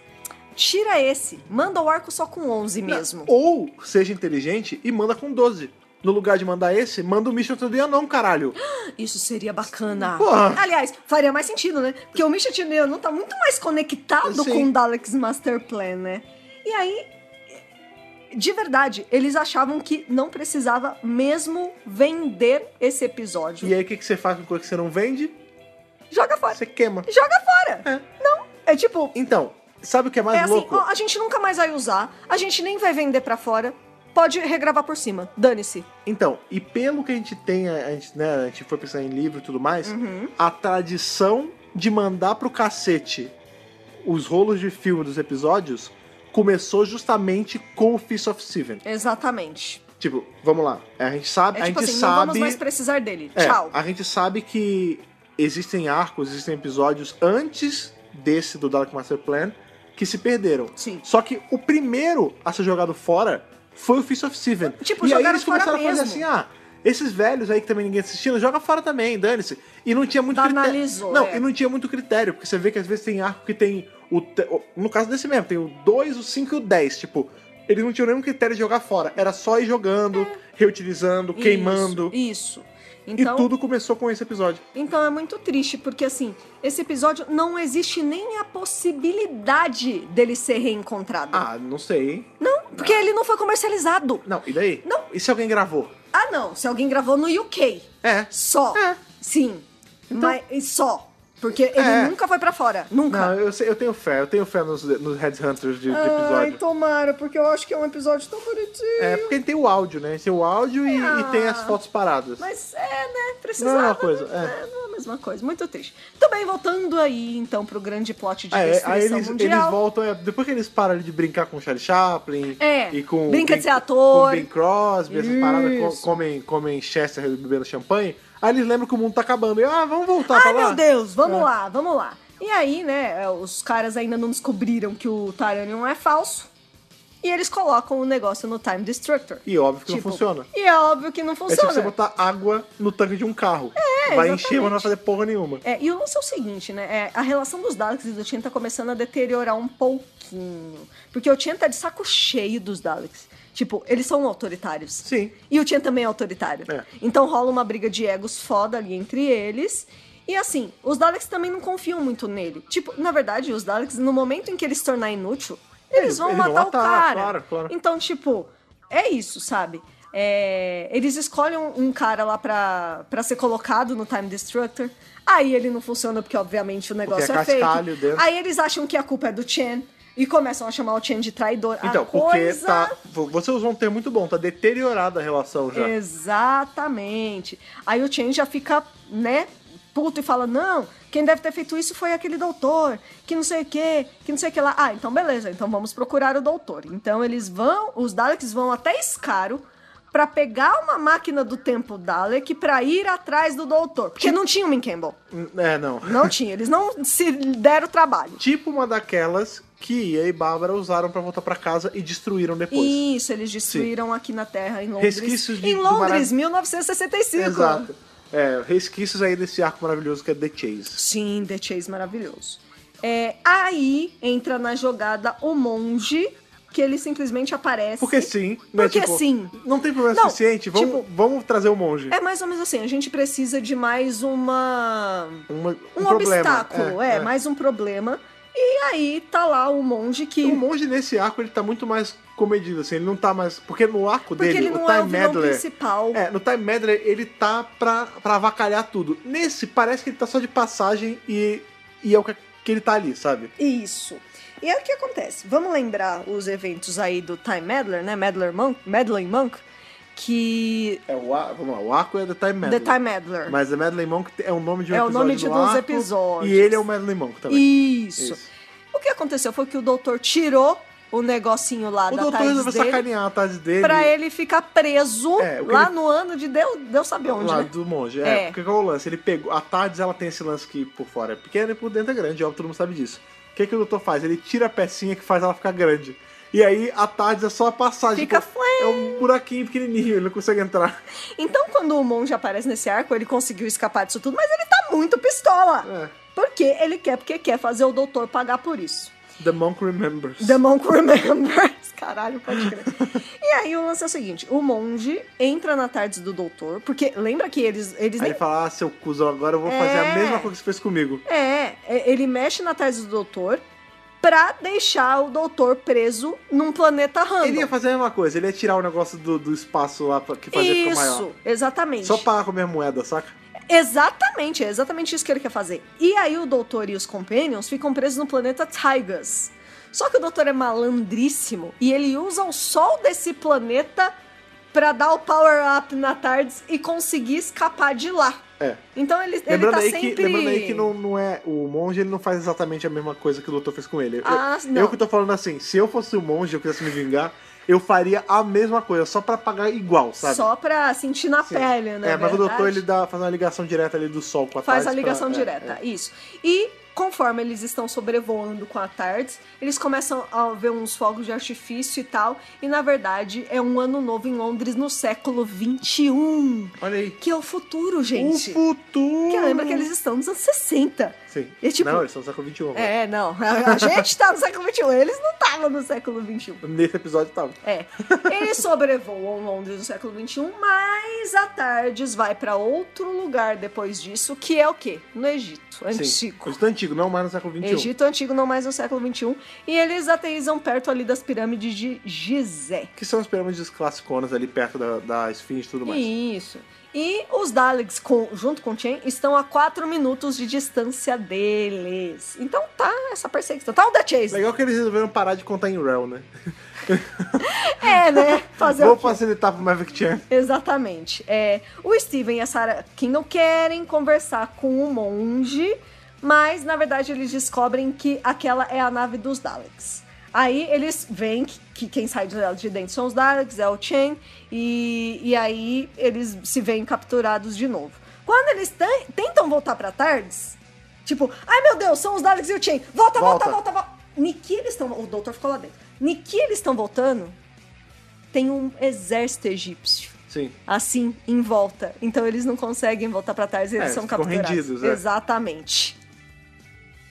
[SPEAKER 2] tira esse, manda o arco só com 11 mesmo.
[SPEAKER 1] Ou seja inteligente e manda com 12. No lugar de mandar esse, manda o Mission to the Unknown, caralho.
[SPEAKER 2] Isso seria bacana.
[SPEAKER 1] Porra.
[SPEAKER 2] Aliás, faria mais sentido, né? Porque o Misha não tá muito mais conectado
[SPEAKER 1] Sim.
[SPEAKER 2] com o Daleks Master Plan, né? E aí, de verdade, eles achavam que não precisava mesmo vender esse episódio.
[SPEAKER 1] E aí, o que, que você faz com coisa que você não vende?
[SPEAKER 2] Joga fora.
[SPEAKER 1] Você queima.
[SPEAKER 2] Joga fora. Não. É tipo,
[SPEAKER 1] Então, sabe o que é mais
[SPEAKER 2] é assim,
[SPEAKER 1] louco?
[SPEAKER 2] ó, a gente nunca mais vai usar, a gente nem vai vender pra fora. Pode regravar por cima. Dane-se.
[SPEAKER 1] Então, e pelo que a gente tem, a gente, né, a gente foi pensando em livro e tudo mais,
[SPEAKER 2] Uhum.
[SPEAKER 1] a tradição de mandar pro cacete os rolos de filme dos episódios começou justamente com o Fist of Steven.
[SPEAKER 2] Exatamente.
[SPEAKER 1] Tipo, vamos lá. A gente sabe,
[SPEAKER 2] É
[SPEAKER 1] a
[SPEAKER 2] tipo
[SPEAKER 1] gente
[SPEAKER 2] assim, não
[SPEAKER 1] sabe,
[SPEAKER 2] vamos mais precisar dele.
[SPEAKER 1] é,
[SPEAKER 2] Tchau.
[SPEAKER 1] a gente sabe que existem arcos, existem episódios antes desse do Dalek Master Plan que se perderam.
[SPEAKER 2] Sim.
[SPEAKER 1] Só que o primeiro a ser jogado fora foi o Fist of Steven.
[SPEAKER 2] Tipo,
[SPEAKER 1] e aí
[SPEAKER 2] jogaram
[SPEAKER 1] eles
[SPEAKER 2] fora
[SPEAKER 1] começaram a fazer
[SPEAKER 2] mesmo.
[SPEAKER 1] assim, ah, esses velhos aí que também ninguém assistindo, joga fora também, dane-se. E não tinha muito
[SPEAKER 2] Banalizou,
[SPEAKER 1] critério. Não,
[SPEAKER 2] é.
[SPEAKER 1] e não tinha muito critério, porque você vê que às vezes tem arco que tem o te- o- no caso desse mesmo, tem o 2, o 5 e o 10, tipo, eles não tinham nenhum critério de jogar fora, era só ir jogando,
[SPEAKER 2] É.
[SPEAKER 1] reutilizando, queimando.
[SPEAKER 2] Isso. isso.
[SPEAKER 1] E
[SPEAKER 2] Então,
[SPEAKER 1] tudo começou com esse episódio.
[SPEAKER 2] então é muito triste, porque assim, esse episódio não existe nem a possibilidade dele ser reencontrado.
[SPEAKER 1] Ah, não sei, hein?
[SPEAKER 2] Não, porque ele não foi comercializado.
[SPEAKER 1] Não, e daí?
[SPEAKER 2] Não.
[SPEAKER 1] E se alguém gravou?
[SPEAKER 2] Ah, não. Se alguém gravou no UK.
[SPEAKER 1] É.
[SPEAKER 2] Só.
[SPEAKER 1] É. Então-
[SPEAKER 2] Sim. Mas e só. Porque ele
[SPEAKER 1] É.
[SPEAKER 2] nunca foi pra fora. Nunca.
[SPEAKER 1] Não, eu, sei- eu tenho fé, eu tenho fé nos, nos Headhunters
[SPEAKER 2] Ah,
[SPEAKER 1] de, de
[SPEAKER 2] Ai,
[SPEAKER 1] episódio.
[SPEAKER 2] tomara, porque eu acho que é um episódio tão bonitinho.
[SPEAKER 1] É, porque tem o áudio, né? Tem o áudio e, e tem as fotos paradas.
[SPEAKER 2] Ah. Mas é, né?
[SPEAKER 1] Não
[SPEAKER 2] Precisava.
[SPEAKER 1] é uma coisa,
[SPEAKER 2] né?
[SPEAKER 1] é.
[SPEAKER 2] Não é a mesma coisa. Muito triste. Tudo bem, voltando aí, então, pro grande plot de
[SPEAKER 1] Ah, é,
[SPEAKER 2] destruição
[SPEAKER 1] aí eles,
[SPEAKER 2] mundial.
[SPEAKER 1] eles voltam, é, depois que eles param de brincar com o Charlie Chaplin
[SPEAKER 2] É,
[SPEAKER 1] e com o
[SPEAKER 2] brinca
[SPEAKER 1] Ben-
[SPEAKER 2] de ser ator.
[SPEAKER 1] com o Ben Crosby, essas paradas, co-
[SPEAKER 2] Isso.
[SPEAKER 1] comem, comem Chester bebendo champanhe, aí eles lembram que o mundo tá acabando. E, ah, vamos voltar pra
[SPEAKER 2] Ai,
[SPEAKER 1] lá.
[SPEAKER 2] meu Deus, vamos
[SPEAKER 1] É.
[SPEAKER 2] lá, vamos lá. E aí, né, é, os caras ainda não descobriram que o Taranion é falso. E eles colocam o negócio no Time Destructor.
[SPEAKER 1] E óbvio que
[SPEAKER 2] Tipo,
[SPEAKER 1] não funciona.
[SPEAKER 2] E é óbvio que não
[SPEAKER 1] É tipo
[SPEAKER 2] funciona.
[SPEAKER 1] você botar água no tanque de um carro. É, Vai encher, mas não vai fazer porra nenhuma.
[SPEAKER 2] É, e o lance é o seguinte, né? é, a relação dos Daleks e do Tien tá começando a deteriorar um pouquinho. Porque o Tien tá de saco cheio dos Daleks. Tipo, eles são autoritários.
[SPEAKER 1] Sim.
[SPEAKER 2] E o Tien também é autoritário.
[SPEAKER 1] É.
[SPEAKER 2] Então rola uma briga de egos foda ali entre eles. E assim, os Daleks também não confiam muito nele. Tipo, na verdade, os Daleks, no momento em que ele se tornar inútil, eles,
[SPEAKER 1] Eles-
[SPEAKER 2] vão
[SPEAKER 1] eles
[SPEAKER 2] matar
[SPEAKER 1] vão
[SPEAKER 2] o
[SPEAKER 1] matar,
[SPEAKER 2] cara.
[SPEAKER 1] claro, claro.
[SPEAKER 2] Então, tipo, é isso, sabe? É, eles escolhem um cara lá pra, pra ser colocado no Time Destructor. Aí ele não funciona porque, obviamente, o negócio
[SPEAKER 1] é
[SPEAKER 2] é fake.
[SPEAKER 1] cascalho dentro.
[SPEAKER 2] Aí eles acham que a culpa é do Chen e começam a chamar o Chen de traidor.
[SPEAKER 1] Então,
[SPEAKER 2] a
[SPEAKER 1] porque
[SPEAKER 2] coisa...
[SPEAKER 1] tá. vo- Você usou um termo muito bom, tá deteriorada a relação já.
[SPEAKER 2] É. Exatamente. Aí o Chen já fica, né, puto e fala: não, quem deve ter feito isso foi aquele doutor, que não sei o que, que não sei o que lá. Ah, então beleza, então vamos procurar o doutor. Então eles vão, os Daleks vão até Escaro pra pegar uma máquina do tempo Dalek pra ir atrás do doutor. Porque não tinha o Min Campbell.
[SPEAKER 1] É, não.
[SPEAKER 2] Não tinha, eles não se deram o trabalho.
[SPEAKER 1] Tipo uma daquelas que Ia e Bárbara usaram pra voltar pra casa e destruíram depois.
[SPEAKER 2] Isso, eles destruíram aqui na Terra, em Londres.
[SPEAKER 1] Resquícios de-
[SPEAKER 2] em
[SPEAKER 1] do marav-
[SPEAKER 2] Londres, 1965.
[SPEAKER 1] Exato. É, resquícios aí desse arco maravilhoso que é The Chase.
[SPEAKER 2] Sim, The Chase maravilhoso. É, aí entra na jogada o monge, que ele simplesmente aparece.
[SPEAKER 1] Porque sim, né?
[SPEAKER 2] Porque
[SPEAKER 1] tipo,
[SPEAKER 2] sim.
[SPEAKER 1] Não tem problema
[SPEAKER 2] Não,
[SPEAKER 1] suficiente, vamos,
[SPEAKER 2] tipo-
[SPEAKER 1] vamos trazer o monge.
[SPEAKER 2] É mais ou menos assim, a gente precisa de mais uma.
[SPEAKER 1] Uma-
[SPEAKER 2] Um,
[SPEAKER 1] problema.
[SPEAKER 2] obstáculo, é, mais um problema. E aí tá lá o monge que.
[SPEAKER 1] O monge nesse arco ele tá muito mais comedido, assim, ele não tá mais. Porque no arco
[SPEAKER 2] porque
[SPEAKER 1] dele,
[SPEAKER 2] ele
[SPEAKER 1] o
[SPEAKER 2] não
[SPEAKER 1] Time
[SPEAKER 2] é o vilão
[SPEAKER 1] Meddler.
[SPEAKER 2] principal.
[SPEAKER 1] É, no Time Meddler ele tá pra, pra avacalhar tudo. Nesse, parece que ele tá só de passagem e, e é o que, que ele tá ali, sabe?
[SPEAKER 2] Isso. E é o que acontece. Vamos lembrar os eventos aí do Time Meddler, né? Meddler Monk, Meddling Monk, que.
[SPEAKER 1] É o ar, vamos lá, o arco é The Time
[SPEAKER 2] The
[SPEAKER 1] Meddler.
[SPEAKER 2] Time Meddler.
[SPEAKER 1] Mas The Meddling Monk é o nome de um
[SPEAKER 2] É o
[SPEAKER 1] episódio
[SPEAKER 2] nome de
[SPEAKER 1] do
[SPEAKER 2] dos
[SPEAKER 1] arco,
[SPEAKER 2] episódios.
[SPEAKER 1] E ele é o Meddling Monk também.
[SPEAKER 2] Isso.
[SPEAKER 1] Isso.
[SPEAKER 2] O que aconteceu foi que o doutor tirou o negocinho lá
[SPEAKER 1] O
[SPEAKER 2] da
[SPEAKER 1] doutor
[SPEAKER 2] Thais
[SPEAKER 1] resolveu
[SPEAKER 2] dele
[SPEAKER 1] sacanear a tarde dele.
[SPEAKER 2] pra ele ficar preso
[SPEAKER 1] É, o que
[SPEAKER 2] lá
[SPEAKER 1] ele-
[SPEAKER 2] no ano de Deus, Deus sabe onde,
[SPEAKER 1] Lá
[SPEAKER 2] né?
[SPEAKER 1] do monge. É,
[SPEAKER 2] É.
[SPEAKER 1] porque qual é o lance? Ele pegou. A Tardes ela tem esse lance que por fora é pequeno e por dentro é grande, óbvio, todo mundo sabe disso. O que, que o doutor faz? Ele tira a pecinha que faz ela ficar grande. E aí a Tardes é só a passagem.
[SPEAKER 2] Fica
[SPEAKER 1] tipo, É um buraquinho pequenininho, ele não consegue entrar.
[SPEAKER 2] Então quando o monge aparece nesse arco, ele conseguiu escapar disso tudo, mas ele tá muito pistola.
[SPEAKER 1] É.
[SPEAKER 2] Porque ele quer, porque quer fazer o doutor pagar por isso.
[SPEAKER 1] The Monk Remembers.
[SPEAKER 2] The Monk Remembers. Caralho, pode crer. e aí o lance é o seguinte: o monge entra na tarde do doutor, porque lembra que eles, eles
[SPEAKER 1] Aí
[SPEAKER 2] nem
[SPEAKER 1] ele fala, ah, seu cuzão, agora eu vou fazer
[SPEAKER 2] É.
[SPEAKER 1] a mesma coisa que você fez comigo.
[SPEAKER 2] É, é, ele mexe na tese do doutor pra deixar o doutor preso num planeta random.
[SPEAKER 1] Ele ia fazer a mesma coisa, ele ia tirar o negócio do, do espaço lá pra- que fazia ficar maior.
[SPEAKER 2] Isso, exatamente.
[SPEAKER 1] Só pagar com a minha moeda, saca?
[SPEAKER 2] Exatamente, é exatamente isso que ele quer fazer. E aí o doutor e os companions ficam presos no planeta Tigers. Só que o doutor é malandríssimo e ele usa o sol desse planeta pra dar o power up na Tardes e conseguir escapar de lá.
[SPEAKER 1] É.
[SPEAKER 2] Então ele, ele
[SPEAKER 1] Lembrando,
[SPEAKER 2] tá
[SPEAKER 1] aí
[SPEAKER 2] sempre.
[SPEAKER 1] que, lembrando aí que não, não é. O monge ele não faz exatamente a mesma coisa que o doutor fez com ele. Eu-
[SPEAKER 2] Ah,
[SPEAKER 1] eu,
[SPEAKER 2] não.
[SPEAKER 1] que tô falando assim, se eu fosse o monge e eu quisesse me vingar, eu faria a mesma coisa, só pra pagar igual, sabe?
[SPEAKER 2] Só pra sentir na
[SPEAKER 1] Sim.
[SPEAKER 2] pele, né?
[SPEAKER 1] É, mas o doutor
[SPEAKER 2] verdade?
[SPEAKER 1] ele dá, faz uma ligação direta ali do sol com a
[SPEAKER 2] Faz
[SPEAKER 1] tarde
[SPEAKER 2] a ligação
[SPEAKER 1] pra- é,
[SPEAKER 2] direta, isso. E conforme eles estão sobrevoando com a Tardes, eles começam a ver uns fogos de artifício e tal. E na verdade é um ano novo em Londres no século 21,
[SPEAKER 1] é. Olha aí.
[SPEAKER 2] que é o futuro,
[SPEAKER 1] O
[SPEAKER 2] gente.
[SPEAKER 1] Um futuro!
[SPEAKER 2] Que lembra que eles estão nos anos 60.
[SPEAKER 1] Sim.
[SPEAKER 2] E, tipo-
[SPEAKER 1] Não, eles são do século XXI. agora.
[SPEAKER 2] É, não. A a gente tá no século 21, eles não estavam no século 21.
[SPEAKER 1] Nesse episódio tava.
[SPEAKER 2] É. Eles sobrevoam Londres no século XXI, mas a Tardes vai pra outro lugar depois disso, que é o quê? No Egito.
[SPEAKER 1] Sim.
[SPEAKER 2] Antigo.
[SPEAKER 1] Egito antigo, não mais no século um. XXI.
[SPEAKER 2] Egito antigo, não mais no século XXI. E eles aterrizam perto ali das pirâmides de Gizé.
[SPEAKER 1] Que são as pirâmides classiconas ali perto da, da Esfinge e tudo mais.
[SPEAKER 2] Isso. E os Daleks, com- junto com o Chen, estão a 4 minutos de distância deles. Então tá essa perseguição. Tá o da Chase.
[SPEAKER 1] Legal que eles resolveram parar de contar em Rel, né?
[SPEAKER 2] É, né? Fazer o
[SPEAKER 1] Vou
[SPEAKER 2] quê?
[SPEAKER 1] facilitar pro Maverick Chan.
[SPEAKER 2] Exatamente. É, o Steven e a Sarah que não querem conversar com o monge, mas na verdade eles descobrem que aquela é a nave dos Daleks. Aí eles veem que, que quem sai de- de dentro são os Daleks, é o Chen, e, e aí eles se veem capturados de novo. Quando eles tan- tentam voltar pra Tardes, tipo, ai meu Deus, são os Daleks e o Chen, volta, volta,
[SPEAKER 1] Volta.
[SPEAKER 2] volta, volta. Niki eles estão. O doutor ficou lá dentro. Niki eles estão voltando, tem um exército egípcio
[SPEAKER 1] Sim.
[SPEAKER 2] assim em volta. Então eles não conseguem voltar pra trás, eles
[SPEAKER 1] É,
[SPEAKER 2] são
[SPEAKER 1] ficam
[SPEAKER 2] capturados.
[SPEAKER 1] rendidos, é.
[SPEAKER 2] Exatamente.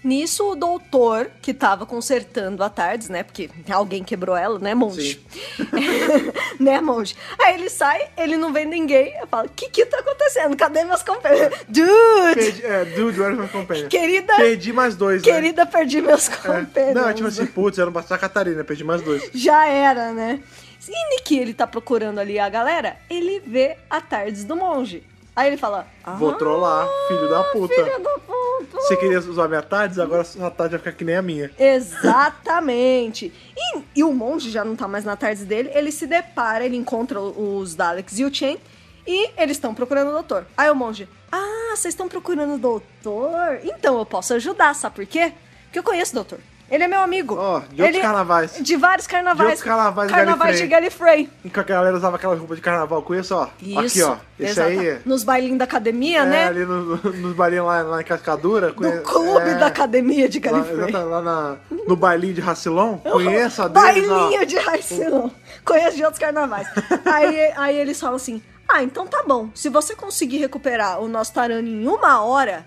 [SPEAKER 2] Nisso o doutor que tava consertando a Tardes, né? Porque alguém quebrou ela, né, monge? né, monge? Aí ele sai, ele não vê ninguém, eu falo: "O que que tá acontecendo? Cadê meus
[SPEAKER 1] É.
[SPEAKER 2] companheiros?" Dude,
[SPEAKER 1] Perdi, é, dude, where's my companion?
[SPEAKER 2] querida,
[SPEAKER 1] Perdi mais dois, né?
[SPEAKER 2] querida, perdi meus
[SPEAKER 1] É.
[SPEAKER 2] companheiros.
[SPEAKER 1] Não, é tipo assim, putz, eu não bastava a Catarina, perdi mais dois.
[SPEAKER 2] Já era, né? E Niki, ele tá procurando ali a galera, ele vê a Tardes do Monge. Aí ele fala: ah,
[SPEAKER 1] Vou trollar, filho da puta.
[SPEAKER 2] Filho da puta!
[SPEAKER 1] Você queria usar minha tarde, agora sua tarde vai ficar que nem a minha.
[SPEAKER 2] Exatamente. E, e o monge já não tá mais na tarde dele. Ele se depara, ele encontra o- os Daleks e o Chen. E eles estão procurando o doutor. Aí o monge, ah, vocês estão procurando o doutor? Então eu posso ajudar, sabe por quê? Porque eu conheço o doutor. Ele é meu amigo.
[SPEAKER 1] Ó, de outros
[SPEAKER 2] Ele-
[SPEAKER 1] carnavais.
[SPEAKER 2] De vários carnavais.
[SPEAKER 1] De outros carnavais de
[SPEAKER 2] carnavais de Gallifrey.
[SPEAKER 1] Que a galera usava aquela roupa de carnaval com isso, ó. Aqui, ó. Esse
[SPEAKER 2] exata-
[SPEAKER 1] aí.
[SPEAKER 2] Nos bailinhos da academia,
[SPEAKER 1] é,
[SPEAKER 2] né?
[SPEAKER 1] ali no- no- nos bailinhos lá, lá em Cascadura. é,
[SPEAKER 2] Do clube da academia de
[SPEAKER 1] Lá,
[SPEAKER 2] Gallifrey.
[SPEAKER 1] exata- lá na- no bailinho de Racilon, conheça a deles, ó.
[SPEAKER 2] Bailinho de Raicilão. Conheço de outros carnavais. aí, aí eles falam assim: ah, então tá bom. Se você conseguir recuperar o nosso Tarano em uma hora,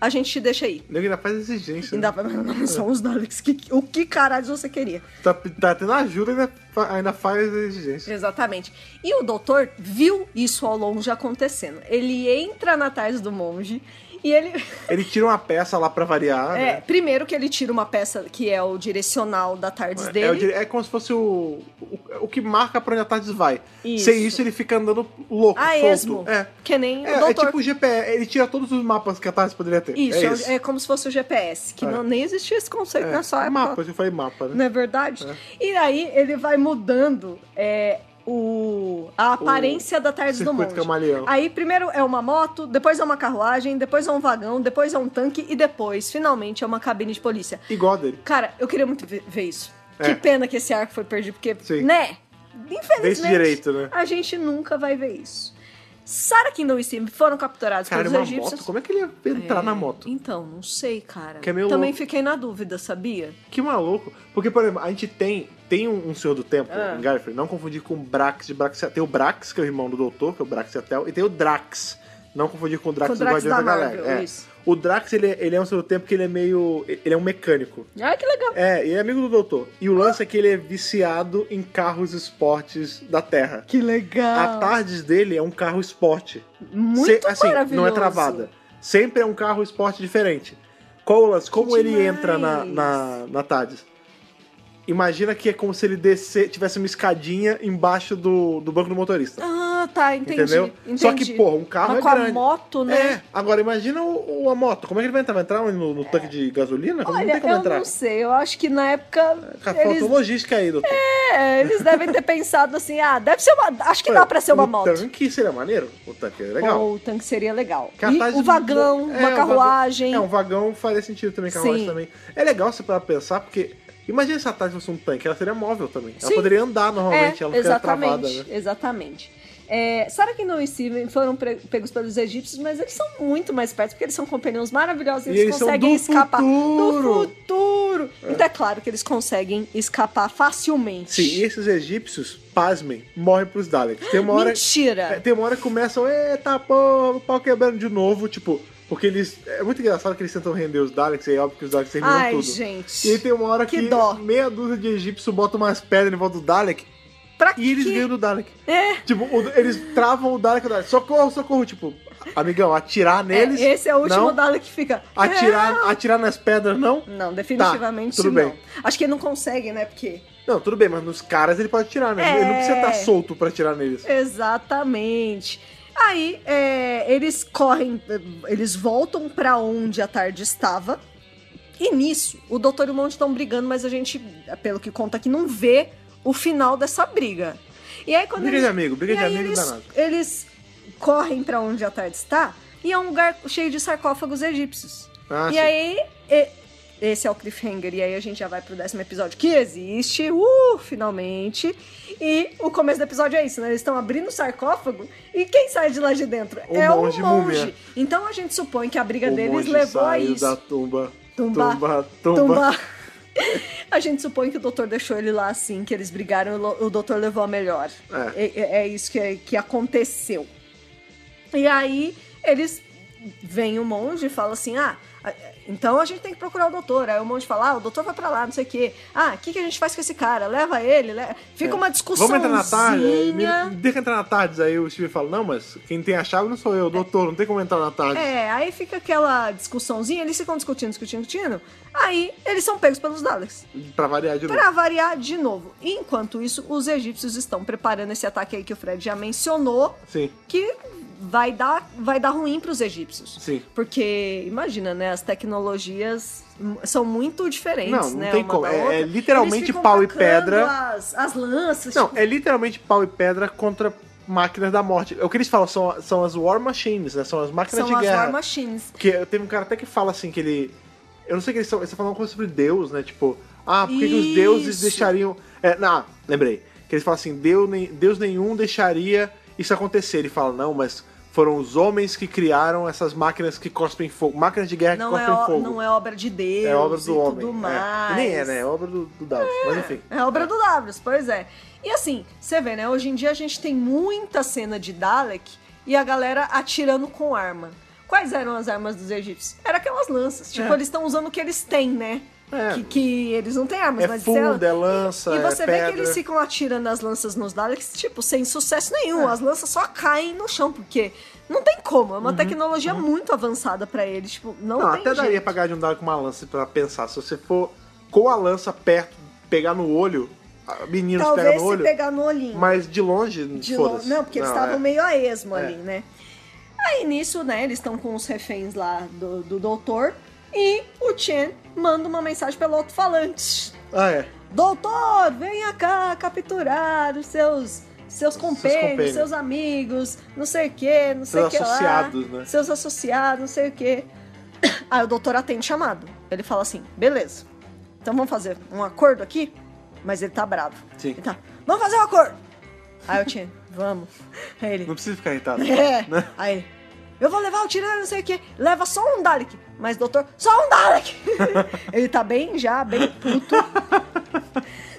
[SPEAKER 2] a gente te deixa aí.
[SPEAKER 1] O nego ainda faz exigência.
[SPEAKER 2] Ainda
[SPEAKER 1] né?
[SPEAKER 2] vai- não, são os Daleks. que- o que caralho você queria?
[SPEAKER 1] Tá, tá tendo ajuda e ainda, fa- ainda faz exigência.
[SPEAKER 2] Exatamente. E o doutor viu isso ao longe acontecendo. Ele entra na tarde do monge e ele.
[SPEAKER 1] Ele tira uma peça lá pra variar.
[SPEAKER 2] É,
[SPEAKER 1] né?
[SPEAKER 2] primeiro que ele tira uma peça que é o direcional da Tardes
[SPEAKER 1] É,
[SPEAKER 2] dele.
[SPEAKER 1] o dire- é como se fosse o, o, o que marca pra onde a tarde vai.
[SPEAKER 2] Isso.
[SPEAKER 1] Sem isso, ele fica andando louco,
[SPEAKER 2] Ah,
[SPEAKER 1] solto.
[SPEAKER 2] esmo.
[SPEAKER 1] É.
[SPEAKER 2] Que nem
[SPEAKER 1] É,
[SPEAKER 2] o
[SPEAKER 1] é
[SPEAKER 2] doutor.
[SPEAKER 1] tipo o GPS, ele tira todos os mapas que a Tardes poderia ter.
[SPEAKER 2] Isso,
[SPEAKER 1] é
[SPEAKER 2] é,
[SPEAKER 1] isso.
[SPEAKER 2] é como se fosse o GPS, que
[SPEAKER 1] É.
[SPEAKER 2] não, nem existia esse conceito
[SPEAKER 1] É,
[SPEAKER 2] nessa época.
[SPEAKER 1] mapas, eu falei mapa, né?
[SPEAKER 2] Não é verdade? E aí ele vai mudando é, o, a aparência da Tardes do
[SPEAKER 1] circuito é
[SPEAKER 2] Monte.
[SPEAKER 1] camaleão.
[SPEAKER 2] Aí primeiro é uma moto, depois é uma carruagem, depois é um vagão, depois é um tanque e depois, finalmente, é uma cabine de polícia.
[SPEAKER 1] Igual a dele.
[SPEAKER 2] Cara, eu queria muito ver, ver isso.
[SPEAKER 1] É.
[SPEAKER 2] Que pena que esse arco foi perdido, porque,
[SPEAKER 1] Sim.
[SPEAKER 2] né? Infelizmente,
[SPEAKER 1] Desse direito, né?
[SPEAKER 2] a gente nunca vai ver isso. Sarah Kindle e Steam foram capturados
[SPEAKER 1] Cara,
[SPEAKER 2] pelos
[SPEAKER 1] uma
[SPEAKER 2] egípcios.
[SPEAKER 1] moto, como é que ele ia entrar
[SPEAKER 2] É,
[SPEAKER 1] na moto?
[SPEAKER 2] Então, não sei, cara.
[SPEAKER 1] Que é meio
[SPEAKER 2] Também
[SPEAKER 1] louco.
[SPEAKER 2] fiquei na dúvida, sabia?
[SPEAKER 1] Que maluco. Porque, por exemplo, a gente tem, tem um, um Senhor do Tempo,
[SPEAKER 2] Ah.
[SPEAKER 1] em Gallifrey, não confundir com o Brax de Braxiatel. Tem o Brax, que é o irmão do Doutor, que é o Braxiatel, e tem o Drax. Não confundir com o Drax
[SPEAKER 2] Com o
[SPEAKER 1] do
[SPEAKER 2] Drax
[SPEAKER 1] Guardiões
[SPEAKER 2] da
[SPEAKER 1] da,
[SPEAKER 2] Marvel,
[SPEAKER 1] Galáxia. É.
[SPEAKER 2] isso.
[SPEAKER 1] O Drax, ele, é- ele é um Senhor do Tempo que ele é meio... Ele é um mecânico.
[SPEAKER 2] Ai, que legal.
[SPEAKER 1] É, e é amigo do Doutor. E o lance é que ele é viciado em carros esportes da Terra.
[SPEAKER 2] Que
[SPEAKER 1] A
[SPEAKER 2] legal.
[SPEAKER 1] Tardes dele é um carro esporte.
[SPEAKER 2] Muito
[SPEAKER 1] Se- assim,
[SPEAKER 2] maravilhoso.
[SPEAKER 1] não é travada. Sempre é um carro esporte diferente. Qual o lance? Como ele
[SPEAKER 2] demais.
[SPEAKER 1] entra na, na, na Tardes? Imagina que é como se ele descer, tivesse uma escadinha embaixo do, do banco do motorista.
[SPEAKER 4] Ah, tá, entendi.
[SPEAKER 1] entendeu?
[SPEAKER 4] entendi.
[SPEAKER 1] Só que, porra, um carro
[SPEAKER 4] Mas
[SPEAKER 1] é
[SPEAKER 4] com
[SPEAKER 1] grande.
[SPEAKER 4] a moto, né?
[SPEAKER 1] É, agora imagina o, o- a moto. Como é que ele vai entrar? Vai entrar no, no tanque de gasolina? Como- não
[SPEAKER 2] É. Olha,
[SPEAKER 1] tem como
[SPEAKER 2] eu
[SPEAKER 1] entrar.
[SPEAKER 2] não sei. Eu acho que na época.
[SPEAKER 1] Cara,
[SPEAKER 2] eles,
[SPEAKER 1] Faltou logística aí, doutor.
[SPEAKER 2] é, eles devem ter pensado assim: ah, deve ser uma. Acho que dá pra ser uma
[SPEAKER 1] o
[SPEAKER 2] moto.
[SPEAKER 1] tanque seria maneiro? O tanque é legal.
[SPEAKER 2] Ou o tanque seria legal.
[SPEAKER 1] Porque
[SPEAKER 2] E
[SPEAKER 1] atrás
[SPEAKER 2] o
[SPEAKER 1] de-
[SPEAKER 2] vagão,
[SPEAKER 1] é,
[SPEAKER 2] uma
[SPEAKER 1] o
[SPEAKER 2] carruagem.
[SPEAKER 1] vagão- É, um vagão faria sentido também, carruagem
[SPEAKER 2] Sim.
[SPEAKER 1] também. É legal você parar pra pensar, porque imagina se a Tati fosse um tanque, ela seria móvel também. Ela
[SPEAKER 2] Sim.
[SPEAKER 1] poderia andar normalmente,
[SPEAKER 2] É,
[SPEAKER 1] ela não ficaria
[SPEAKER 2] exatamente,
[SPEAKER 1] travada, né?
[SPEAKER 2] exatamente. É, Sarah Kendall e Steven foram pre- pegos pelos egípcios, mas eles são muito mais perto, porque eles são companheiros maravilhosos e
[SPEAKER 1] E
[SPEAKER 2] eles,
[SPEAKER 1] eles são
[SPEAKER 2] conseguem
[SPEAKER 1] do
[SPEAKER 2] escapar
[SPEAKER 1] futuro.
[SPEAKER 2] do futuro. Então é claro que eles conseguem escapar facilmente.
[SPEAKER 1] Sim, e esses egípcios, pasmem, morrem pros Daleks. Tem uma hora. É,
[SPEAKER 2] Mentira!
[SPEAKER 1] Tem uma hora que começam, eita, pô, o pau quebrando de novo, tipo, porque eles. É muito engraçado que eles tentam render os Daleks, e é óbvio que os Daleks terminam
[SPEAKER 2] Ai,
[SPEAKER 1] tudo. E aí
[SPEAKER 2] gente.
[SPEAKER 1] tem uma hora que,
[SPEAKER 2] Que dó.
[SPEAKER 1] meia dúzia de egípcios botam umas pedras em volta do Dalek
[SPEAKER 2] Pra
[SPEAKER 1] e eles
[SPEAKER 2] quê?
[SPEAKER 1] ganham do Dalek.
[SPEAKER 2] É.
[SPEAKER 1] Tipo, o- eles travam o Dalek, o Dalek. Socorro, socorro. Tipo, amigão, atirar neles.
[SPEAKER 2] É, esse é o último É.
[SPEAKER 1] não.
[SPEAKER 2] Dalek que fica. É.
[SPEAKER 1] Atirar, atirar nas pedras, não?
[SPEAKER 2] Não, definitivamente
[SPEAKER 1] Tá, tudo
[SPEAKER 2] não.
[SPEAKER 1] bem.
[SPEAKER 2] Acho que ele não consegue, né? Porque.
[SPEAKER 1] Não, tudo bem, mas nos caras ele pode atirar, né? Ele não
[SPEAKER 2] É.
[SPEAKER 1] precisa estar solto pra atirar neles.
[SPEAKER 2] Exatamente. Aí é, eles correm, eles voltam pra onde a tarde estava. E nisso, o doutor e o Monte estão brigando, mas a gente, pelo que conta aqui, não vê o final dessa briga. E aí quando
[SPEAKER 1] Briga
[SPEAKER 2] eles,
[SPEAKER 1] de amigo, briga
[SPEAKER 2] e
[SPEAKER 1] de
[SPEAKER 2] aí
[SPEAKER 1] amigo
[SPEAKER 2] eles,
[SPEAKER 1] danado.
[SPEAKER 2] eles correm pra onde a tarde está e é um lugar cheio de sarcófagos egípcios.
[SPEAKER 1] Ah,
[SPEAKER 2] e
[SPEAKER 1] sim.
[SPEAKER 2] aí e- esse é o cliffhanger e aí a gente já vai pro décimo episódio que existe, uh, finalmente. E o começo do episódio é isso, né? Eles estão abrindo o sarcófago e quem sai de lá de dentro
[SPEAKER 1] O
[SPEAKER 2] é
[SPEAKER 1] monge
[SPEAKER 2] o monge.
[SPEAKER 1] múmia.
[SPEAKER 2] Então a gente supõe que a briga
[SPEAKER 1] O
[SPEAKER 2] deles
[SPEAKER 1] monge
[SPEAKER 2] levou a
[SPEAKER 1] Um saiu
[SPEAKER 2] isso.
[SPEAKER 1] da tumba.
[SPEAKER 2] Tumba,
[SPEAKER 1] Tumba, tumba.
[SPEAKER 2] Tumba. Então A gente supõe que o doutor deixou ele lá assim, que eles brigaram e o lo- o doutor levou a melhor.
[SPEAKER 1] É.
[SPEAKER 2] É, é- é isso que, que aconteceu. E aí eles vem o monge e fala assim: ah, a- então a gente tem que procurar o doutor. Aí o monge fala: ah, o doutor vai pra lá, não sei o quê. Ah, o que, que a gente faz com esse cara? Leva ele, le- fica
[SPEAKER 1] É.
[SPEAKER 2] uma discussão.
[SPEAKER 1] Vamos entrar na tarde? Aí me- Deixa entrar na tarde. Aí o Steve fala: Não, mas quem tem a chave não sou eu, doutor, não tem como entrar na tarde.
[SPEAKER 2] É, aí fica aquela discussãozinha, eles ficam discutindo, discutindo, discutindo. Aí eles são pegos pelos Daleks.
[SPEAKER 1] Pra variar de novo.
[SPEAKER 2] Pra variar de novo. Enquanto isso, os egípcios estão preparando esse ataque aí que o Fred já mencionou,
[SPEAKER 1] Sim,
[SPEAKER 2] que vai dar, vai dar ruim pros egípcios.
[SPEAKER 1] sim.
[SPEAKER 2] Porque, imagina, né? As tecnologias m- são muito diferentes,
[SPEAKER 1] Não, não
[SPEAKER 2] né?
[SPEAKER 1] tem
[SPEAKER 2] uma
[SPEAKER 1] como.
[SPEAKER 2] da
[SPEAKER 1] É- é
[SPEAKER 2] outra.
[SPEAKER 1] literalmente
[SPEAKER 2] Eles ficam
[SPEAKER 1] pau e
[SPEAKER 2] tacando
[SPEAKER 1] pedra.
[SPEAKER 2] As, as lanças.
[SPEAKER 1] Não,
[SPEAKER 2] tipo,
[SPEAKER 1] é literalmente pau e pedra contra máquinas da morte. É O que eles falam são, são as war machines, né? São as máquinas
[SPEAKER 2] são
[SPEAKER 1] de
[SPEAKER 2] as
[SPEAKER 1] guerra.
[SPEAKER 2] War Machines.
[SPEAKER 1] Porque teve um cara até que fala assim que ele. Eu não sei o que eles estão. Eles estão falando coisa sobre Deus, né? Tipo, ah, por que que os deuses
[SPEAKER 2] Isso.
[SPEAKER 1] deixariam. É, não, lembrei. Que eles falam assim, Deus, nem- Deus nenhum deixaria isso acontecer. Ele fala, não, mas foram os homens que criaram essas máquinas que cospem fogo. Máquinas de guerra que
[SPEAKER 2] Não é,
[SPEAKER 1] cospem
[SPEAKER 2] o-
[SPEAKER 1] fogo.
[SPEAKER 2] não é obra de Deus.
[SPEAKER 1] É obra
[SPEAKER 2] e
[SPEAKER 1] do homem.
[SPEAKER 2] tudo
[SPEAKER 1] é.
[SPEAKER 2] Mais.
[SPEAKER 1] E Nem é, né? É obra do, do Davos. Mas enfim.
[SPEAKER 2] É obra do Davros, pois é. E assim, você vê, né? Hoje em dia a gente tem muita cena de Dalek e a galera atirando com arma. Quais eram as armas dos egípcios? Era aquelas lanças. Tipo,
[SPEAKER 1] É.
[SPEAKER 2] eles estão usando o que eles têm, né?
[SPEAKER 1] É.
[SPEAKER 2] Que, que eles não têm armas,
[SPEAKER 1] É
[SPEAKER 2] mas
[SPEAKER 1] fundo,
[SPEAKER 2] sei
[SPEAKER 1] é
[SPEAKER 2] lá.
[SPEAKER 1] lança,
[SPEAKER 2] E você
[SPEAKER 1] é
[SPEAKER 2] vê
[SPEAKER 1] pedra.
[SPEAKER 2] que eles ficam atirando as lanças nos Daleks, tipo, sem sucesso nenhum.
[SPEAKER 1] É.
[SPEAKER 2] As lanças só caem no chão, porque não tem como. É uma tecnologia muito avançada pra eles. Tipo, não,
[SPEAKER 1] Uhum. Não,
[SPEAKER 2] tem
[SPEAKER 1] até daria
[SPEAKER 2] jeito.
[SPEAKER 1] pra ganhar de um dado com uma lança pra pensar. Se você for com a lança perto, pegar no olho, a- meninos
[SPEAKER 2] Talvez
[SPEAKER 1] pegam no
[SPEAKER 2] se
[SPEAKER 1] olho.
[SPEAKER 2] pegar no olhinho.
[SPEAKER 1] Mas de longe,
[SPEAKER 2] De
[SPEAKER 1] foda-se.
[SPEAKER 2] lo- Não, porque eles estavam
[SPEAKER 1] é.
[SPEAKER 2] meio a esmo
[SPEAKER 1] É.
[SPEAKER 2] ali, né? Aí nisso, né, eles estão com os reféns lá do, do doutor e o Chen manda uma mensagem pelo alto-falante.
[SPEAKER 1] Ah, é.
[SPEAKER 2] Doutor, venha cá capturar os seus seus compênios,
[SPEAKER 1] compênios.
[SPEAKER 2] seus amigos, não sei o que, não sei
[SPEAKER 1] Seus
[SPEAKER 2] o que lá.
[SPEAKER 1] associados, né?
[SPEAKER 2] Seus associados, não sei o que. Aí o doutor atende chamado. Ele fala assim, beleza, então vamos fazer um acordo aqui? Mas ele tá bravo.
[SPEAKER 1] Sim.
[SPEAKER 2] Ele tá, vamos fazer um acordo! Aí o Chen, vamos. Aí ele,
[SPEAKER 1] Não precisa ficar irritado.
[SPEAKER 2] é.
[SPEAKER 1] Né?
[SPEAKER 2] Aí, eu vou levar o tirano, não sei o quê. Leva só um Dalek. Mas, doutor, só um Dalek! Ele tá bem já, bem puto.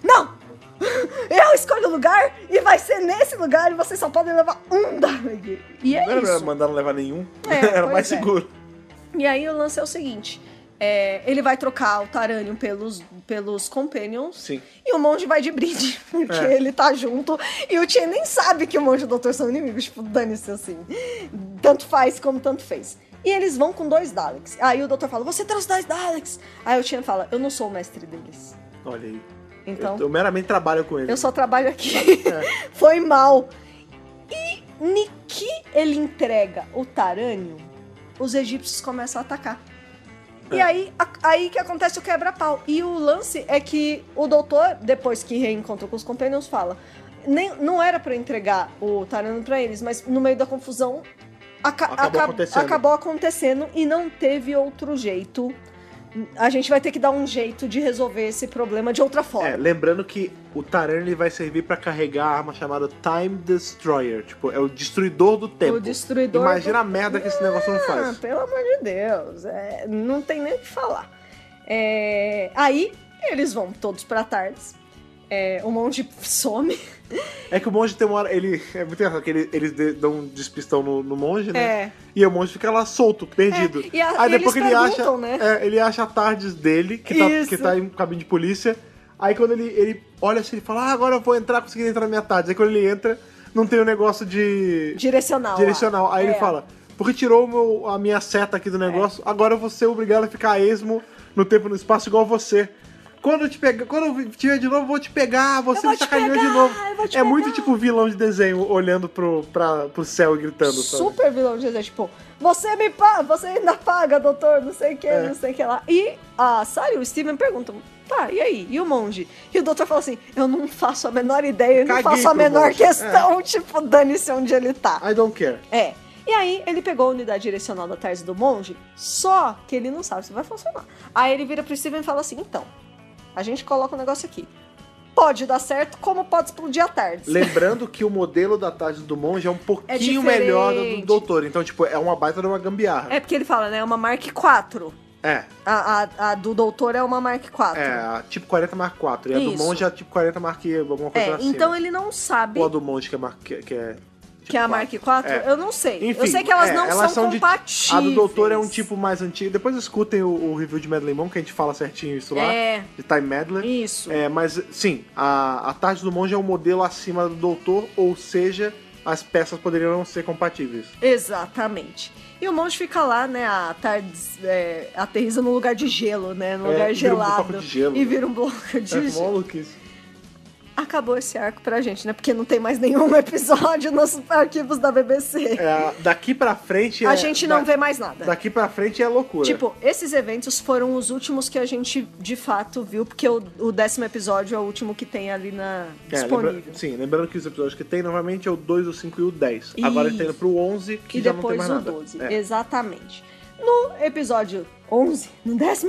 [SPEAKER 2] não! Eu escolho o lugar e vai ser nesse lugar e vocês só podem levar um Dalek. E é
[SPEAKER 1] não era melhor
[SPEAKER 2] isso.
[SPEAKER 1] mandar não levar nenhum.
[SPEAKER 2] É,
[SPEAKER 1] era
[SPEAKER 2] pois
[SPEAKER 1] mais
[SPEAKER 2] é.
[SPEAKER 1] seguro.
[SPEAKER 2] E aí o lance é o seguinte. é, ele vai trocar o Taranium pelos, pelos Companions.
[SPEAKER 1] Sim.
[SPEAKER 2] E o monge vai de brinde, porque
[SPEAKER 1] É.
[SPEAKER 2] ele tá junto. E o Tien nem sabe que o monge e o doutor são inimigos. Tipo, dane-se assim. Tanto faz como tanto fez. E eles vão com dois Daleks. Aí o doutor fala: Você trouxe dois Daleks. Aí o Tien fala: Eu não sou o mestre deles.
[SPEAKER 1] Olha aí.
[SPEAKER 2] Então,
[SPEAKER 1] Eu meramente trabalho com ele.
[SPEAKER 2] eu só trabalho aqui. Foi mal. E ni que ele entrega o Tarânio, os egípcios começam a atacar. E
[SPEAKER 1] É.
[SPEAKER 2] aí, a- aí que acontece o quebra-pau. E o lance é que o doutor, depois que reencontrou com os Companions, fala: nem, não era pra eu entregar o Tarânio pra eles, mas no meio da confusão aca-
[SPEAKER 1] Acabou
[SPEAKER 2] aca-
[SPEAKER 1] acontecendo.
[SPEAKER 2] acabou acontecendo e não teve outro jeito. A gente vai ter que dar um jeito de resolver esse problema de outra forma.
[SPEAKER 1] É, lembrando que o Taran ele vai servir pra carregar a arma chamada Time Destroyer. Tipo, é o destruidor do tempo.
[SPEAKER 2] O destruidor
[SPEAKER 1] Imagina a merda que esse negócio não
[SPEAKER 2] Ah,
[SPEAKER 1] faz.
[SPEAKER 2] pelo amor de Deus, é, não tem nem o que falar. É, aí eles vão todos pra Tardes. É, o monge some.
[SPEAKER 1] É que o monge tem uma hora. Ele, é muito engraçado que ele, eles dê- dão um despistão no, no monge, né?
[SPEAKER 2] É.
[SPEAKER 1] E o monge fica lá solto, perdido.
[SPEAKER 2] É, e a-
[SPEAKER 1] Aí
[SPEAKER 2] e
[SPEAKER 1] depois que
[SPEAKER 2] eles
[SPEAKER 1] ele acha.
[SPEAKER 2] perguntam, né?
[SPEAKER 1] é, ele acha a tardes dele, que tá,
[SPEAKER 2] Isso.
[SPEAKER 1] que tá em caminho de polícia. Aí quando ele, ele olha assim, ele fala: Ah, agora eu vou entrar, consegui entrar na minha tardes. Aí quando ele entra, não tem o negócio de.
[SPEAKER 2] Direcional. lá.
[SPEAKER 1] direcional. Aí
[SPEAKER 2] É.
[SPEAKER 1] ele fala, porque tirou o meu- a minha seta aqui do negócio, agora eu vou ser obrigado a ficar a esmo no tempo e no espaço igual você. Quando eu, te pegar, quando eu tiver de novo, eu vou te pegar, você
[SPEAKER 2] vou
[SPEAKER 1] me
[SPEAKER 2] te
[SPEAKER 1] sacaneou de
[SPEAKER 2] pegar,
[SPEAKER 1] novo.
[SPEAKER 2] eu vou te
[SPEAKER 1] É muito
[SPEAKER 2] pegar.
[SPEAKER 1] tipo vilão de desenho olhando pro, pra, pro céu e gritando, sabe?
[SPEAKER 2] Super vilão de Jesus, tipo, você me paga, você ainda paga, doutor, não sei o que,
[SPEAKER 1] É.
[SPEAKER 2] não sei o que lá. E a Sally e o Steven perguntam, tá, e aí? E o monge? E o doutor fala assim, eu não faço a menor ideia, eu não
[SPEAKER 1] Caguei
[SPEAKER 2] faço a
[SPEAKER 1] pro
[SPEAKER 2] menor
[SPEAKER 1] monge, é.
[SPEAKER 2] questão, tipo, dane-se onde ele tá.
[SPEAKER 1] I don't care.
[SPEAKER 2] É. E aí, ele pegou a unidade direcional da Tardes do Monge, só que ele não sabe se vai funcionar. Aí ele vira pro Steven e fala assim: então, a gente coloca o negócio aqui. Pode dar certo, como pode explodir a Tardes.
[SPEAKER 1] Lembrando que o modelo da tarde do monge é um pouquinho
[SPEAKER 2] diferente.
[SPEAKER 1] melhor do do doutor. Então, tipo, é uma baita de uma gambiarra.
[SPEAKER 2] É porque ele fala, né? É uma Mark IV.
[SPEAKER 1] É,
[SPEAKER 2] A, a- a do doutor é uma Mark IV.
[SPEAKER 1] é, a tipo 40 Mark 4. E a do
[SPEAKER 2] Isso.
[SPEAKER 1] monge é a tipo 40 Mark alguma coisa
[SPEAKER 2] É,
[SPEAKER 1] assim.
[SPEAKER 2] então ele não sabe
[SPEAKER 1] Ou a do monge que é, mar, que, que é tipo
[SPEAKER 2] que é a Mark
[SPEAKER 1] quatro.
[SPEAKER 2] IV.
[SPEAKER 1] É.
[SPEAKER 2] Eu não sei.
[SPEAKER 1] Enfim,
[SPEAKER 2] eu sei que elas
[SPEAKER 1] é,
[SPEAKER 2] não
[SPEAKER 1] elas
[SPEAKER 2] são,
[SPEAKER 1] de-
[SPEAKER 2] compatíveis.
[SPEAKER 1] A do Doutor é um tipo mais antigo. Depois escutem o, o review de Medley Monk, que a gente fala certinho isso lá.
[SPEAKER 2] É.
[SPEAKER 1] De Time Medley.
[SPEAKER 2] Isso.
[SPEAKER 1] É, mas, sim, a, a Tarde do Monge é um modelo acima do Doutor, ou seja, as peças poderiam não ser compatíveis.
[SPEAKER 2] Exatamente. E o monge fica lá, né? A tardes, é, aterriza num lugar de gelo, né? Num
[SPEAKER 1] É,
[SPEAKER 2] lugar
[SPEAKER 1] vira um
[SPEAKER 2] gelado.
[SPEAKER 1] bloco de gelo,
[SPEAKER 2] e
[SPEAKER 1] né?
[SPEAKER 2] vira um bloco de
[SPEAKER 1] É
[SPEAKER 2] gelo.
[SPEAKER 1] maluquice.
[SPEAKER 2] Acabou esse arco pra gente, né? Porque não tem mais nenhum episódio nos arquivos da BBC.
[SPEAKER 1] É, daqui pra frente...
[SPEAKER 2] a
[SPEAKER 1] é-
[SPEAKER 2] gente não
[SPEAKER 1] da-
[SPEAKER 2] vê mais nada.
[SPEAKER 1] Daqui pra frente é loucura.
[SPEAKER 2] Tipo, esses eventos foram os últimos que a gente de fato viu, porque o, o décimo episódio é o último que tem ali na
[SPEAKER 1] É,
[SPEAKER 2] disponível.
[SPEAKER 1] lembra- sim, lembrando que os episódios que tem, normalmente, é o 2, o 5 e o 10. Agora a gente tá indo
[SPEAKER 2] Isso.
[SPEAKER 1] pro 11, que
[SPEAKER 2] e
[SPEAKER 1] já não tem
[SPEAKER 2] depois
[SPEAKER 1] mais
[SPEAKER 2] o
[SPEAKER 1] nada.
[SPEAKER 2] 12.
[SPEAKER 1] É.
[SPEAKER 2] Exatamente. No episódio 11, no 11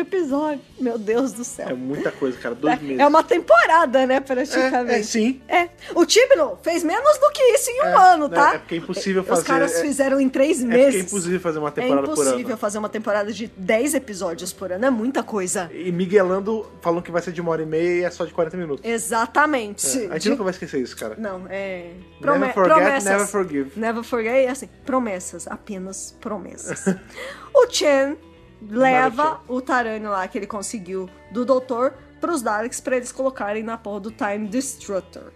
[SPEAKER 2] episódio, meu Deus do
[SPEAKER 1] É
[SPEAKER 2] céu.
[SPEAKER 1] muita coisa, cara. Dois meses.
[SPEAKER 2] É, é uma temporada, né, praticamente.
[SPEAKER 1] É, é, sim.
[SPEAKER 2] É. O Tibno fez menos do que isso em um ano,
[SPEAKER 1] né,
[SPEAKER 2] tá?
[SPEAKER 1] é porque é impossível
[SPEAKER 2] Os
[SPEAKER 1] fazer-
[SPEAKER 2] caras
[SPEAKER 1] é-
[SPEAKER 2] fizeram em
[SPEAKER 1] É
[SPEAKER 2] três
[SPEAKER 1] porque é
[SPEAKER 2] meses.
[SPEAKER 1] impossível fazer uma
[SPEAKER 2] É
[SPEAKER 1] temporada por
[SPEAKER 2] impossível
[SPEAKER 1] ano.
[SPEAKER 2] fazer uma temporada de 10 episódios por ano, é muita coisa.
[SPEAKER 1] E Miguelando falam que vai ser de uma hora e meia e é só de 40 minutos.
[SPEAKER 2] Exatamente.
[SPEAKER 1] É, A gente
[SPEAKER 2] De-
[SPEAKER 1] nunca vai esquecer isso, cara.
[SPEAKER 2] Não, é. prome-
[SPEAKER 1] Never forget,
[SPEAKER 2] promessas.
[SPEAKER 1] never forgive.
[SPEAKER 2] Never forget, é assim, promessas, apenas promessas. o Chen leva
[SPEAKER 1] Nada,
[SPEAKER 2] o Tarânio lá que ele conseguiu do doutor pros Daleks pra eles colocarem na porra do Time Destructor.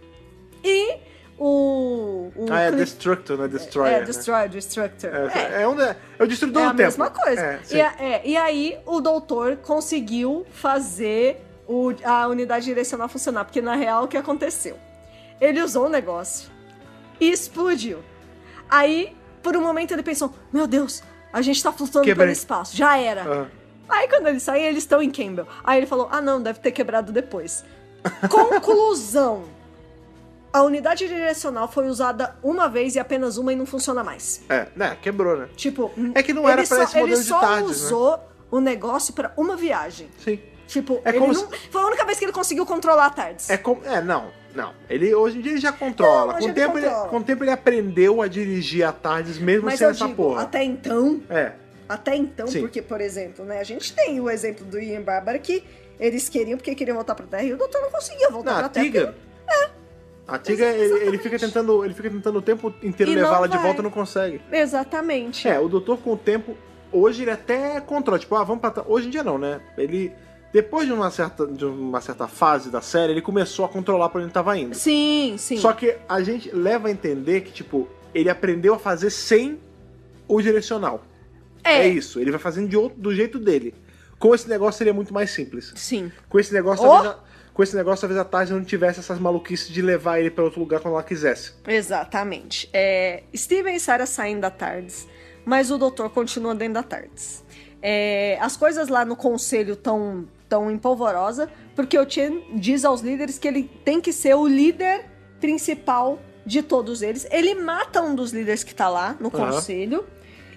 [SPEAKER 2] E o. o
[SPEAKER 1] Ah, é
[SPEAKER 2] Cliff-
[SPEAKER 1] Destructor, né? Destroyer.
[SPEAKER 2] é,
[SPEAKER 1] né?
[SPEAKER 2] Destroyer, Destructor. É.
[SPEAKER 1] É, é onde é, é o destruidor
[SPEAKER 2] É
[SPEAKER 1] do
[SPEAKER 2] a
[SPEAKER 1] tempo.
[SPEAKER 2] mesma coisa.
[SPEAKER 1] É, sim.
[SPEAKER 2] e, a- é, e aí o doutor conseguiu fazer o- a unidade direcional funcionar, porque na real o que aconteceu? Ele usou o negócio e explodiu. Aí, por um momento, ele pensou: Meu Deus, a gente tá flutuando
[SPEAKER 1] Quebrei. Ah.
[SPEAKER 2] pelo espaço, já era.
[SPEAKER 1] Aham.
[SPEAKER 2] Aí quando eles saem, eles estão em Campbell. Aí ele falou: ah, não, deve ter quebrado depois. Conclusão: a unidade direcional foi usada uma vez e apenas uma e não funciona mais.
[SPEAKER 1] É, né? Quebrou, né?
[SPEAKER 2] Tipo,
[SPEAKER 1] É que não
[SPEAKER 2] ele
[SPEAKER 1] era pra
[SPEAKER 2] só-
[SPEAKER 1] esse modelo
[SPEAKER 2] ele
[SPEAKER 1] de
[SPEAKER 2] só
[SPEAKER 1] tardes, né?
[SPEAKER 2] usou o negócio pra uma viagem.
[SPEAKER 1] Sim.
[SPEAKER 2] Tipo,
[SPEAKER 1] É
[SPEAKER 2] ele
[SPEAKER 1] como
[SPEAKER 2] não- foi a única vez que ele conseguiu controlar a tardes.
[SPEAKER 1] É como. É, não. Não. Ele hoje em dia ele já controla.
[SPEAKER 2] Não, hoje
[SPEAKER 1] com, o
[SPEAKER 2] ele
[SPEAKER 1] tempo Ele,
[SPEAKER 2] controla.
[SPEAKER 1] com o tempo ele aprendeu a dirigir a tardes mesmo
[SPEAKER 2] Mas
[SPEAKER 1] sem
[SPEAKER 2] eu
[SPEAKER 1] essa
[SPEAKER 2] digo,
[SPEAKER 1] porra.
[SPEAKER 2] até então,
[SPEAKER 1] É.
[SPEAKER 2] Até então,
[SPEAKER 1] Sim.
[SPEAKER 2] porque, por exemplo, né, a gente tem o exemplo do Ian Bárbara que eles queriam porque queriam voltar pra Terra e o doutor não conseguia voltar
[SPEAKER 1] Não,
[SPEAKER 2] pra
[SPEAKER 1] a
[SPEAKER 2] Terra.
[SPEAKER 1] Tiga.
[SPEAKER 2] É.
[SPEAKER 1] A Tiga, ele, ele fica tentando, ele fica tentando o tempo inteiro
[SPEAKER 2] E não
[SPEAKER 1] levá-la de
[SPEAKER 2] vai.
[SPEAKER 1] volta e não consegue.
[SPEAKER 2] porque- Exatamente.
[SPEAKER 1] É, o doutor com o tempo, hoje ele até controla, tipo, ah, vamos pra... tra- Hoje em dia não, né? Ele, depois de uma certa, de uma certa fase da série, ele começou a controlar pra onde tava indo.
[SPEAKER 2] Sim, sim.
[SPEAKER 1] Só que a gente leva a entender que, tipo, ele aprendeu a fazer sem o direcional.
[SPEAKER 2] É.
[SPEAKER 1] isso, ele vai fazendo de outro, do jeito dele. Com esse negócio seria é muito mais simples.
[SPEAKER 2] Sim.
[SPEAKER 1] Com esse negócio
[SPEAKER 2] Oh!
[SPEAKER 1] talvez, a- com esse negócio talvez a Tarzan não tivesse essas maluquices de levar ele para outro lugar quando ela quisesse.
[SPEAKER 2] Exatamente. É, Steven e Sarah saem da TARDIS, mas o doutor continua dentro da TARDIS. É, as coisas lá no conselho estão tão em polvorosa, porque o Chen diz aos líderes que ele tem que ser o líder principal de todos eles. Ele mata um dos líderes que tá lá no
[SPEAKER 1] Aham.
[SPEAKER 2] conselho.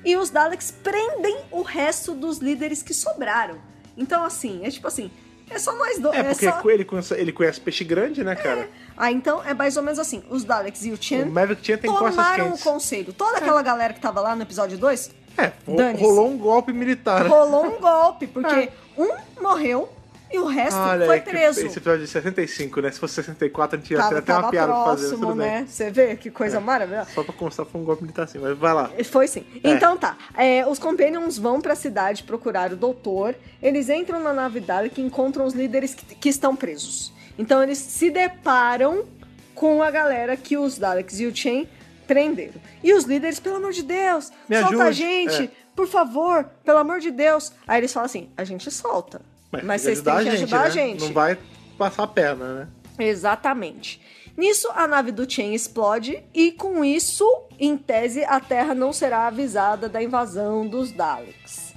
[SPEAKER 2] E os Daleks prendem o resto dos líderes que sobraram. Então, assim, é tipo assim, é só nós dois.
[SPEAKER 1] É, porque
[SPEAKER 2] só-
[SPEAKER 1] ele, conhece, ele conhece peixe grande, né, cara?
[SPEAKER 2] Ah, então é mais ou menos assim. Os Daleks e o
[SPEAKER 1] O
[SPEAKER 2] Chen
[SPEAKER 1] Maverick tinha tem costas
[SPEAKER 2] tomaram o
[SPEAKER 1] quentes.
[SPEAKER 2] conselho. Toda aquela galera que tava lá no episódio 2
[SPEAKER 1] É, ro-
[SPEAKER 2] Dane-se.
[SPEAKER 1] rolou um golpe militar. né?
[SPEAKER 2] rolou um golpe, porque um morreu e o resto
[SPEAKER 1] É. Ah, Olha
[SPEAKER 2] foi
[SPEAKER 1] aí, que
[SPEAKER 2] preso.
[SPEAKER 1] esse episódio de 65, né? Se fosse 64, a gente ia ter
[SPEAKER 2] Tava,
[SPEAKER 1] até uma
[SPEAKER 2] tava
[SPEAKER 1] piada pra fazer, mas
[SPEAKER 2] próximo,
[SPEAKER 1] tudo bem. É.
[SPEAKER 2] né? Você vê que coisa maravilhosa.
[SPEAKER 1] Só pra constar, foi um golpe militar sim, mas vai lá.
[SPEAKER 2] Foi sim.
[SPEAKER 1] É.
[SPEAKER 2] Então tá. É, os Companions vão pra cidade procurar o doutor. Eles entram na nave Dalek e encontram os líderes que, que estão presos. Então eles se deparam com a galera que os Daleks e o Chen prenderam. E os líderes, pelo amor de Deus,
[SPEAKER 1] Me
[SPEAKER 2] solta a
[SPEAKER 1] ajude.
[SPEAKER 2] gente,
[SPEAKER 1] É.
[SPEAKER 2] por favor, pelo amor de Deus. Aí eles falam assim: a gente solta. Mas, vocês têm que ajudar a gente.
[SPEAKER 1] né? Não vai passar a perna, né?
[SPEAKER 2] Exatamente. Nisso, a nave do Chen explode e, com isso, em tese, a Terra não será avisada da invasão dos Daleks.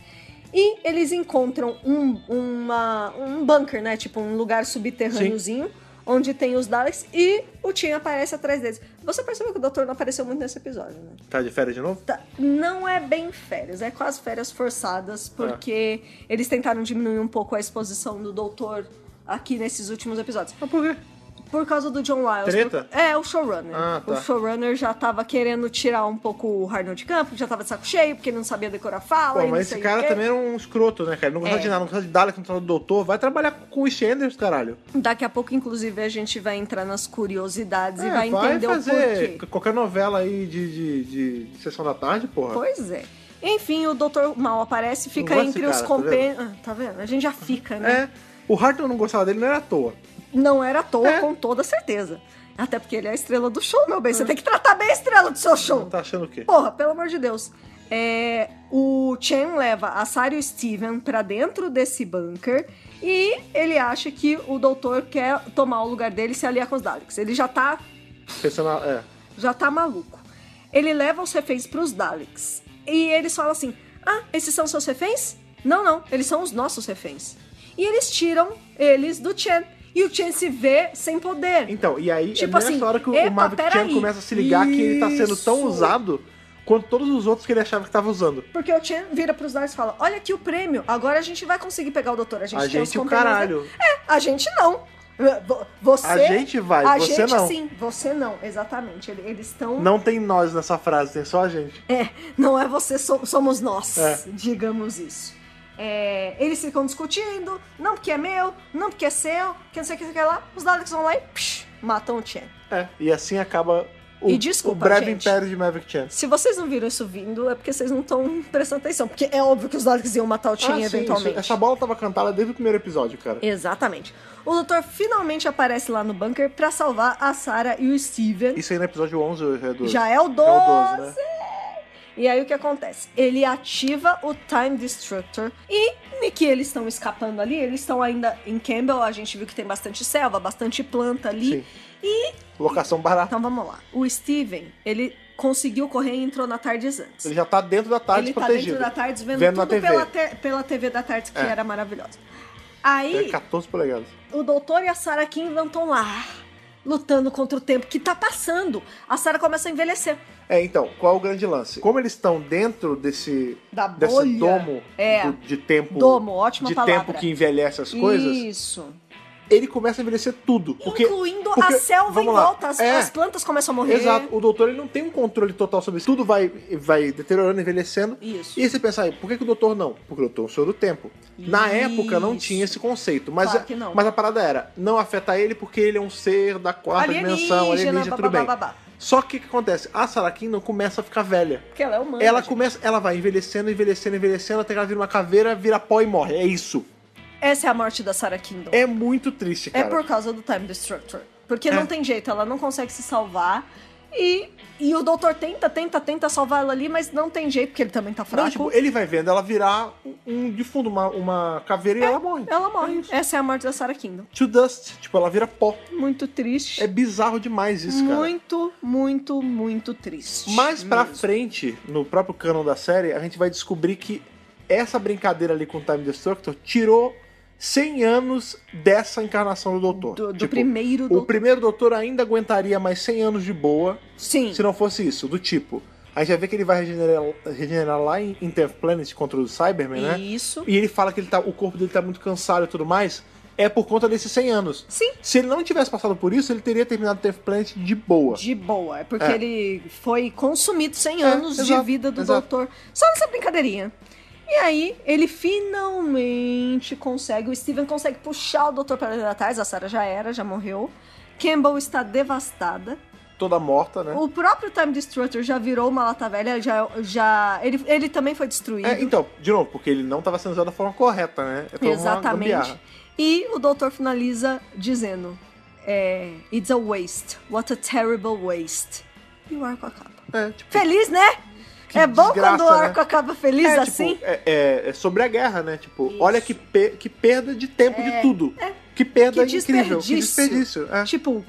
[SPEAKER 2] E eles encontram um, uma- um bunker, né? Tipo, um lugar subterrâneozinho, onde tem os Daleks e o Chen aparece atrás deles. Você percebeu que o Doutor não apareceu muito nesse episódio, né?
[SPEAKER 1] Tá de férias de novo?
[SPEAKER 2] Tá, Não é bem férias, é quase férias forçadas, porque
[SPEAKER 1] É.
[SPEAKER 2] eles tentaram diminuir um pouco a exposição do Doutor aqui nesses últimos episódios.
[SPEAKER 1] Mas por quê?
[SPEAKER 2] Por causa do John Wiles.
[SPEAKER 1] Treta?
[SPEAKER 2] Por- É, o showrunner.
[SPEAKER 1] Ah, tá.
[SPEAKER 2] O showrunner já tava querendo tirar um pouco o Arnold de campo, já tava de saco cheio, porque ele não sabia decorar fala.
[SPEAKER 1] Pô,
[SPEAKER 2] e não
[SPEAKER 1] mas
[SPEAKER 2] sei
[SPEAKER 1] esse
[SPEAKER 2] o
[SPEAKER 1] cara
[SPEAKER 2] quê.
[SPEAKER 1] também era um escroto, né, cara? Não gostava
[SPEAKER 2] É.
[SPEAKER 1] de nada, não gostava de Dalek, não gostava do doutor. Vai trabalhar com os Shenders, caralho.
[SPEAKER 2] Daqui a pouco, inclusive, a gente vai entrar nas curiosidades e
[SPEAKER 1] É,
[SPEAKER 2] vai, entender o
[SPEAKER 1] fazer
[SPEAKER 2] porquê.
[SPEAKER 1] qualquer novela aí de, de, de- de Sessão da Tarde, porra.
[SPEAKER 2] Pois é. Enfim, o Dr. Mal aparece, fica
[SPEAKER 1] gosto
[SPEAKER 2] entre
[SPEAKER 1] desse
[SPEAKER 2] os
[SPEAKER 1] cara, tá
[SPEAKER 2] compen... Ah, Tá vendo? A gente já fica, né?
[SPEAKER 1] É. O Harton não gostava dele, não era à toa.
[SPEAKER 2] Não era à toa,
[SPEAKER 1] É.
[SPEAKER 2] com toda certeza. Até porque ele é a estrela do show, meu bem. Você tem que tratar bem a estrela do seu show.
[SPEAKER 1] Não tá achando o quê?
[SPEAKER 2] Porra, pelo amor de Deus. É, o Chen leva a Sarah e o Steven pra dentro desse bunker e ele acha que o doutor quer tomar o lugar dele e se aliar com os Daleks. Ele já tá,
[SPEAKER 1] Pensando, na- é.
[SPEAKER 2] já tá maluco. Ele leva os reféns pros Daleks e eles falam assim: Ah, esses são seus reféns? Não, não, eles são os nossos reféns. E eles tiram eles do Chen. E o Chen se vê sem poder.
[SPEAKER 1] Então, e aí
[SPEAKER 2] Tipo
[SPEAKER 1] é nessa
[SPEAKER 2] assim,
[SPEAKER 1] hora que o,
[SPEAKER 2] epa,
[SPEAKER 1] o Maverick
[SPEAKER 2] peraí.
[SPEAKER 1] Chan começa a se ligar que ele tá sendo tão
[SPEAKER 2] Isso.
[SPEAKER 1] usado quanto todos os outros que ele achava que tava usando.
[SPEAKER 2] Porque o Chen vira pros Daleks e fala: Olha aqui o prêmio, agora a gente vai conseguir pegar o doutor. A gente
[SPEAKER 1] A
[SPEAKER 2] tem os
[SPEAKER 1] gente, o
[SPEAKER 2] companheiros
[SPEAKER 1] caralho.
[SPEAKER 2] daqui." É, a gente não. Vo- Você.
[SPEAKER 1] A gente vai,
[SPEAKER 2] a
[SPEAKER 1] você
[SPEAKER 2] gente
[SPEAKER 1] não.
[SPEAKER 2] sim, você não, exatamente. Ele- Eles estão.
[SPEAKER 1] Não tem nós nessa frase, tem só a gente.
[SPEAKER 2] É, não é você, so- somos nós,
[SPEAKER 1] É.
[SPEAKER 2] digamos isso. É, eles ficam discutindo, não porque é meu, não porque é seu, que não sei o que, não sei o que lá. Os Daleks vão lá e psh, matam o Chen.
[SPEAKER 1] É. E assim acaba o,
[SPEAKER 2] E desculpa,
[SPEAKER 1] o breve
[SPEAKER 2] gente.
[SPEAKER 1] império de Maverick Chan.
[SPEAKER 2] Se vocês não viram isso vindo, é porque vocês não estão prestando atenção. Porque é óbvio que os Daleks iam matar o Chen
[SPEAKER 1] Ah, sim,
[SPEAKER 2] eventualmente. É.
[SPEAKER 1] isso- essa bola tava cantada desde o primeiro episódio, cara.
[SPEAKER 2] Exatamente. O doutor finalmente aparece lá no bunker pra salvar a Sarah e o Steven.
[SPEAKER 1] Isso aí no episódio 11 ou é 12?
[SPEAKER 2] Já é o 12.
[SPEAKER 1] Já é o 12, né?
[SPEAKER 2] E aí o que acontece? Ele ativa o Time Destructor e ni que eles estão escapando ali, eles estão ainda em Campbell, a gente viu que tem bastante selva, bastante planta ali.
[SPEAKER 1] Sim.
[SPEAKER 2] E
[SPEAKER 1] Locação barata.
[SPEAKER 2] então vamos lá. O Steven, ele conseguiu correr e entrou na Tardes antes.
[SPEAKER 1] Ele já tá dentro da tarde
[SPEAKER 2] Ele tá
[SPEAKER 1] protegido.
[SPEAKER 2] dentro da Tardes vendo,
[SPEAKER 1] Vendo na
[SPEAKER 2] tudo
[SPEAKER 1] TV.
[SPEAKER 2] pela, te- pela TV da Tardes que
[SPEAKER 1] É.
[SPEAKER 2] era maravilhosa.
[SPEAKER 1] É
[SPEAKER 2] Aí
[SPEAKER 1] 14 polegadas.
[SPEAKER 2] o doutor e a Sarah Kim estão lá, lutando contra o tempo que tá passando. A Sarah começa a envelhecer.
[SPEAKER 1] É, então, qual é o grande lance? Como eles estão dentro desse,
[SPEAKER 2] Da
[SPEAKER 1] desse
[SPEAKER 2] bolha.
[SPEAKER 1] domo
[SPEAKER 2] É.
[SPEAKER 1] do- de tempo.
[SPEAKER 2] Domo, ótima
[SPEAKER 1] de
[SPEAKER 2] palavra.
[SPEAKER 1] tempo que envelhece as coisas,
[SPEAKER 2] Isso.
[SPEAKER 1] ele começa a envelhecer tudo. Porque,
[SPEAKER 2] Incluindo
[SPEAKER 1] porque-
[SPEAKER 2] a selva em
[SPEAKER 1] vamos lá,
[SPEAKER 2] volta, as,
[SPEAKER 1] é.
[SPEAKER 2] as plantas começam a morrer.
[SPEAKER 1] Exato, o doutor ele não tem um controle total sobre isso. Tudo vai, vai deteriorando, envelhecendo.
[SPEAKER 2] Isso.
[SPEAKER 1] E aí você pensa aí, por que, que o doutor não? Porque o doutor é um senhor do tempo. Na época não
[SPEAKER 2] Isso.
[SPEAKER 1] tinha esse conceito, mas,
[SPEAKER 2] Claro que não.
[SPEAKER 1] mas a parada era, não afeta ele porque ele é um ser da quarta dimensão, alienígena, tudo bem.
[SPEAKER 2] babá.
[SPEAKER 1] Só que o que acontece? A Sarah Kingdom começa a ficar velha.
[SPEAKER 2] Porque ela é humana.
[SPEAKER 1] Ela
[SPEAKER 2] gente.
[SPEAKER 1] começa, ela vai envelhecendo, envelhecendo, envelhecendo, até que ela vira uma caveira, vira pó e morre. É isso.
[SPEAKER 2] Essa é a morte da Sarah Kindle.
[SPEAKER 1] É muito triste,
[SPEAKER 2] É
[SPEAKER 1] cara.
[SPEAKER 2] por causa do Time Destructor. Porque
[SPEAKER 1] É.
[SPEAKER 2] não tem jeito, ela não consegue se salvar. E, e o doutor tenta, tenta, tenta salvar ela ali, mas não tem jeito, porque ele também tá fraco.
[SPEAKER 1] Não, tipo, ele vai vendo ela virar um- um defundo, uma, uma caveira e ela morre.
[SPEAKER 2] ela morre.
[SPEAKER 1] É isso.
[SPEAKER 2] Essa é a morte da Sarah Kindle.
[SPEAKER 1] To dust. Tipo, ela vira pó.
[SPEAKER 2] Muito triste.
[SPEAKER 1] É bizarro demais isso, cara.
[SPEAKER 2] muito, muito, muito triste.
[SPEAKER 1] Mais pra
[SPEAKER 2] Mesmo.
[SPEAKER 1] frente, no próprio canon da série, a gente vai descobrir que essa brincadeira ali com o Time Destructor tirou 100 anos dessa encarnação do Doutor.
[SPEAKER 2] Do, do
[SPEAKER 1] Tipo,
[SPEAKER 2] primeiro
[SPEAKER 1] O
[SPEAKER 2] do...
[SPEAKER 1] primeiro Doutor ainda aguentaria mais 100 anos de boa
[SPEAKER 2] Sim.
[SPEAKER 1] se não fosse isso, do tipo. A gente vai ver que ele vai regenerar, regenerar lá em Interplanet contra os Cybermen, né?
[SPEAKER 2] Isso.
[SPEAKER 1] E ele fala que ele tá, o corpo dele tá muito cansado e tudo mais. É por conta desses 100 anos.
[SPEAKER 2] Sim.
[SPEAKER 1] Se ele não tivesse passado por isso, ele teria terminado Interplanet de boa.
[SPEAKER 2] De boa. É porque
[SPEAKER 1] É.
[SPEAKER 2] ele foi consumido 100
[SPEAKER 1] É,
[SPEAKER 2] anos de
[SPEAKER 1] exato,
[SPEAKER 2] vida do
[SPEAKER 1] exato.
[SPEAKER 2] doutor. Só nessa brincadeirinha. E aí, ele finalmente consegue. O Steven consegue puxar o doutor para ele atrás. A Sarah já era, já morreu. Campbell está devastada.
[SPEAKER 1] Toda morta, né?
[SPEAKER 2] O próprio Time Destructor já virou uma lata velha. Já, já, ele, ele também foi destruído.
[SPEAKER 1] É, então, de novo, porque ele não estava sendo usado da forma correta, né? Foi uma
[SPEAKER 2] Exatamente.
[SPEAKER 1] gambiarra.
[SPEAKER 2] E o doutor finaliza dizendo: é, It's a waste. What a terrible waste. E o arco acaba.
[SPEAKER 1] É, tipo,
[SPEAKER 2] Feliz, né?
[SPEAKER 1] Que
[SPEAKER 2] é bom
[SPEAKER 1] desgraça,
[SPEAKER 2] quando o arco
[SPEAKER 1] né?
[SPEAKER 2] acaba feliz
[SPEAKER 1] é, tipo,
[SPEAKER 2] assim.
[SPEAKER 1] é, é- é sobre a guerra, né? Tipo,
[SPEAKER 2] Isso. É,
[SPEAKER 1] olha que, pe- que perda de tempo de tudo. Que perda
[SPEAKER 2] Que
[SPEAKER 1] incrível. Que
[SPEAKER 2] desperdício.
[SPEAKER 1] desperdício. É.
[SPEAKER 2] Tipo,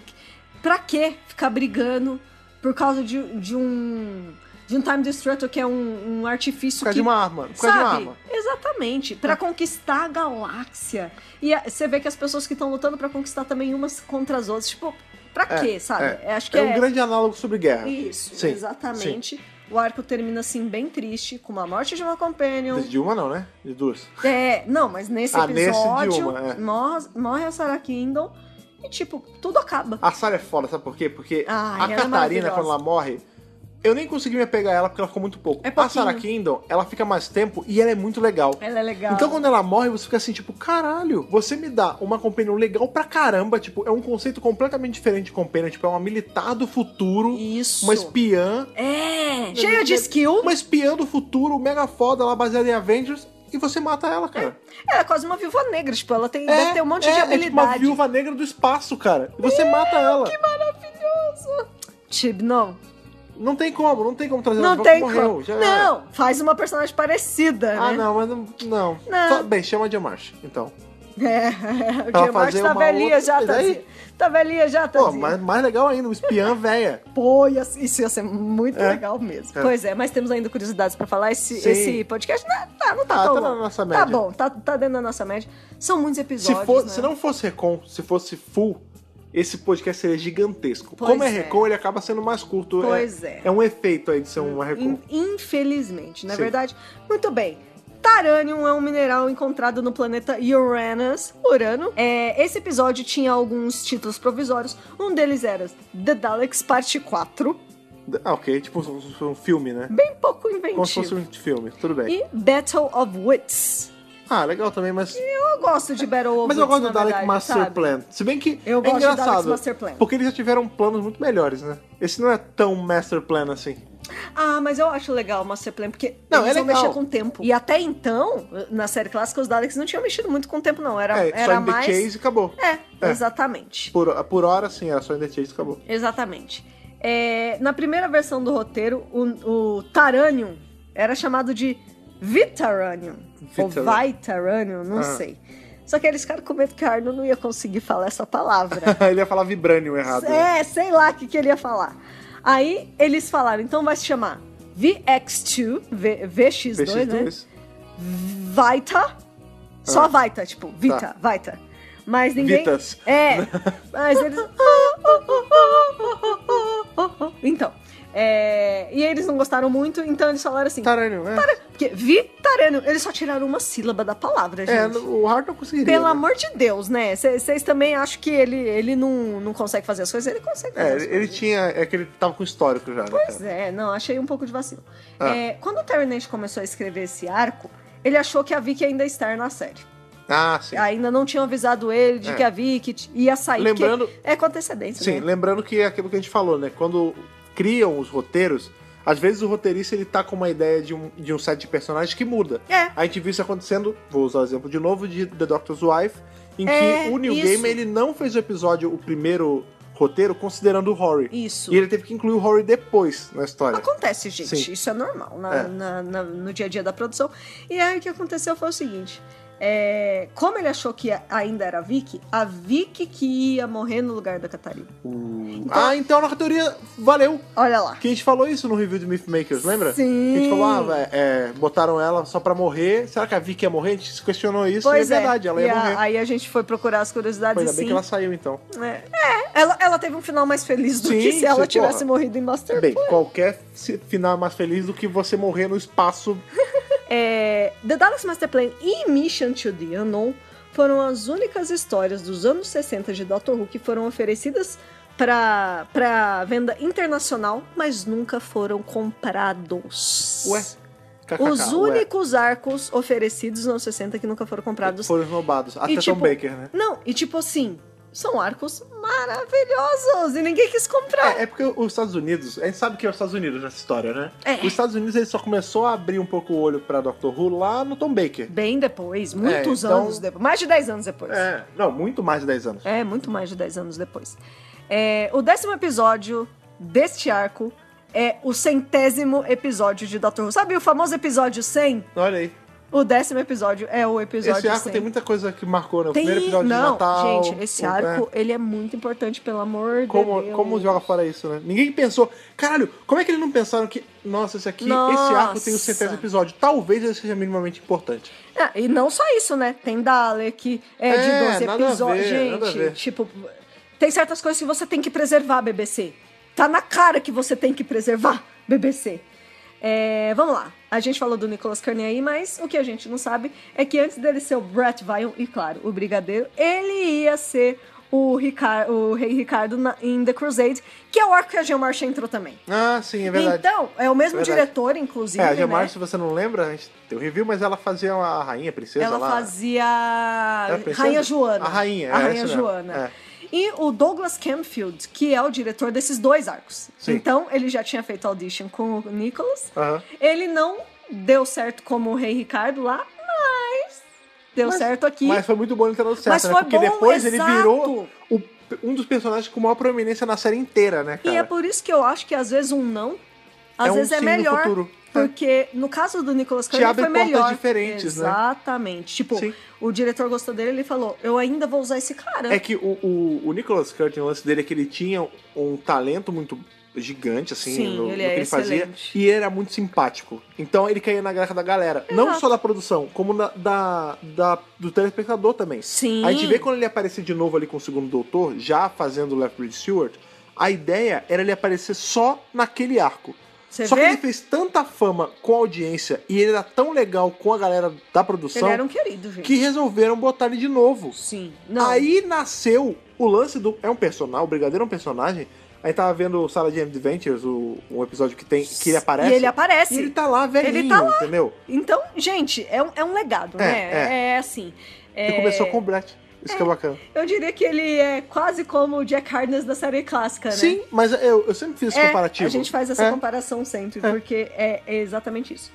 [SPEAKER 2] pra que ficar brigando por causa de, de um. De um Time Destructor que é um, um artifício
[SPEAKER 1] Por causa de
[SPEAKER 2] que.
[SPEAKER 1] uma arma. Por causa
[SPEAKER 2] sabe?
[SPEAKER 1] de uma arma. É.
[SPEAKER 2] Exatamente. Pra conquistar a galáxia. E a- você vê que as pessoas que estão lutando pra conquistar também umas contra as outras. Tipo, pra
[SPEAKER 1] É,
[SPEAKER 2] quê, sabe?
[SPEAKER 1] é.
[SPEAKER 2] Acho que
[SPEAKER 1] É
[SPEAKER 2] é.
[SPEAKER 1] um grande análogo sobre guerra.
[SPEAKER 2] Isso,
[SPEAKER 1] Sim,
[SPEAKER 2] exatamente. O arco termina assim, bem triste, com a morte de uma companion.
[SPEAKER 1] De uma não, né? De duas.
[SPEAKER 2] É, não, mas nesse
[SPEAKER 1] Ah, nesse de
[SPEAKER 2] episódio
[SPEAKER 1] uma, é.
[SPEAKER 2] morre, morre a Sarah Kindle e, tipo, tudo acaba.
[SPEAKER 1] A Sarah é foda, sabe por quê? Porque
[SPEAKER 2] Ai,
[SPEAKER 1] a
[SPEAKER 2] ela é
[SPEAKER 1] Catarina,
[SPEAKER 2] maravilhosa.
[SPEAKER 1] quando ela morre, eu nem consegui me apegar a ela porque ela ficou muito pouco.
[SPEAKER 2] É
[SPEAKER 1] a
[SPEAKER 2] pouquinho.
[SPEAKER 1] Sarah Kindle, ela fica mais tempo e ela é muito legal.
[SPEAKER 2] Ela é legal.
[SPEAKER 1] Então quando ela morre, você fica assim, tipo, caralho, você me dá uma companion legal pra caramba, tipo, é um conceito completamente diferente de companion, tipo, é uma militar do futuro,
[SPEAKER 2] Isso.
[SPEAKER 1] uma espiã,
[SPEAKER 2] É, cheia de skill.
[SPEAKER 1] uma espiã do futuro, mega foda, ela baseada em Avengers, e você mata ela, cara.
[SPEAKER 2] Ela é quase uma viúva negra, tipo, ela tem, deve ter um monte
[SPEAKER 1] é,
[SPEAKER 2] de
[SPEAKER 1] É tipo uma
[SPEAKER 2] habilidade.
[SPEAKER 1] viúva negra do espaço, cara, e você mata ela.
[SPEAKER 2] Tipo, não,
[SPEAKER 1] Não tem como, não tem como trazer ela
[SPEAKER 2] não
[SPEAKER 1] de volta,
[SPEAKER 2] tem
[SPEAKER 1] morreu,
[SPEAKER 2] como.
[SPEAKER 1] já era.
[SPEAKER 2] Não, faz uma personagem parecida,
[SPEAKER 1] Ah,
[SPEAKER 2] né?
[SPEAKER 1] não, mas não. não.
[SPEAKER 2] Não.
[SPEAKER 1] Só- bem, chama a Marsh, então.
[SPEAKER 2] É, o
[SPEAKER 1] Pra
[SPEAKER 2] Dia Marte
[SPEAKER 1] fazer
[SPEAKER 2] tá
[SPEAKER 1] uma
[SPEAKER 2] velhinha
[SPEAKER 1] outra-
[SPEAKER 2] já,
[SPEAKER 1] e daí?
[SPEAKER 2] Tazinha. Tá velhinha já,
[SPEAKER 1] Pô,
[SPEAKER 2] Tazinha.
[SPEAKER 1] mas mais legal ainda, uma espiã velha.
[SPEAKER 2] Pô, ia- isso ia ser muito
[SPEAKER 1] É.
[SPEAKER 2] legal mesmo.
[SPEAKER 1] É.
[SPEAKER 2] Pois é, mas temos ainda curiosidades pra falar. Esse,
[SPEAKER 1] Sim.
[SPEAKER 2] esse podcast não, tá, não tá
[SPEAKER 1] Ah,
[SPEAKER 2] tão
[SPEAKER 1] tá na
[SPEAKER 2] longo.
[SPEAKER 1] nossa
[SPEAKER 2] Tá
[SPEAKER 1] média.
[SPEAKER 2] bom, tá, tá dentro da nossa média. São muitos
[SPEAKER 1] Se,
[SPEAKER 2] episódios,
[SPEAKER 1] for,
[SPEAKER 2] né?
[SPEAKER 1] se não fosse Recon, se fosse full, esse podcast seria gigantesco.
[SPEAKER 2] Pois
[SPEAKER 1] Como é
[SPEAKER 2] é.
[SPEAKER 1] Recon, ele acaba sendo mais curto.
[SPEAKER 2] Pois é.
[SPEAKER 1] É um efeito aí de ser uma Recon.
[SPEAKER 2] In- infelizmente, na
[SPEAKER 1] Sim.
[SPEAKER 2] verdade. Muito bem. Taranium é um mineral encontrado no planeta Uranus. Urano. É, esse episódio tinha alguns títulos provisórios. Um deles era The Daleks Parte 4.
[SPEAKER 1] Ah, ok. Tipo um, um filme, né?
[SPEAKER 2] Bem pouco
[SPEAKER 1] Como se fosse
[SPEAKER 2] inventivo.
[SPEAKER 1] um filme. Tudo bem.
[SPEAKER 2] E Battle of Wits.
[SPEAKER 1] Ah, legal também, mas.
[SPEAKER 2] Eu gosto de Battle of
[SPEAKER 1] Mas eu
[SPEAKER 2] Wits,
[SPEAKER 1] gosto
[SPEAKER 2] na
[SPEAKER 1] do Dalek
[SPEAKER 2] verdade,
[SPEAKER 1] Master
[SPEAKER 2] sabe?
[SPEAKER 1] Plan. Se bem que
[SPEAKER 2] Eu
[SPEAKER 1] é
[SPEAKER 2] gosto do Dalek
[SPEAKER 1] engraçado.
[SPEAKER 2] Master Plan.
[SPEAKER 1] Porque eles já tiveram planos muito melhores, né? Esse não é tão Master Plan assim.
[SPEAKER 2] Ah, mas eu acho legal o Master Plan, porque
[SPEAKER 1] Não,
[SPEAKER 2] eles
[SPEAKER 1] é
[SPEAKER 2] vão
[SPEAKER 1] legal.
[SPEAKER 2] mexer com o tempo. E até então, na série clássica, os Daleks não tinham mexido muito com o tempo, não. Era,
[SPEAKER 1] é,
[SPEAKER 2] era
[SPEAKER 1] só em
[SPEAKER 2] mais.
[SPEAKER 1] The Chase e acabou.
[SPEAKER 2] É,
[SPEAKER 1] É.
[SPEAKER 2] exatamente.
[SPEAKER 1] Por, por hora, sim, era só em The Chase e acabou.
[SPEAKER 2] Exatamente. É, na primeira versão do roteiro, o, o Taranium era chamado de Vitaranium. Ou
[SPEAKER 1] Vitaranium.
[SPEAKER 2] Vitaranium, não
[SPEAKER 1] Ah.
[SPEAKER 2] sei. Só que eles ficaram com medo que a Arno não ia conseguir falar essa palavra.
[SPEAKER 1] ele ia falar Vibranium errado. né?
[SPEAKER 2] É, sei lá o que, que ele ia falar. Aí eles falaram, então vai se chamar VX2, V- VX2, né?
[SPEAKER 1] PX2.
[SPEAKER 2] Vita. Só Vita, tipo, Vita, Vita. Mas ninguém.
[SPEAKER 1] Ah. Tá. Vitas.
[SPEAKER 2] É. Mas eles. Então. é, E eles não gostaram muito, então eles falaram assim.
[SPEAKER 1] Tarânio, é.
[SPEAKER 2] Porque Vitarano, eles só tiraram uma sílaba da palavra, gente.
[SPEAKER 1] É, o Hart não conseguiria.
[SPEAKER 2] Pelo
[SPEAKER 1] né?
[SPEAKER 2] amor de Deus, né? Vocês também acham que ele, ele não, não consegue fazer as coisas? Ele consegue fazer
[SPEAKER 1] É,
[SPEAKER 2] as
[SPEAKER 1] ele, ele
[SPEAKER 2] coisas.
[SPEAKER 1] tinha. É que ele tava com histórico já, né?
[SPEAKER 2] Pois
[SPEAKER 1] Cara?
[SPEAKER 2] é, não, achei um pouco de vacilo.
[SPEAKER 1] Ah.
[SPEAKER 2] É, quando o Terry Nate começou a escrever esse arco, ele achou que a Vicky ainda ia estar na série.
[SPEAKER 1] Ah, sim.
[SPEAKER 2] Ainda não tinham avisado ele de
[SPEAKER 1] É.
[SPEAKER 2] que a Vicky t- ia sair. porque
[SPEAKER 1] Lembrando-
[SPEAKER 2] É com antecedência,
[SPEAKER 1] Sim,
[SPEAKER 2] né?
[SPEAKER 1] lembrando que é aquilo que a gente falou, né? Quando criam os roteiros, às vezes o roteirista ele tá com uma ideia de um, de um set de personagens que muda.
[SPEAKER 2] É.
[SPEAKER 1] A gente viu isso acontecendo, vou usar o exemplo de novo, de The Doctor's Wife, em
[SPEAKER 2] É,
[SPEAKER 1] que o New
[SPEAKER 2] isso.
[SPEAKER 1] Game ele não fez o episódio, o primeiro roteiro considerando o Rory.
[SPEAKER 2] Isso.
[SPEAKER 1] E ele teve que incluir o Rory depois na história.
[SPEAKER 2] Acontece, gente.
[SPEAKER 1] Sim.
[SPEAKER 2] Isso é normal na-
[SPEAKER 1] É.
[SPEAKER 2] na- na- no dia a dia da produção. E aí o que aconteceu foi o seguinte. é, como ele achou que a- ainda era a Vicky, a Vicky que ia morrer no lugar da Catarina.
[SPEAKER 1] O- Ah, então na teoria valeu.
[SPEAKER 2] Olha lá.
[SPEAKER 1] Que a gente falou isso no review de Mythmakers, lembra?
[SPEAKER 2] Sim.
[SPEAKER 1] Que a gente falou, ah, vé- é, botaram ela só pra morrer. Será que a Vicky ia morrer? A gente se questionou isso.
[SPEAKER 2] Pois
[SPEAKER 1] e é verdade, ela
[SPEAKER 2] E
[SPEAKER 1] ia
[SPEAKER 2] a-
[SPEAKER 1] morrer.
[SPEAKER 2] aí a gente foi procurar as curiosidades
[SPEAKER 1] Ainda
[SPEAKER 2] e
[SPEAKER 1] bem
[SPEAKER 2] sim.
[SPEAKER 1] que ela saiu, então.
[SPEAKER 2] É, é, ela, ela teve um final mais feliz do
[SPEAKER 1] Sim,
[SPEAKER 2] que se ela
[SPEAKER 1] sim,
[SPEAKER 2] tivesse
[SPEAKER 1] porra.
[SPEAKER 2] morrido em Master
[SPEAKER 1] Bem,
[SPEAKER 2] Plan.
[SPEAKER 1] qualquer se- final é mais feliz do que você morrer no espaço.
[SPEAKER 2] É, The Dallas Master Plan e Mission to the Unknown foram as únicas histórias dos anos 60 de Doctor Who que foram oferecidas para venda internacional, mas nunca foram comprados.
[SPEAKER 1] Ué. kkk,
[SPEAKER 2] Os
[SPEAKER 1] ué.
[SPEAKER 2] únicos arcos oferecidos nos anos 60 que nunca foram comprados.
[SPEAKER 1] Foram esnobados. Até
[SPEAKER 2] tipo,
[SPEAKER 1] Tom Baker, né?
[SPEAKER 2] Não, e tipo assim, são arcos maravilhosos e ninguém quis comprar.
[SPEAKER 1] É, é porque os Estados Unidos, a gente sabe que é os Estados Unidos nessa história, né?
[SPEAKER 2] É.
[SPEAKER 1] Os Estados Unidos ele só começou a abrir um pouco o olho pra Doctor Who lá no Tom Baker.
[SPEAKER 2] Bem depois, muitos
[SPEAKER 1] então-
[SPEAKER 2] anos depois, mais de 10 anos depois.
[SPEAKER 1] É, não, muito mais de 10 anos.
[SPEAKER 2] É, muito mais de 10 anos depois. É, o décimo episódio deste arco é o centésimo episódio de Doctor Who. Sabe o famoso episódio 100?
[SPEAKER 1] Olha aí.
[SPEAKER 2] O décimo episódio é o episódio
[SPEAKER 1] Esse arco
[SPEAKER 2] 100.
[SPEAKER 1] tem muita coisa que marcou, né? O
[SPEAKER 2] Tem-
[SPEAKER 1] primeiro episódio
[SPEAKER 2] Não,
[SPEAKER 1] de Natal.
[SPEAKER 2] gente, esse
[SPEAKER 1] o- né?
[SPEAKER 2] arco, ele é muito importante, pelo amor de
[SPEAKER 1] Como,
[SPEAKER 2] Deus.
[SPEAKER 1] como joga fora isso, né? Ninguém pensou. Caralho, como é que eles não pensaram que. Nossa, esse aqui, esse arco tem o centésimo
[SPEAKER 2] Nossa.
[SPEAKER 1] episódio. Talvez ele seja minimamente importante.
[SPEAKER 2] Ah, e não só isso, né? Tem Dalek, é,
[SPEAKER 1] É,
[SPEAKER 2] de 12
[SPEAKER 1] nada a
[SPEAKER 2] episódios.
[SPEAKER 1] ver, nada a
[SPEAKER 2] Gente,
[SPEAKER 1] ver.
[SPEAKER 2] tipo, tem certas coisas que você tem que preservar, BBC. Tá na cara que você tem que preservar, BBC. É, vamos lá. A gente falou do Nicolas Kearney aí, mas o que a gente não sabe é que antes dele ser o Brett Vion, e claro, o Brigadeiro, ele ia ser o, Ricar- o Rei Ricardo na- em The Crusade, que é o arco que a Geomarcha entrou também.
[SPEAKER 1] Ah, sim, é verdade.
[SPEAKER 2] Então, é o mesmo
[SPEAKER 1] Verdade.
[SPEAKER 2] diretor, inclusive,
[SPEAKER 1] é, a
[SPEAKER 2] né?
[SPEAKER 1] Gemar, se você não lembra, a gente tem o review, mas ela fazia a rainha, a princesa
[SPEAKER 2] Ela
[SPEAKER 1] lá. É,
[SPEAKER 2] fazia
[SPEAKER 1] Era a princesa?
[SPEAKER 2] Rainha Joana.
[SPEAKER 1] A rainha,
[SPEAKER 2] A
[SPEAKER 1] é,
[SPEAKER 2] Rainha
[SPEAKER 1] isso mesmo,
[SPEAKER 2] Joana.
[SPEAKER 1] é.
[SPEAKER 2] E o Douglas Camfield, que é o diretor desses dois arcos.
[SPEAKER 1] Sim. Ah.
[SPEAKER 2] Então, ele já tinha feito audition com o Nicholas.
[SPEAKER 1] Aham.
[SPEAKER 2] Ele não deu certo como o Rei Ricardo lá, mas deu
[SPEAKER 1] Mas-
[SPEAKER 2] certo aqui.
[SPEAKER 1] Mas foi muito bom ele ter dado certo,
[SPEAKER 2] Mas
[SPEAKER 1] né?
[SPEAKER 2] foi
[SPEAKER 1] Porque
[SPEAKER 2] bom,
[SPEAKER 1] depois
[SPEAKER 2] exato.
[SPEAKER 1] ele virou o- um dos personagens com maior proeminência na série inteira, né,
[SPEAKER 2] E
[SPEAKER 1] cara?
[SPEAKER 2] é por isso que eu acho que às vezes um não, às
[SPEAKER 1] É um
[SPEAKER 2] vezes é
[SPEAKER 1] sim no
[SPEAKER 2] melhor.
[SPEAKER 1] futuro. né?
[SPEAKER 2] Porque no caso do Nicolas
[SPEAKER 1] Te
[SPEAKER 2] Cage
[SPEAKER 1] abre
[SPEAKER 2] foi
[SPEAKER 1] portas
[SPEAKER 2] melhor.
[SPEAKER 1] diferentes, né?
[SPEAKER 2] Exatamente. Tipo,
[SPEAKER 1] Sim.
[SPEAKER 2] o diretor gostou dele, ele falou: "Eu ainda vou usar esse cara".
[SPEAKER 1] É que o, o, o Nicholas Curtin, o lance dele é que ele tinha um talento muito gigante, assim,
[SPEAKER 2] Sim,
[SPEAKER 1] no, no
[SPEAKER 2] ele
[SPEAKER 1] que
[SPEAKER 2] é
[SPEAKER 1] ele fazia.
[SPEAKER 2] excelente.
[SPEAKER 1] E ele era muito simpático. Então ele caía na graça da galera. Não
[SPEAKER 2] Exato.
[SPEAKER 1] só da produção, como da, da, da- do telespectador também.
[SPEAKER 2] Sim.
[SPEAKER 1] A gente vê quando ele aparecer de novo ali com o segundo doutor, já fazendo o Lethbridge Stewart, a ideia era ele aparecer só naquele arco.
[SPEAKER 2] Você
[SPEAKER 1] só
[SPEAKER 2] vê?
[SPEAKER 1] que ele fez tanta fama com a audiência e ele era tão legal com a galera da
[SPEAKER 2] Ele
[SPEAKER 1] produção
[SPEAKER 2] era um querido, gente.
[SPEAKER 1] que resolveram botar ele de novo.
[SPEAKER 2] Sim. Não.
[SPEAKER 1] Aí nasceu o lance do. É um personagem, o Brigadeiro é um personagem. A gente tava vendo o Sarah Jane Adventures, o, um episódio que tem que ele aparece.
[SPEAKER 2] E ele aparece.
[SPEAKER 1] E ele tá lá, velhinho,
[SPEAKER 2] Ele tá lá.
[SPEAKER 1] entendeu?
[SPEAKER 2] Então, gente, é um, é um legado,
[SPEAKER 1] É,
[SPEAKER 2] né? É, assim.
[SPEAKER 1] Ele
[SPEAKER 2] é-
[SPEAKER 1] começou com o Brett. Isso que é bacana.
[SPEAKER 2] Eu diria que ele é quase como o Jack Harkness da série clássica, né?
[SPEAKER 1] Sim, mas eu, eu sempre fiz esse
[SPEAKER 2] É,
[SPEAKER 1] comparativo.
[SPEAKER 2] A gente faz essa
[SPEAKER 1] É.
[SPEAKER 2] comparação sempre, porque é, é exatamente isso.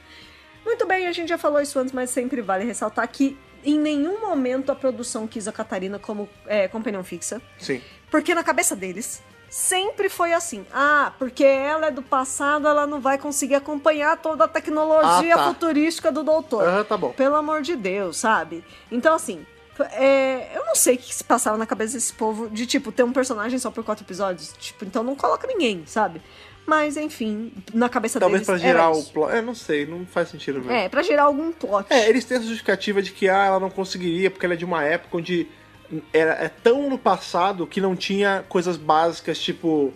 [SPEAKER 2] Muito bem, a gente já falou isso antes, mas sempre vale ressaltar que em nenhum momento a produção quis a Catarina como é, companion fixa.
[SPEAKER 1] Sim.
[SPEAKER 2] Porque na cabeça deles sempre foi assim. Ah, porque ela é do passado, ela não vai conseguir acompanhar toda a tecnologia
[SPEAKER 1] Ah, tá.
[SPEAKER 2] futurística do doutor.
[SPEAKER 1] Aham, tá bom.
[SPEAKER 2] Pelo amor de Deus, sabe? Então, assim, é, eu não sei o que se passava na cabeça desse povo de, tipo, ter um personagem só por quatro episódios. Tipo, então não coloca ninguém, sabe? Mas, enfim, na cabeça
[SPEAKER 1] Talvez pra
[SPEAKER 2] deles. era
[SPEAKER 1] gerar o
[SPEAKER 2] isso.
[SPEAKER 1] plot. É, não sei, não faz sentido mesmo.
[SPEAKER 2] É, pra gerar algum plot.
[SPEAKER 1] É, eles têm essa justificativa de que ah, ela não conseguiria porque ela é de uma época onde era, é tão no passado que não tinha coisas básicas tipo,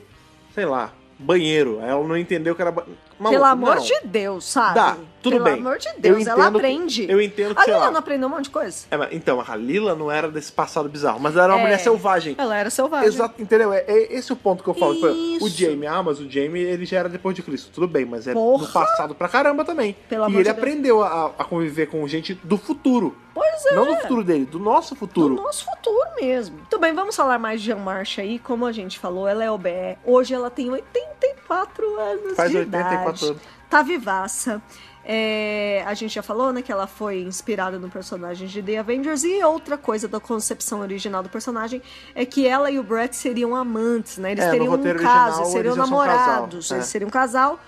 [SPEAKER 1] sei lá, banheiro. Ela não entendeu que era ba... Maluco,
[SPEAKER 2] Pelo amor
[SPEAKER 1] não.
[SPEAKER 2] de Deus, sabe?
[SPEAKER 1] Dá, tudo
[SPEAKER 2] Pelo
[SPEAKER 1] bem.
[SPEAKER 2] amor de
[SPEAKER 1] Eu
[SPEAKER 2] Deus, ela
[SPEAKER 1] entendo que-
[SPEAKER 2] aprende.
[SPEAKER 1] eu entendo que,
[SPEAKER 2] A
[SPEAKER 1] sei
[SPEAKER 2] Lila
[SPEAKER 1] lá.
[SPEAKER 2] não aprendeu um monte de coisa.
[SPEAKER 1] É, mas, então, a Lila não era desse passado bizarro, mas ela era uma
[SPEAKER 2] É.
[SPEAKER 1] mulher selvagem.
[SPEAKER 2] Ela era selvagem.
[SPEAKER 1] Exato, entendeu? É, é esse o ponto que eu falo. Por exemplo, O
[SPEAKER 2] Isso.
[SPEAKER 1] Jamie, ah, mas o Jamie ele já era depois de Cristo, tudo bem, mas é
[SPEAKER 2] Porra!
[SPEAKER 1] do passado pra caramba também.
[SPEAKER 2] Pelo
[SPEAKER 1] e
[SPEAKER 2] amor
[SPEAKER 1] ele
[SPEAKER 2] de Deus.
[SPEAKER 1] aprendeu a, a conviver com gente do futuro.
[SPEAKER 2] Pois é.
[SPEAKER 1] Não do futuro dele, do nosso futuro.
[SPEAKER 2] Do nosso futuro mesmo. Tudo bem, vamos falar mais de Jean Marcha aí. Como a gente falou, ela é OBE. Hoje ela tem 84 anos
[SPEAKER 1] Faz
[SPEAKER 2] de
[SPEAKER 1] 84
[SPEAKER 2] idade.
[SPEAKER 1] anos.
[SPEAKER 2] Tá vivaça. É, a gente já falou, né, que ela foi inspirada no personagem de The Avengers. E outra coisa da concepção original do personagem é que ela e o Brett seriam amantes, né? Eles
[SPEAKER 1] É, no
[SPEAKER 2] teriam um
[SPEAKER 1] roteiro
[SPEAKER 2] caso,
[SPEAKER 1] original,
[SPEAKER 2] seriam
[SPEAKER 1] eles já são um casal,
[SPEAKER 2] namorados,
[SPEAKER 1] é.
[SPEAKER 2] eles seriam um casal.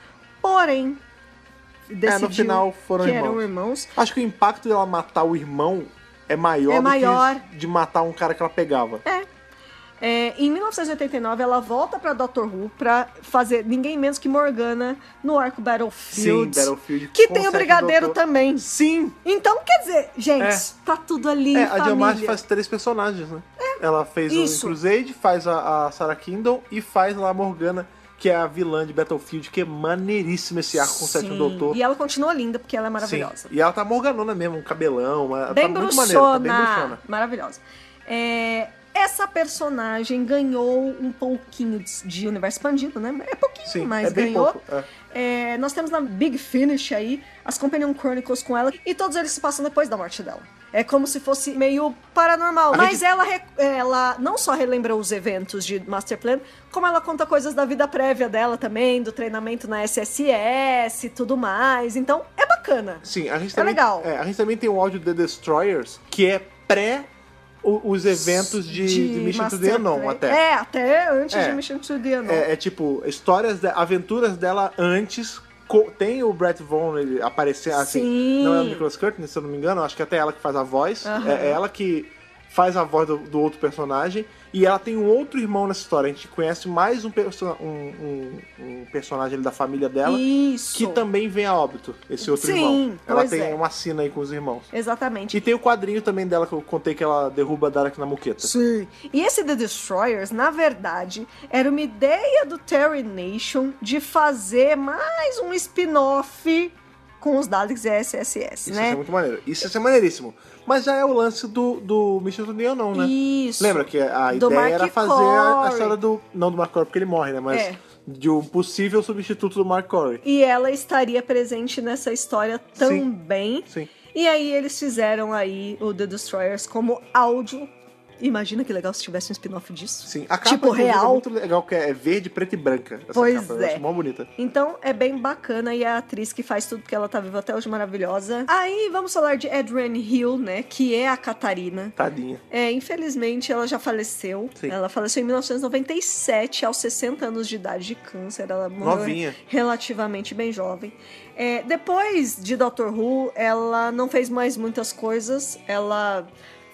[SPEAKER 2] Porém, decidiu
[SPEAKER 1] final foram
[SPEAKER 2] que eram
[SPEAKER 1] irmãos.
[SPEAKER 2] irmãos.
[SPEAKER 1] Acho que o impacto dela matar o irmão é maior,
[SPEAKER 2] É
[SPEAKER 1] do
[SPEAKER 2] maior.
[SPEAKER 1] que de matar um cara que ela pegava.
[SPEAKER 2] É, em 1989, ela volta pra Doctor Who pra fazer ninguém menos que Morgana no arco Battlefield.
[SPEAKER 1] Sim, Battlefield.
[SPEAKER 2] Que tem o
[SPEAKER 1] consegue
[SPEAKER 2] Brigadeiro
[SPEAKER 1] doutor.
[SPEAKER 2] também.
[SPEAKER 1] Sim!
[SPEAKER 2] Então, quer dizer, gente,
[SPEAKER 1] É.
[SPEAKER 2] tá tudo ali.
[SPEAKER 1] É,
[SPEAKER 2] em
[SPEAKER 1] a Jill Marsh
[SPEAKER 2] família. É,
[SPEAKER 1] faz três personagens, né? Ela fez
[SPEAKER 2] Isso.
[SPEAKER 1] o Crusade, faz a, a Sarah Kindle e faz lá a Morgana, que é a vilã de Battlefield, que é maneiríssimo esse arco com o sétimo
[SPEAKER 2] Sim.
[SPEAKER 1] doutor.
[SPEAKER 2] E ela continua linda, porque ela é
[SPEAKER 1] Sim.
[SPEAKER 2] maravilhosa.
[SPEAKER 1] E ela tá morganona mesmo, um cabelão, uma-
[SPEAKER 2] Bem
[SPEAKER 1] tá muito maneiro, tá
[SPEAKER 2] bruxona.
[SPEAKER 1] bem bruxona.
[SPEAKER 2] Maravilhosa. É, essa personagem ganhou um pouquinho de, de universo expandido, né? É pouquinho,
[SPEAKER 1] Sim,
[SPEAKER 2] mas
[SPEAKER 1] é bem
[SPEAKER 2] ganhou.
[SPEAKER 1] pouco, é.
[SPEAKER 2] É, nós temos na Big Finish aí as Companion Chronicles com ela e todos eles se passam depois da morte dela. É como se fosse meio paranormal.
[SPEAKER 1] A
[SPEAKER 2] mas
[SPEAKER 1] gente-
[SPEAKER 2] ela, re- ela não só relembra os eventos de Master Plan, como ela conta coisas da vida prévia dela também, do treinamento na SSS e tudo mais. Então, é bacana.
[SPEAKER 1] Sim, a gente
[SPEAKER 2] É
[SPEAKER 1] também,
[SPEAKER 2] legal.
[SPEAKER 1] a gente também tem o áudio The Destroyers, que é pré o- os eventos de, de, Mission to the
[SPEAKER 2] Master
[SPEAKER 1] Unknown,
[SPEAKER 2] Plan.
[SPEAKER 1] até.
[SPEAKER 2] É, até antes
[SPEAKER 1] É.
[SPEAKER 2] de Mission to the Unknown.
[SPEAKER 1] É, é tipo, histórias, de- aventuras dela antes. co- Tem o Brett Vaughn ele aparecer assim.
[SPEAKER 2] Sim.
[SPEAKER 1] Não é o Nicholas Curtin, se eu não me engano. Acho que é até ela que faz a voz.
[SPEAKER 2] Aham.
[SPEAKER 1] É ela que faz a voz do, do outro personagem. E ela tem um outro irmão nessa história. A gente conhece mais um, perso um- um- um personagem ali da família dela.
[SPEAKER 2] Isso.
[SPEAKER 1] Que também vem a óbito, esse outro
[SPEAKER 2] Sim,
[SPEAKER 1] irmão. Ela
[SPEAKER 2] pois
[SPEAKER 1] tem
[SPEAKER 2] é.
[SPEAKER 1] uma sina aí com os irmãos.
[SPEAKER 2] Exatamente.
[SPEAKER 1] E tem o quadrinho também dela que eu contei que ela derruba a Dalek na muqueta.
[SPEAKER 2] Sim. E esse The Destroyers, na verdade, era uma ideia do Terry Nation de fazer mais um spin-off com os Daleks e a
[SPEAKER 1] Isso
[SPEAKER 2] SSS,
[SPEAKER 1] ia
[SPEAKER 2] né?
[SPEAKER 1] ser muito maneiro. Isso ia ser maneiríssimo. Mas já é o lance do, do Mission to the Unknown, né?
[SPEAKER 2] Isso.
[SPEAKER 1] Lembra que a
[SPEAKER 2] Do
[SPEAKER 1] ideia
[SPEAKER 2] Mark
[SPEAKER 1] era fazer a, a
[SPEAKER 2] Corey.
[SPEAKER 1] história do. Não do Mark Corey, porque ele morre, né? Mas
[SPEAKER 2] É.
[SPEAKER 1] de um possível substituto do Mark Corey.
[SPEAKER 2] E ela estaria presente nessa história
[SPEAKER 1] Sim.
[SPEAKER 2] também.
[SPEAKER 1] Sim.
[SPEAKER 2] E aí eles fizeram aí o The Destroyers como áudio. Imagina que legal se tivesse um spin-off disso.
[SPEAKER 1] Sim. A capa
[SPEAKER 2] Tipo,
[SPEAKER 1] inclusive,
[SPEAKER 2] real.
[SPEAKER 1] é muito legal, que é verde, preta e branca. Essa
[SPEAKER 2] Pois
[SPEAKER 1] capa. Eu
[SPEAKER 2] é.
[SPEAKER 1] acho mó bonita.
[SPEAKER 2] Então é bem bacana e a atriz que faz tudo porque ela tá viva até hoje maravilhosa. Aí vamos falar de Adrienne Hill, né? Que é a Catarina.
[SPEAKER 1] Tadinha.
[SPEAKER 2] É, infelizmente ela já faleceu.
[SPEAKER 1] Sim.
[SPEAKER 2] Ela faleceu em 1997, aos 60 anos de idade de câncer. Ela morreu
[SPEAKER 1] Novinha.
[SPEAKER 2] relativamente bem jovem. É, depois de Doctor Who, ela não fez mais muitas coisas. Ela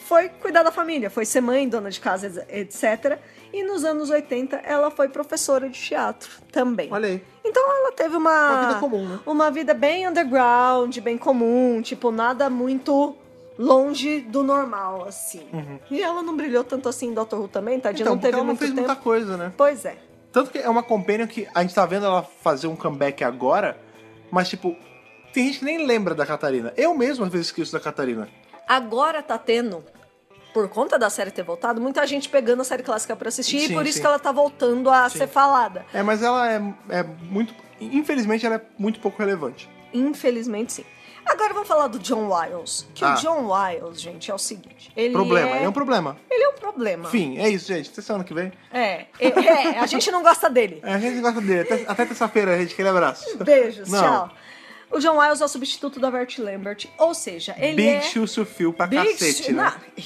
[SPEAKER 2] foi cuidar da família, foi ser mãe, dona de casa, etc. E nos anos 80 ela foi professora de teatro também.
[SPEAKER 1] Olha aí.
[SPEAKER 2] Então ela teve uma.
[SPEAKER 1] Uma vida comum, né?
[SPEAKER 2] Uma vida bem underground, bem comum, tipo, nada muito longe do normal, assim. E ela não brilhou tanto assim em Doctor Who também, tadinha,
[SPEAKER 1] Uhum. Então,
[SPEAKER 2] não
[SPEAKER 1] porque
[SPEAKER 2] teve
[SPEAKER 1] ela não
[SPEAKER 2] muito
[SPEAKER 1] fez
[SPEAKER 2] tempo.
[SPEAKER 1] muita coisa, né?
[SPEAKER 2] Pois é.
[SPEAKER 1] Tanto que é uma companion que a gente tá vendo ela fazer um comeback agora, mas tipo, tem gente que nem lembra da Catarina. Eu mesmo às vezes esqueço da Catarina.
[SPEAKER 2] Agora tá tendo, por conta da série ter voltado, muita gente pegando a série clássica pra assistir, e
[SPEAKER 1] Sim,
[SPEAKER 2] por isso
[SPEAKER 1] sim.
[SPEAKER 2] que ela tá voltando a
[SPEAKER 1] Sim.
[SPEAKER 2] ser falada.
[SPEAKER 1] É, mas ela é, é muito. Infelizmente, ela é muito pouco relevante.
[SPEAKER 2] Infelizmente, sim. Agora vamos falar do John Wiles. Que
[SPEAKER 1] Ah.
[SPEAKER 2] o John Wiles, gente, é o seguinte. Ele
[SPEAKER 1] problema,
[SPEAKER 2] é...
[SPEAKER 1] é um problema.
[SPEAKER 2] Ele é um problema.
[SPEAKER 1] Enfim, é isso, gente. Até semana que vem.
[SPEAKER 2] É, é, é, a gente não gosta dele.
[SPEAKER 1] É, a gente gosta dele. Até, até terça-feira, gente. Aquele abraço.
[SPEAKER 2] Beijos,
[SPEAKER 1] Não,
[SPEAKER 2] tchau. O John Wiles é o substituto da Bert Lambert, ou seja, ele
[SPEAKER 1] Big
[SPEAKER 2] é
[SPEAKER 1] Shoes to Fill pra cacete,
[SPEAKER 2] Big
[SPEAKER 1] né? É.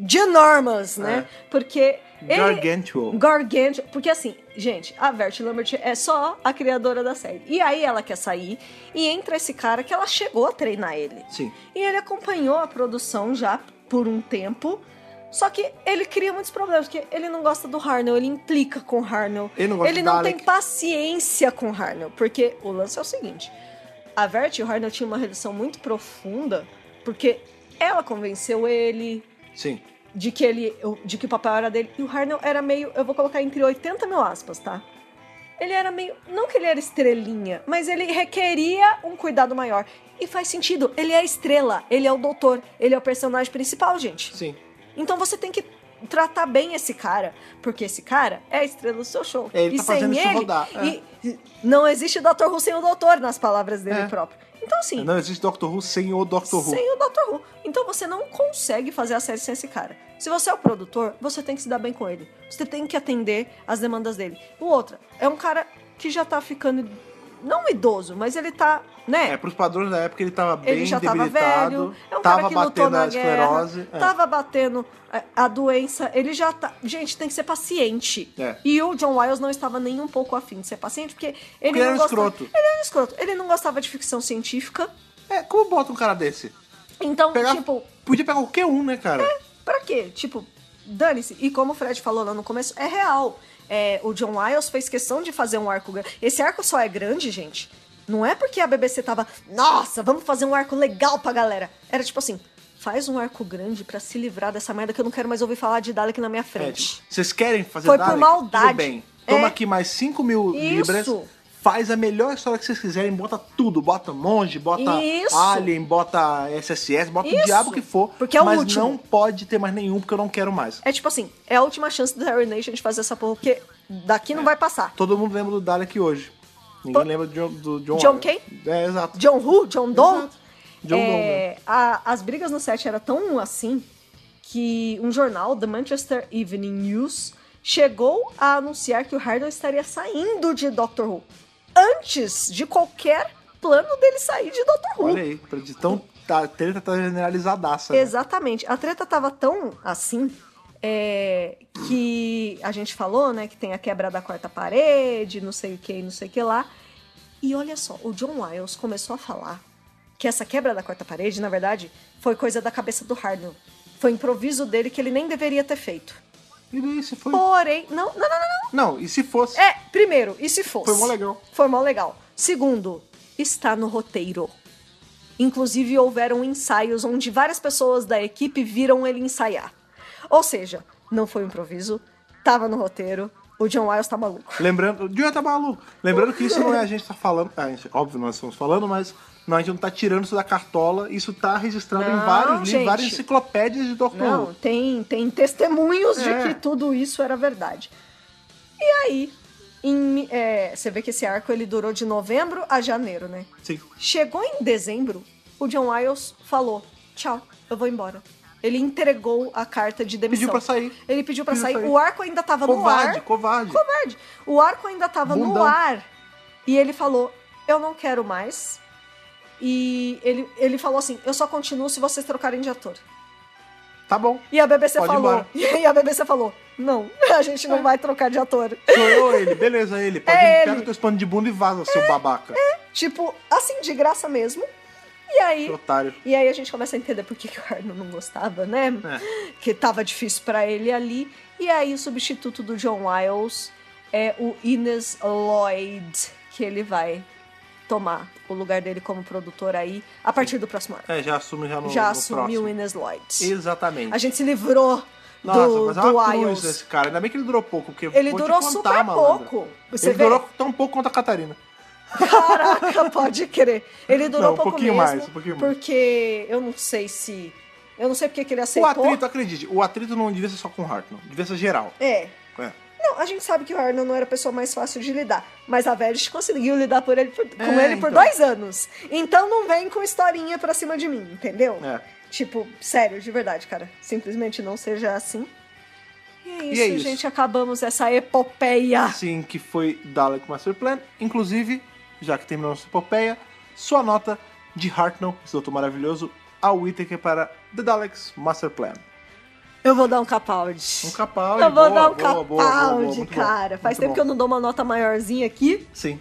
[SPEAKER 2] de enormous, né? Porque ele
[SPEAKER 1] Gargantuan.
[SPEAKER 2] Gargantua, porque assim, gente, a Bert Lambert é só a criadora da série. E aí ela quer sair e entra esse cara que ela chegou a treinar ele.
[SPEAKER 1] Sim.
[SPEAKER 2] E ele acompanhou a produção já por um tempo. Só que ele cria muitos problemas, porque ele não gosta do Harnell, ele implica com o Harnell.
[SPEAKER 1] Ele não gosta de
[SPEAKER 2] não
[SPEAKER 1] Dalek.
[SPEAKER 2] tem paciência com o Harnell, porque o lance é o seguinte: a Vert e o Harnell tinham uma relação muito profunda, porque ela convenceu ele
[SPEAKER 1] Sim.
[SPEAKER 2] de que ele de que o papel era dele. E o Harnell era meio, eu vou colocar entre 80 mil aspas, tá? Ele era meio, não que ele era estrelinha, mas ele requeria um cuidado maior. E faz sentido, ele é a estrela, ele é o doutor, ele é o personagem principal, gente.
[SPEAKER 1] Sim.
[SPEAKER 2] Então você tem que tratar bem esse cara, porque esse cara é a estrela do seu show.
[SPEAKER 1] É, ele
[SPEAKER 2] e
[SPEAKER 1] tá
[SPEAKER 2] sem
[SPEAKER 1] fazendo isso
[SPEAKER 2] ele,
[SPEAKER 1] rodar, é.
[SPEAKER 2] e e não existe Dr. Who sem o doutor nas palavras dele
[SPEAKER 1] É.
[SPEAKER 2] próprio. Então assim,
[SPEAKER 1] Não existe Doctor Who sem o Doctor Who.
[SPEAKER 2] sem o Dr. Who. Então você não consegue fazer a série sem esse cara. Se você é o produtor, você tem que se dar bem com ele. Você tem que atender às demandas dele. O outro é um cara que já tá ficando não um idoso, mas ele tá, né?
[SPEAKER 1] É, pros padrões da época ele tava É, bem
[SPEAKER 2] ele já tava
[SPEAKER 1] debilitado.
[SPEAKER 2] velho, é um cara
[SPEAKER 1] tava
[SPEAKER 2] que
[SPEAKER 1] batendo
[SPEAKER 2] lutou na
[SPEAKER 1] a esclerose.
[SPEAKER 2] guerra, Tá.
[SPEAKER 1] é.
[SPEAKER 2] tava batendo é, a doença, ele já tá... Gente, tem que ser paciente.
[SPEAKER 1] É.
[SPEAKER 2] E o John Wiles não estava nem um pouco afim de ser paciente, porque ele,
[SPEAKER 1] Porque ele
[SPEAKER 2] não
[SPEAKER 1] era um
[SPEAKER 2] gostava...
[SPEAKER 1] escroto.
[SPEAKER 2] Ele era um escroto. Ele não gostava de ficção científica,
[SPEAKER 1] É, como bota um cara desse?
[SPEAKER 2] então,
[SPEAKER 1] Pegar-
[SPEAKER 2] tipo... É.
[SPEAKER 1] Podia pegar qualquer um, né, cara?
[SPEAKER 2] Pra quê? Tipo, dane-se. E como o Fred falou lá no começo, é real. É, o John Wiles fez questão de fazer um arco grande. Esse arco só é grande, gente. Não é porque a BBC tava, nossa, vamos fazer um arco legal pra galera. Era tipo assim, faz um arco grande pra se livrar dessa merda que eu não quero mais ouvir falar de Dalek na minha
[SPEAKER 1] É,
[SPEAKER 2] frente.
[SPEAKER 1] tipo, vocês querem fazer
[SPEAKER 2] Foi por
[SPEAKER 1] Dalek?
[SPEAKER 2] maldade.
[SPEAKER 1] Tudo bem. Toma
[SPEAKER 2] É.
[SPEAKER 1] aqui mais 5 mil
[SPEAKER 2] Isso.
[SPEAKER 1] libras. Faz a melhor história que vocês quiserem, bota tudo. Bota monge, bota
[SPEAKER 2] Isso.
[SPEAKER 1] alien, bota SSS, bota
[SPEAKER 2] Isso.
[SPEAKER 1] o diabo que for.
[SPEAKER 2] Porque é o
[SPEAKER 1] mas
[SPEAKER 2] último.
[SPEAKER 1] não pode ter mais nenhum, porque eu não quero mais.
[SPEAKER 2] É tipo assim, é a última chance do Harry Nation de fazer essa porra, porque daqui não vai passar.
[SPEAKER 1] Todo mundo lembra do Dalek hoje. Ninguém
[SPEAKER 2] To-
[SPEAKER 1] lembra do John, do John
[SPEAKER 2] John
[SPEAKER 1] Wayne.
[SPEAKER 2] quem?
[SPEAKER 1] É, exato.
[SPEAKER 2] John Who? John Doe?
[SPEAKER 1] Exato. John Doe, né?
[SPEAKER 2] É, a- as brigas no set eram tão assim que um jornal, The Manchester Evening News, chegou a anunciar que o Harden estaria saindo de Doctor Who antes de qualquer plano dele sair de Doctor Who.
[SPEAKER 1] Olha aí, de tão a treta tá generalizadaça. né?
[SPEAKER 2] Exatamente. A treta tava tão assim é, que a gente falou, né? Que tem a quebra da quarta parede, não sei o que, não sei o que lá. E olha só, o John Wiles começou a falar que essa quebra da quarta parede, na verdade, foi coisa da cabeça do Harden. Foi improviso dele que ele nem deveria ter feito.
[SPEAKER 1] E daí se foi.
[SPEAKER 2] Porém, não, não, não, não,
[SPEAKER 1] Não, e se fosse?
[SPEAKER 2] não. É, primeiro, e se fosse?
[SPEAKER 1] Foi mó legal.
[SPEAKER 2] Foi mó legal. Segundo, está no roteiro. Inclusive, houveram ensaios onde várias pessoas da equipe viram ele ensaiar. Ou seja, não foi um improviso, tava no roteiro, o John Wiles tá maluco.
[SPEAKER 1] Lembrando, o Diogo tá maluco. Lembrando que isso não é a gente tá falando. A gente, óbvio, nós estamos falando, mas não, a gente não tá tirando isso da cartola. Isso tá registrado
[SPEAKER 2] Não,
[SPEAKER 1] em vários livros,
[SPEAKER 2] gente.
[SPEAKER 1] várias enciclopédias de Doctor
[SPEAKER 2] Não,
[SPEAKER 1] Who.
[SPEAKER 2] tem, tem testemunhos
[SPEAKER 1] É.
[SPEAKER 2] de que tudo isso era verdade. E aí, em, é, você vê que esse arco ele durou de novembro a janeiro, né?
[SPEAKER 1] Sim.
[SPEAKER 2] Chegou em dezembro, o John Wiles falou: tchau, eu vou embora. Ele entregou a carta de demissão.
[SPEAKER 1] Pediu pra sair.
[SPEAKER 2] Ele pediu pra
[SPEAKER 1] Pediu
[SPEAKER 2] sair.
[SPEAKER 1] pra sair.
[SPEAKER 2] O arco ainda tava
[SPEAKER 1] Covarde,
[SPEAKER 2] no ar.
[SPEAKER 1] covarde.
[SPEAKER 2] Covarde. O arco ainda tava no
[SPEAKER 1] Bundão.
[SPEAKER 2] ar. E ele falou: eu não quero mais. E ele, ele falou assim: eu só continuo se vocês trocarem de ator.
[SPEAKER 1] Tá bom.
[SPEAKER 2] E a BBC
[SPEAKER 1] Pode ir
[SPEAKER 2] falou.
[SPEAKER 1] embora. É.
[SPEAKER 2] E a BBC falou: não, a gente não vai trocar de ator.
[SPEAKER 1] Sou eu, ele. Beleza, ele. Pode
[SPEAKER 2] É
[SPEAKER 1] ir, pega
[SPEAKER 2] ele.
[SPEAKER 1] teu pano de bunda e vaza, seu babaca.
[SPEAKER 2] Tipo, assim, de graça mesmo. E aí.
[SPEAKER 1] Seu otário.
[SPEAKER 2] E aí a gente começa a entender por que, que o Arno não gostava, né?
[SPEAKER 1] É.
[SPEAKER 2] Que tava difícil pra ele ali. E aí o substituto do John Wiles é o Ines Lloyd, que ele vai tomar o lugar dele como produtor aí a partir do próximo arco.
[SPEAKER 1] É, já assume já no,
[SPEAKER 2] Já
[SPEAKER 1] no
[SPEAKER 2] assumiu
[SPEAKER 1] próximo.
[SPEAKER 2] o Ines Lloyd.
[SPEAKER 1] Exatamente.
[SPEAKER 2] A gente se livrou
[SPEAKER 1] Nossa,
[SPEAKER 2] do,
[SPEAKER 1] mas é
[SPEAKER 2] do
[SPEAKER 1] uma cruz
[SPEAKER 2] Wiles.
[SPEAKER 1] esse cara. Ainda bem que ele durou pouco, porque
[SPEAKER 2] Ele
[SPEAKER 1] vou te
[SPEAKER 2] durou
[SPEAKER 1] contar,
[SPEAKER 2] super
[SPEAKER 1] malandra.
[SPEAKER 2] pouco. Você
[SPEAKER 1] Ele
[SPEAKER 2] vê?
[SPEAKER 1] durou tão pouco quanto a Catarina.
[SPEAKER 2] Caraca, pode crer. Ele durou
[SPEAKER 1] Não, um
[SPEAKER 2] pouco
[SPEAKER 1] pouquinho
[SPEAKER 2] mesmo,
[SPEAKER 1] mais, um pouquinho mais.
[SPEAKER 2] porque eu não sei se... Eu não sei porque que ele
[SPEAKER 1] O
[SPEAKER 2] aceitou.
[SPEAKER 1] atrito, acredite, o atrito não devia ser só com o Hartman, devia ser geral.
[SPEAKER 2] É.
[SPEAKER 1] É.
[SPEAKER 2] Não, a gente sabe que o Arnold não era a pessoa mais fácil de lidar. Mas a Verity conseguiu lidar por ele por- com
[SPEAKER 1] É,
[SPEAKER 2] ele por
[SPEAKER 1] então.
[SPEAKER 2] dois anos. Então não vem com historinha pra cima de mim, entendeu?
[SPEAKER 1] É.
[SPEAKER 2] Tipo, sério, de verdade, cara. Simplesmente não seja assim. E é isso,
[SPEAKER 1] é isso.
[SPEAKER 2] gente. Acabamos essa epopeia.
[SPEAKER 1] Assim que foi Dalek Master Plan. Inclusive, já que terminou nossa epopeia, sua nota de Hartnell, esse doutor maravilhoso, ao Whittaker para The Daleks Master Plan.
[SPEAKER 2] Eu vou dar um Capaldi.
[SPEAKER 1] Um Capaldi,
[SPEAKER 2] Eu
[SPEAKER 1] boa,
[SPEAKER 2] vou dar um
[SPEAKER 1] boa, boa, boa,
[SPEAKER 2] Capaldi,
[SPEAKER 1] muito bom,
[SPEAKER 2] cara. Faz
[SPEAKER 1] muito
[SPEAKER 2] tempo
[SPEAKER 1] bom.
[SPEAKER 2] que eu não dou uma nota maiorzinha aqui.
[SPEAKER 1] Sim.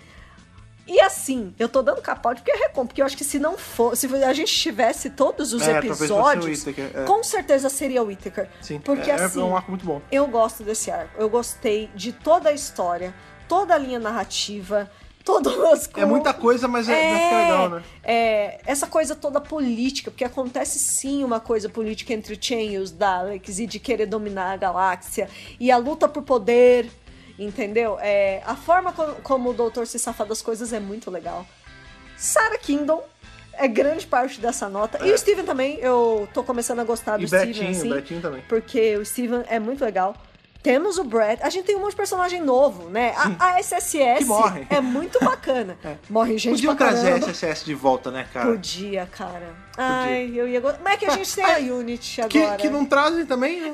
[SPEAKER 2] E assim, eu tô dando Capaldi porque é recom, porque eu acho que se não fosse, se a gente tivesse todos os
[SPEAKER 1] É, talvez fosse o
[SPEAKER 2] episódios,
[SPEAKER 1] Whittaker, é.
[SPEAKER 2] com certeza seria o Whittaker.
[SPEAKER 1] Sim.
[SPEAKER 2] Porque
[SPEAKER 1] é,
[SPEAKER 2] assim,
[SPEAKER 1] é um arco muito bom.
[SPEAKER 2] eu gosto desse arco. Eu gostei de toda a história, toda a linha narrativa, todas as
[SPEAKER 1] É
[SPEAKER 2] coisas.
[SPEAKER 1] muita coisa, mas é, mas fica legal, né?
[SPEAKER 2] é, essa coisa toda política, porque acontece sim uma coisa política entre o Chen e os Daleks e de querer dominar a galáxia e a luta por poder, entendeu? É, a forma co- como o doutor se safa das coisas é muito legal. Sarah Kindle é grande parte dessa nota. E o Steven também, eu tô começando a gostar
[SPEAKER 1] É.
[SPEAKER 2] do
[SPEAKER 1] E
[SPEAKER 2] Steven.
[SPEAKER 1] Betinho,
[SPEAKER 2] assim,
[SPEAKER 1] Betinho também.
[SPEAKER 2] porque o Steven é muito legal. Temos o Brad. A gente tem um monte de personagem novo, né? A, a SSS
[SPEAKER 1] Que morre. É.
[SPEAKER 2] é muito bacana. Morre gente
[SPEAKER 1] Podia
[SPEAKER 2] pra
[SPEAKER 1] trazer a
[SPEAKER 2] caramba.
[SPEAKER 1] SSS de volta, né, cara?
[SPEAKER 2] Podia, cara. Ai, eu ia gostar. Mas é que a gente tem a Unity
[SPEAKER 1] Que,
[SPEAKER 2] agora. Né?
[SPEAKER 1] que não trazem também. né?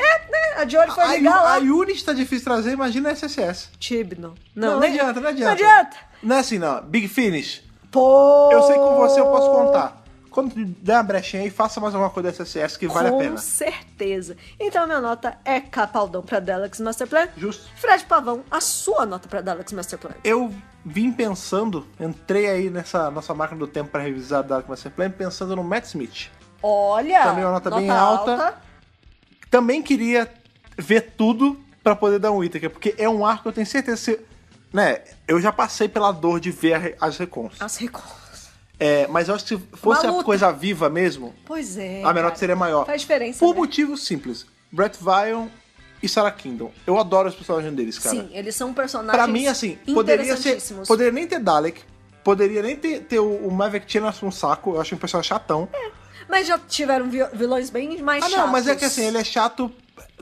[SPEAKER 2] A Jory foi
[SPEAKER 1] a,
[SPEAKER 2] ligar
[SPEAKER 1] a,
[SPEAKER 2] lá.
[SPEAKER 1] a Unity tá difícil de trazer, imagina a SSS.
[SPEAKER 2] Tibno.
[SPEAKER 1] Não, não
[SPEAKER 2] nem-
[SPEAKER 1] adianta, não adianta.
[SPEAKER 2] Não adianta.
[SPEAKER 1] Não é assim, não. Big Finish,
[SPEAKER 2] Pô.
[SPEAKER 1] eu sei que com você eu posso contar. Quando der uma brechinha aí, faça mais alguma coisa da SSS que vale
[SPEAKER 2] Com
[SPEAKER 1] a pena.
[SPEAKER 2] certeza. Então, a minha nota é Capaldão pra Deluxe Master Plan.
[SPEAKER 1] Justo.
[SPEAKER 2] Fred Pavão, a sua nota pra Deluxe Master Plan.
[SPEAKER 1] Eu vim pensando, entrei aí nessa nossa máquina do tempo pra revisar a Dark Master Plan, pensando no Matt Smith.
[SPEAKER 2] Olha!
[SPEAKER 1] Também é uma nota bem alta. Também queria ver tudo pra poder dar um Whittaker, porque é um arco que eu tenho certeza que... você- Né, eu já passei pela dor de ver a re- as recons.
[SPEAKER 2] As recordas.
[SPEAKER 1] É, mas eu acho que se fosse
[SPEAKER 2] Uma
[SPEAKER 1] a
[SPEAKER 2] luta.
[SPEAKER 1] coisa viva mesmo,
[SPEAKER 2] Pois é.
[SPEAKER 1] a menor
[SPEAKER 2] cara.
[SPEAKER 1] seria maior.
[SPEAKER 2] Faz diferença.
[SPEAKER 1] Por
[SPEAKER 2] né?
[SPEAKER 1] motivos simples. Brett Vion e Sarah Kingdom. Eu adoro os personagens deles, cara.
[SPEAKER 2] Sim, eles são personagens.
[SPEAKER 1] Pra mim, assim, poderia ser.
[SPEAKER 2] interessantíssimos.
[SPEAKER 1] Poderia nem ter Dalek. Poderia nem ter, ter o, o Maverick Tina um saco. Eu acho um personagem
[SPEAKER 2] É,
[SPEAKER 1] chatão.
[SPEAKER 2] Mas já tiveram vi- vilões bem mais
[SPEAKER 1] ah, não,
[SPEAKER 2] chatos.
[SPEAKER 1] mas é que assim, ele é chato.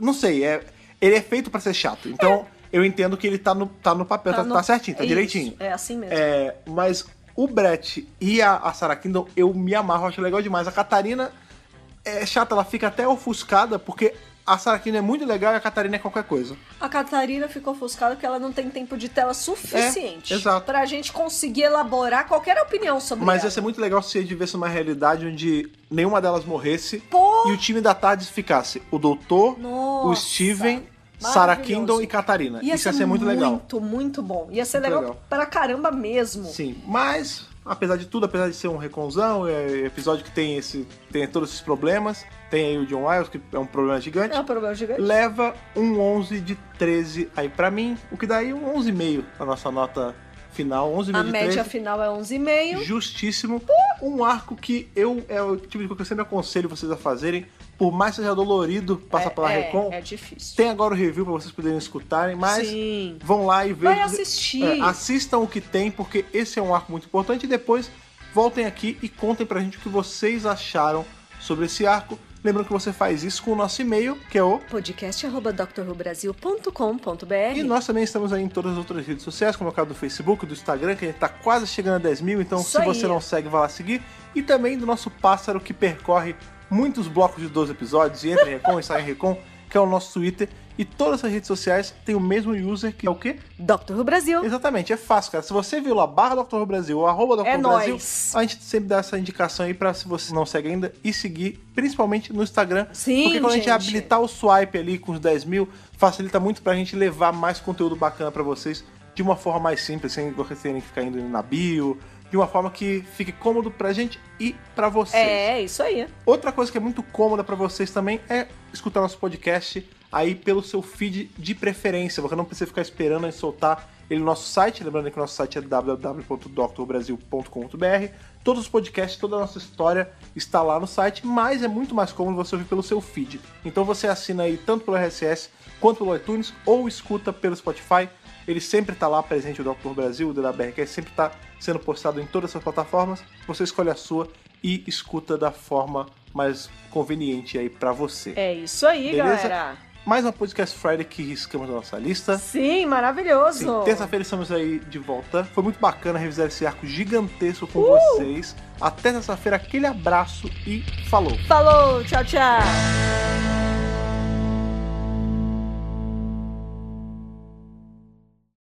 [SPEAKER 1] Não sei, é, ele é feito pra ser chato. Então, eu entendo que ele tá no, tá no papel, tá,
[SPEAKER 2] É. no-
[SPEAKER 1] tá certinho, tá
[SPEAKER 2] Isso,
[SPEAKER 1] direitinho.
[SPEAKER 2] É assim mesmo.
[SPEAKER 1] É, mas o Brett e a, a Sarah Kindle, eu me amarro, acho legal demais. A Catarina é chata, ela fica até ofuscada, porque a Sarah Kindle é muito legal e a Catarina é qualquer coisa.
[SPEAKER 2] A Catarina ficou ofuscada porque ela não tem tempo de tela suficiente
[SPEAKER 1] É, exato.
[SPEAKER 2] pra gente conseguir elaborar qualquer opinião sobre
[SPEAKER 1] Mas
[SPEAKER 2] ela.
[SPEAKER 1] ia ser muito legal se a gente vivesse uma realidade onde nenhuma delas morresse
[SPEAKER 2] Pô!
[SPEAKER 1] e o time da tarde ficasse o Doutor,
[SPEAKER 2] Nossa!
[SPEAKER 1] o Steven, Sarah
[SPEAKER 2] Maravilhoso.
[SPEAKER 1] Kindle e Catarina.
[SPEAKER 2] Ia
[SPEAKER 1] Isso ia ser muito legal.
[SPEAKER 2] Muito, muito bom. Ia ser
[SPEAKER 1] Muito
[SPEAKER 2] legal,
[SPEAKER 1] legal.
[SPEAKER 2] pra caramba mesmo.
[SPEAKER 1] Sim, mas apesar de tudo, apesar de ser um reconzão, é episódio que tem, esse, tem todos esses problemas, tem aí o John Wiles, que é um problema gigante.
[SPEAKER 2] É um problema gigante.
[SPEAKER 1] leva um 11 de 13 aí pra mim, o que daí um 11,5 a nossa nota final, 11,5
[SPEAKER 2] A
[SPEAKER 1] de
[SPEAKER 2] média
[SPEAKER 1] 13.
[SPEAKER 2] final é 11,5.
[SPEAKER 1] Justíssimo. Um arco que eu é o tipo de coisa que eu sempre aconselho vocês a fazerem, por mais que seja dolorido passar
[SPEAKER 2] é,
[SPEAKER 1] pela
[SPEAKER 2] é,
[SPEAKER 1] Recon.
[SPEAKER 2] É difícil.
[SPEAKER 1] Tem agora o review pra vocês poderem escutarem, mas
[SPEAKER 2] Sim.
[SPEAKER 1] vão lá e vejam.
[SPEAKER 2] Vai assistir.
[SPEAKER 1] É, assistam o que tem, porque esse é um arco muito importante. E depois voltem aqui e contem pra gente o que vocês acharam sobre esse arco. Lembrando que você faz isso com o nosso e-mail, que é o E
[SPEAKER 2] podcast.drrubrasil.com.br
[SPEAKER 1] nós também estamos aí em todas as outras redes sociais, como é o caso do Facebook, do Instagram, que a gente tá quase chegando a 10 mil, então
[SPEAKER 2] Isso
[SPEAKER 1] se
[SPEAKER 2] aí.
[SPEAKER 1] você não segue, vá lá seguir. E também do nosso pássaro que percorre muitos blocos de 12 episódios, e entra em Recon e sai em Recon, que é o nosso Twitter. E todas essas redes sociais têm o mesmo user, que é o quê?
[SPEAKER 2] Dr. Who Brasil.
[SPEAKER 1] Exatamente, é fácil, cara. Se você viu lá, barra Dr. Who Brasil ou arroba Dr.
[SPEAKER 2] É
[SPEAKER 1] Who Brasil,
[SPEAKER 2] nóis.
[SPEAKER 1] a gente sempre dá essa indicação aí pra se você não segue ainda e seguir, principalmente no Instagram.
[SPEAKER 2] Sim,
[SPEAKER 1] Porque quando
[SPEAKER 2] gente.
[SPEAKER 1] a gente habilitar o swipe ali com os 10 mil, facilita muito pra gente levar mais conteúdo bacana pra vocês de uma forma mais simples, sem vocês terem que ficar indo na bio, de uma forma que fique cômodo pra gente e pra vocês.
[SPEAKER 2] É, isso aí.
[SPEAKER 1] Outra coisa que é muito cômoda pra vocês também é escutar nosso podcast aí pelo seu feed de preferência. Você não precisa ficar esperando a gente soltar ele no nosso site. Lembrando que o nosso site é www.doctorbrasil.com.br. Todos os podcasts, toda a nossa história está lá no site, mas é muito mais cômodo você ouvir pelo seu feed. Então você assina aí tanto pelo RSS quanto pelo iTunes ou escuta pelo Spotify. Ele sempre tá lá presente, o Dr. Brasil, o DWRQ, sempre tá sendo postado em todas essas plataformas. Você escolhe a sua e escuta da forma mais conveniente aí pra você.
[SPEAKER 2] É isso aí,
[SPEAKER 1] Beleza?
[SPEAKER 2] galera.
[SPEAKER 1] Mais uma Podcast Friday que riscamos da nossa lista.
[SPEAKER 2] Sim,
[SPEAKER 1] Sim,
[SPEAKER 2] maravilhoso.
[SPEAKER 1] Terça-feira estamos aí de volta. Foi muito bacana revisar esse arco gigantesco com vocês. Até terça-feira, aquele abraço e falou!
[SPEAKER 2] Falou, tchau, tchau.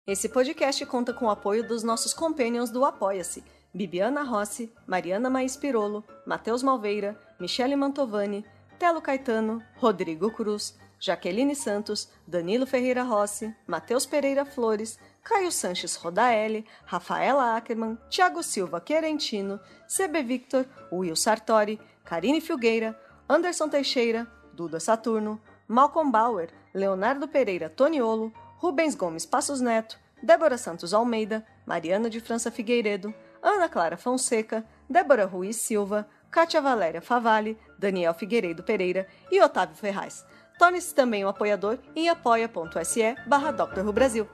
[SPEAKER 2] Esse podcast conta com o apoio dos nossos companions do Apoia-se: Bibiana Rossi, Mariana Maís Pirolo, Matheus Malveira, Michele Mantovani, Telo Caetano, Rodrigo Cruz, Jaqueline Santos, Danilo Ferreira Rossi, Matheus Pereira Flores, Caio Sanches Rodaelli, Rafaela Ackerman, Thiago Silva Querentino, CB Victor, Will Sartori, Karine Filgueira, Anderson Teixeira, Duda Saturno, Malcolm Bauer, Leonardo Pereira Toniolo, Rubens Gomes Passos Neto, Débora Santos Almeida, Mariana de França Figueiredo, Ana Clara Fonseca, Débora Ruiz Silva, Kátia Valéria Favalli, Daniel Figueiredo Pereira e Otávio Ferraz. Torne-se também um apoiador em apoia.se barra Dr. Who Brasil.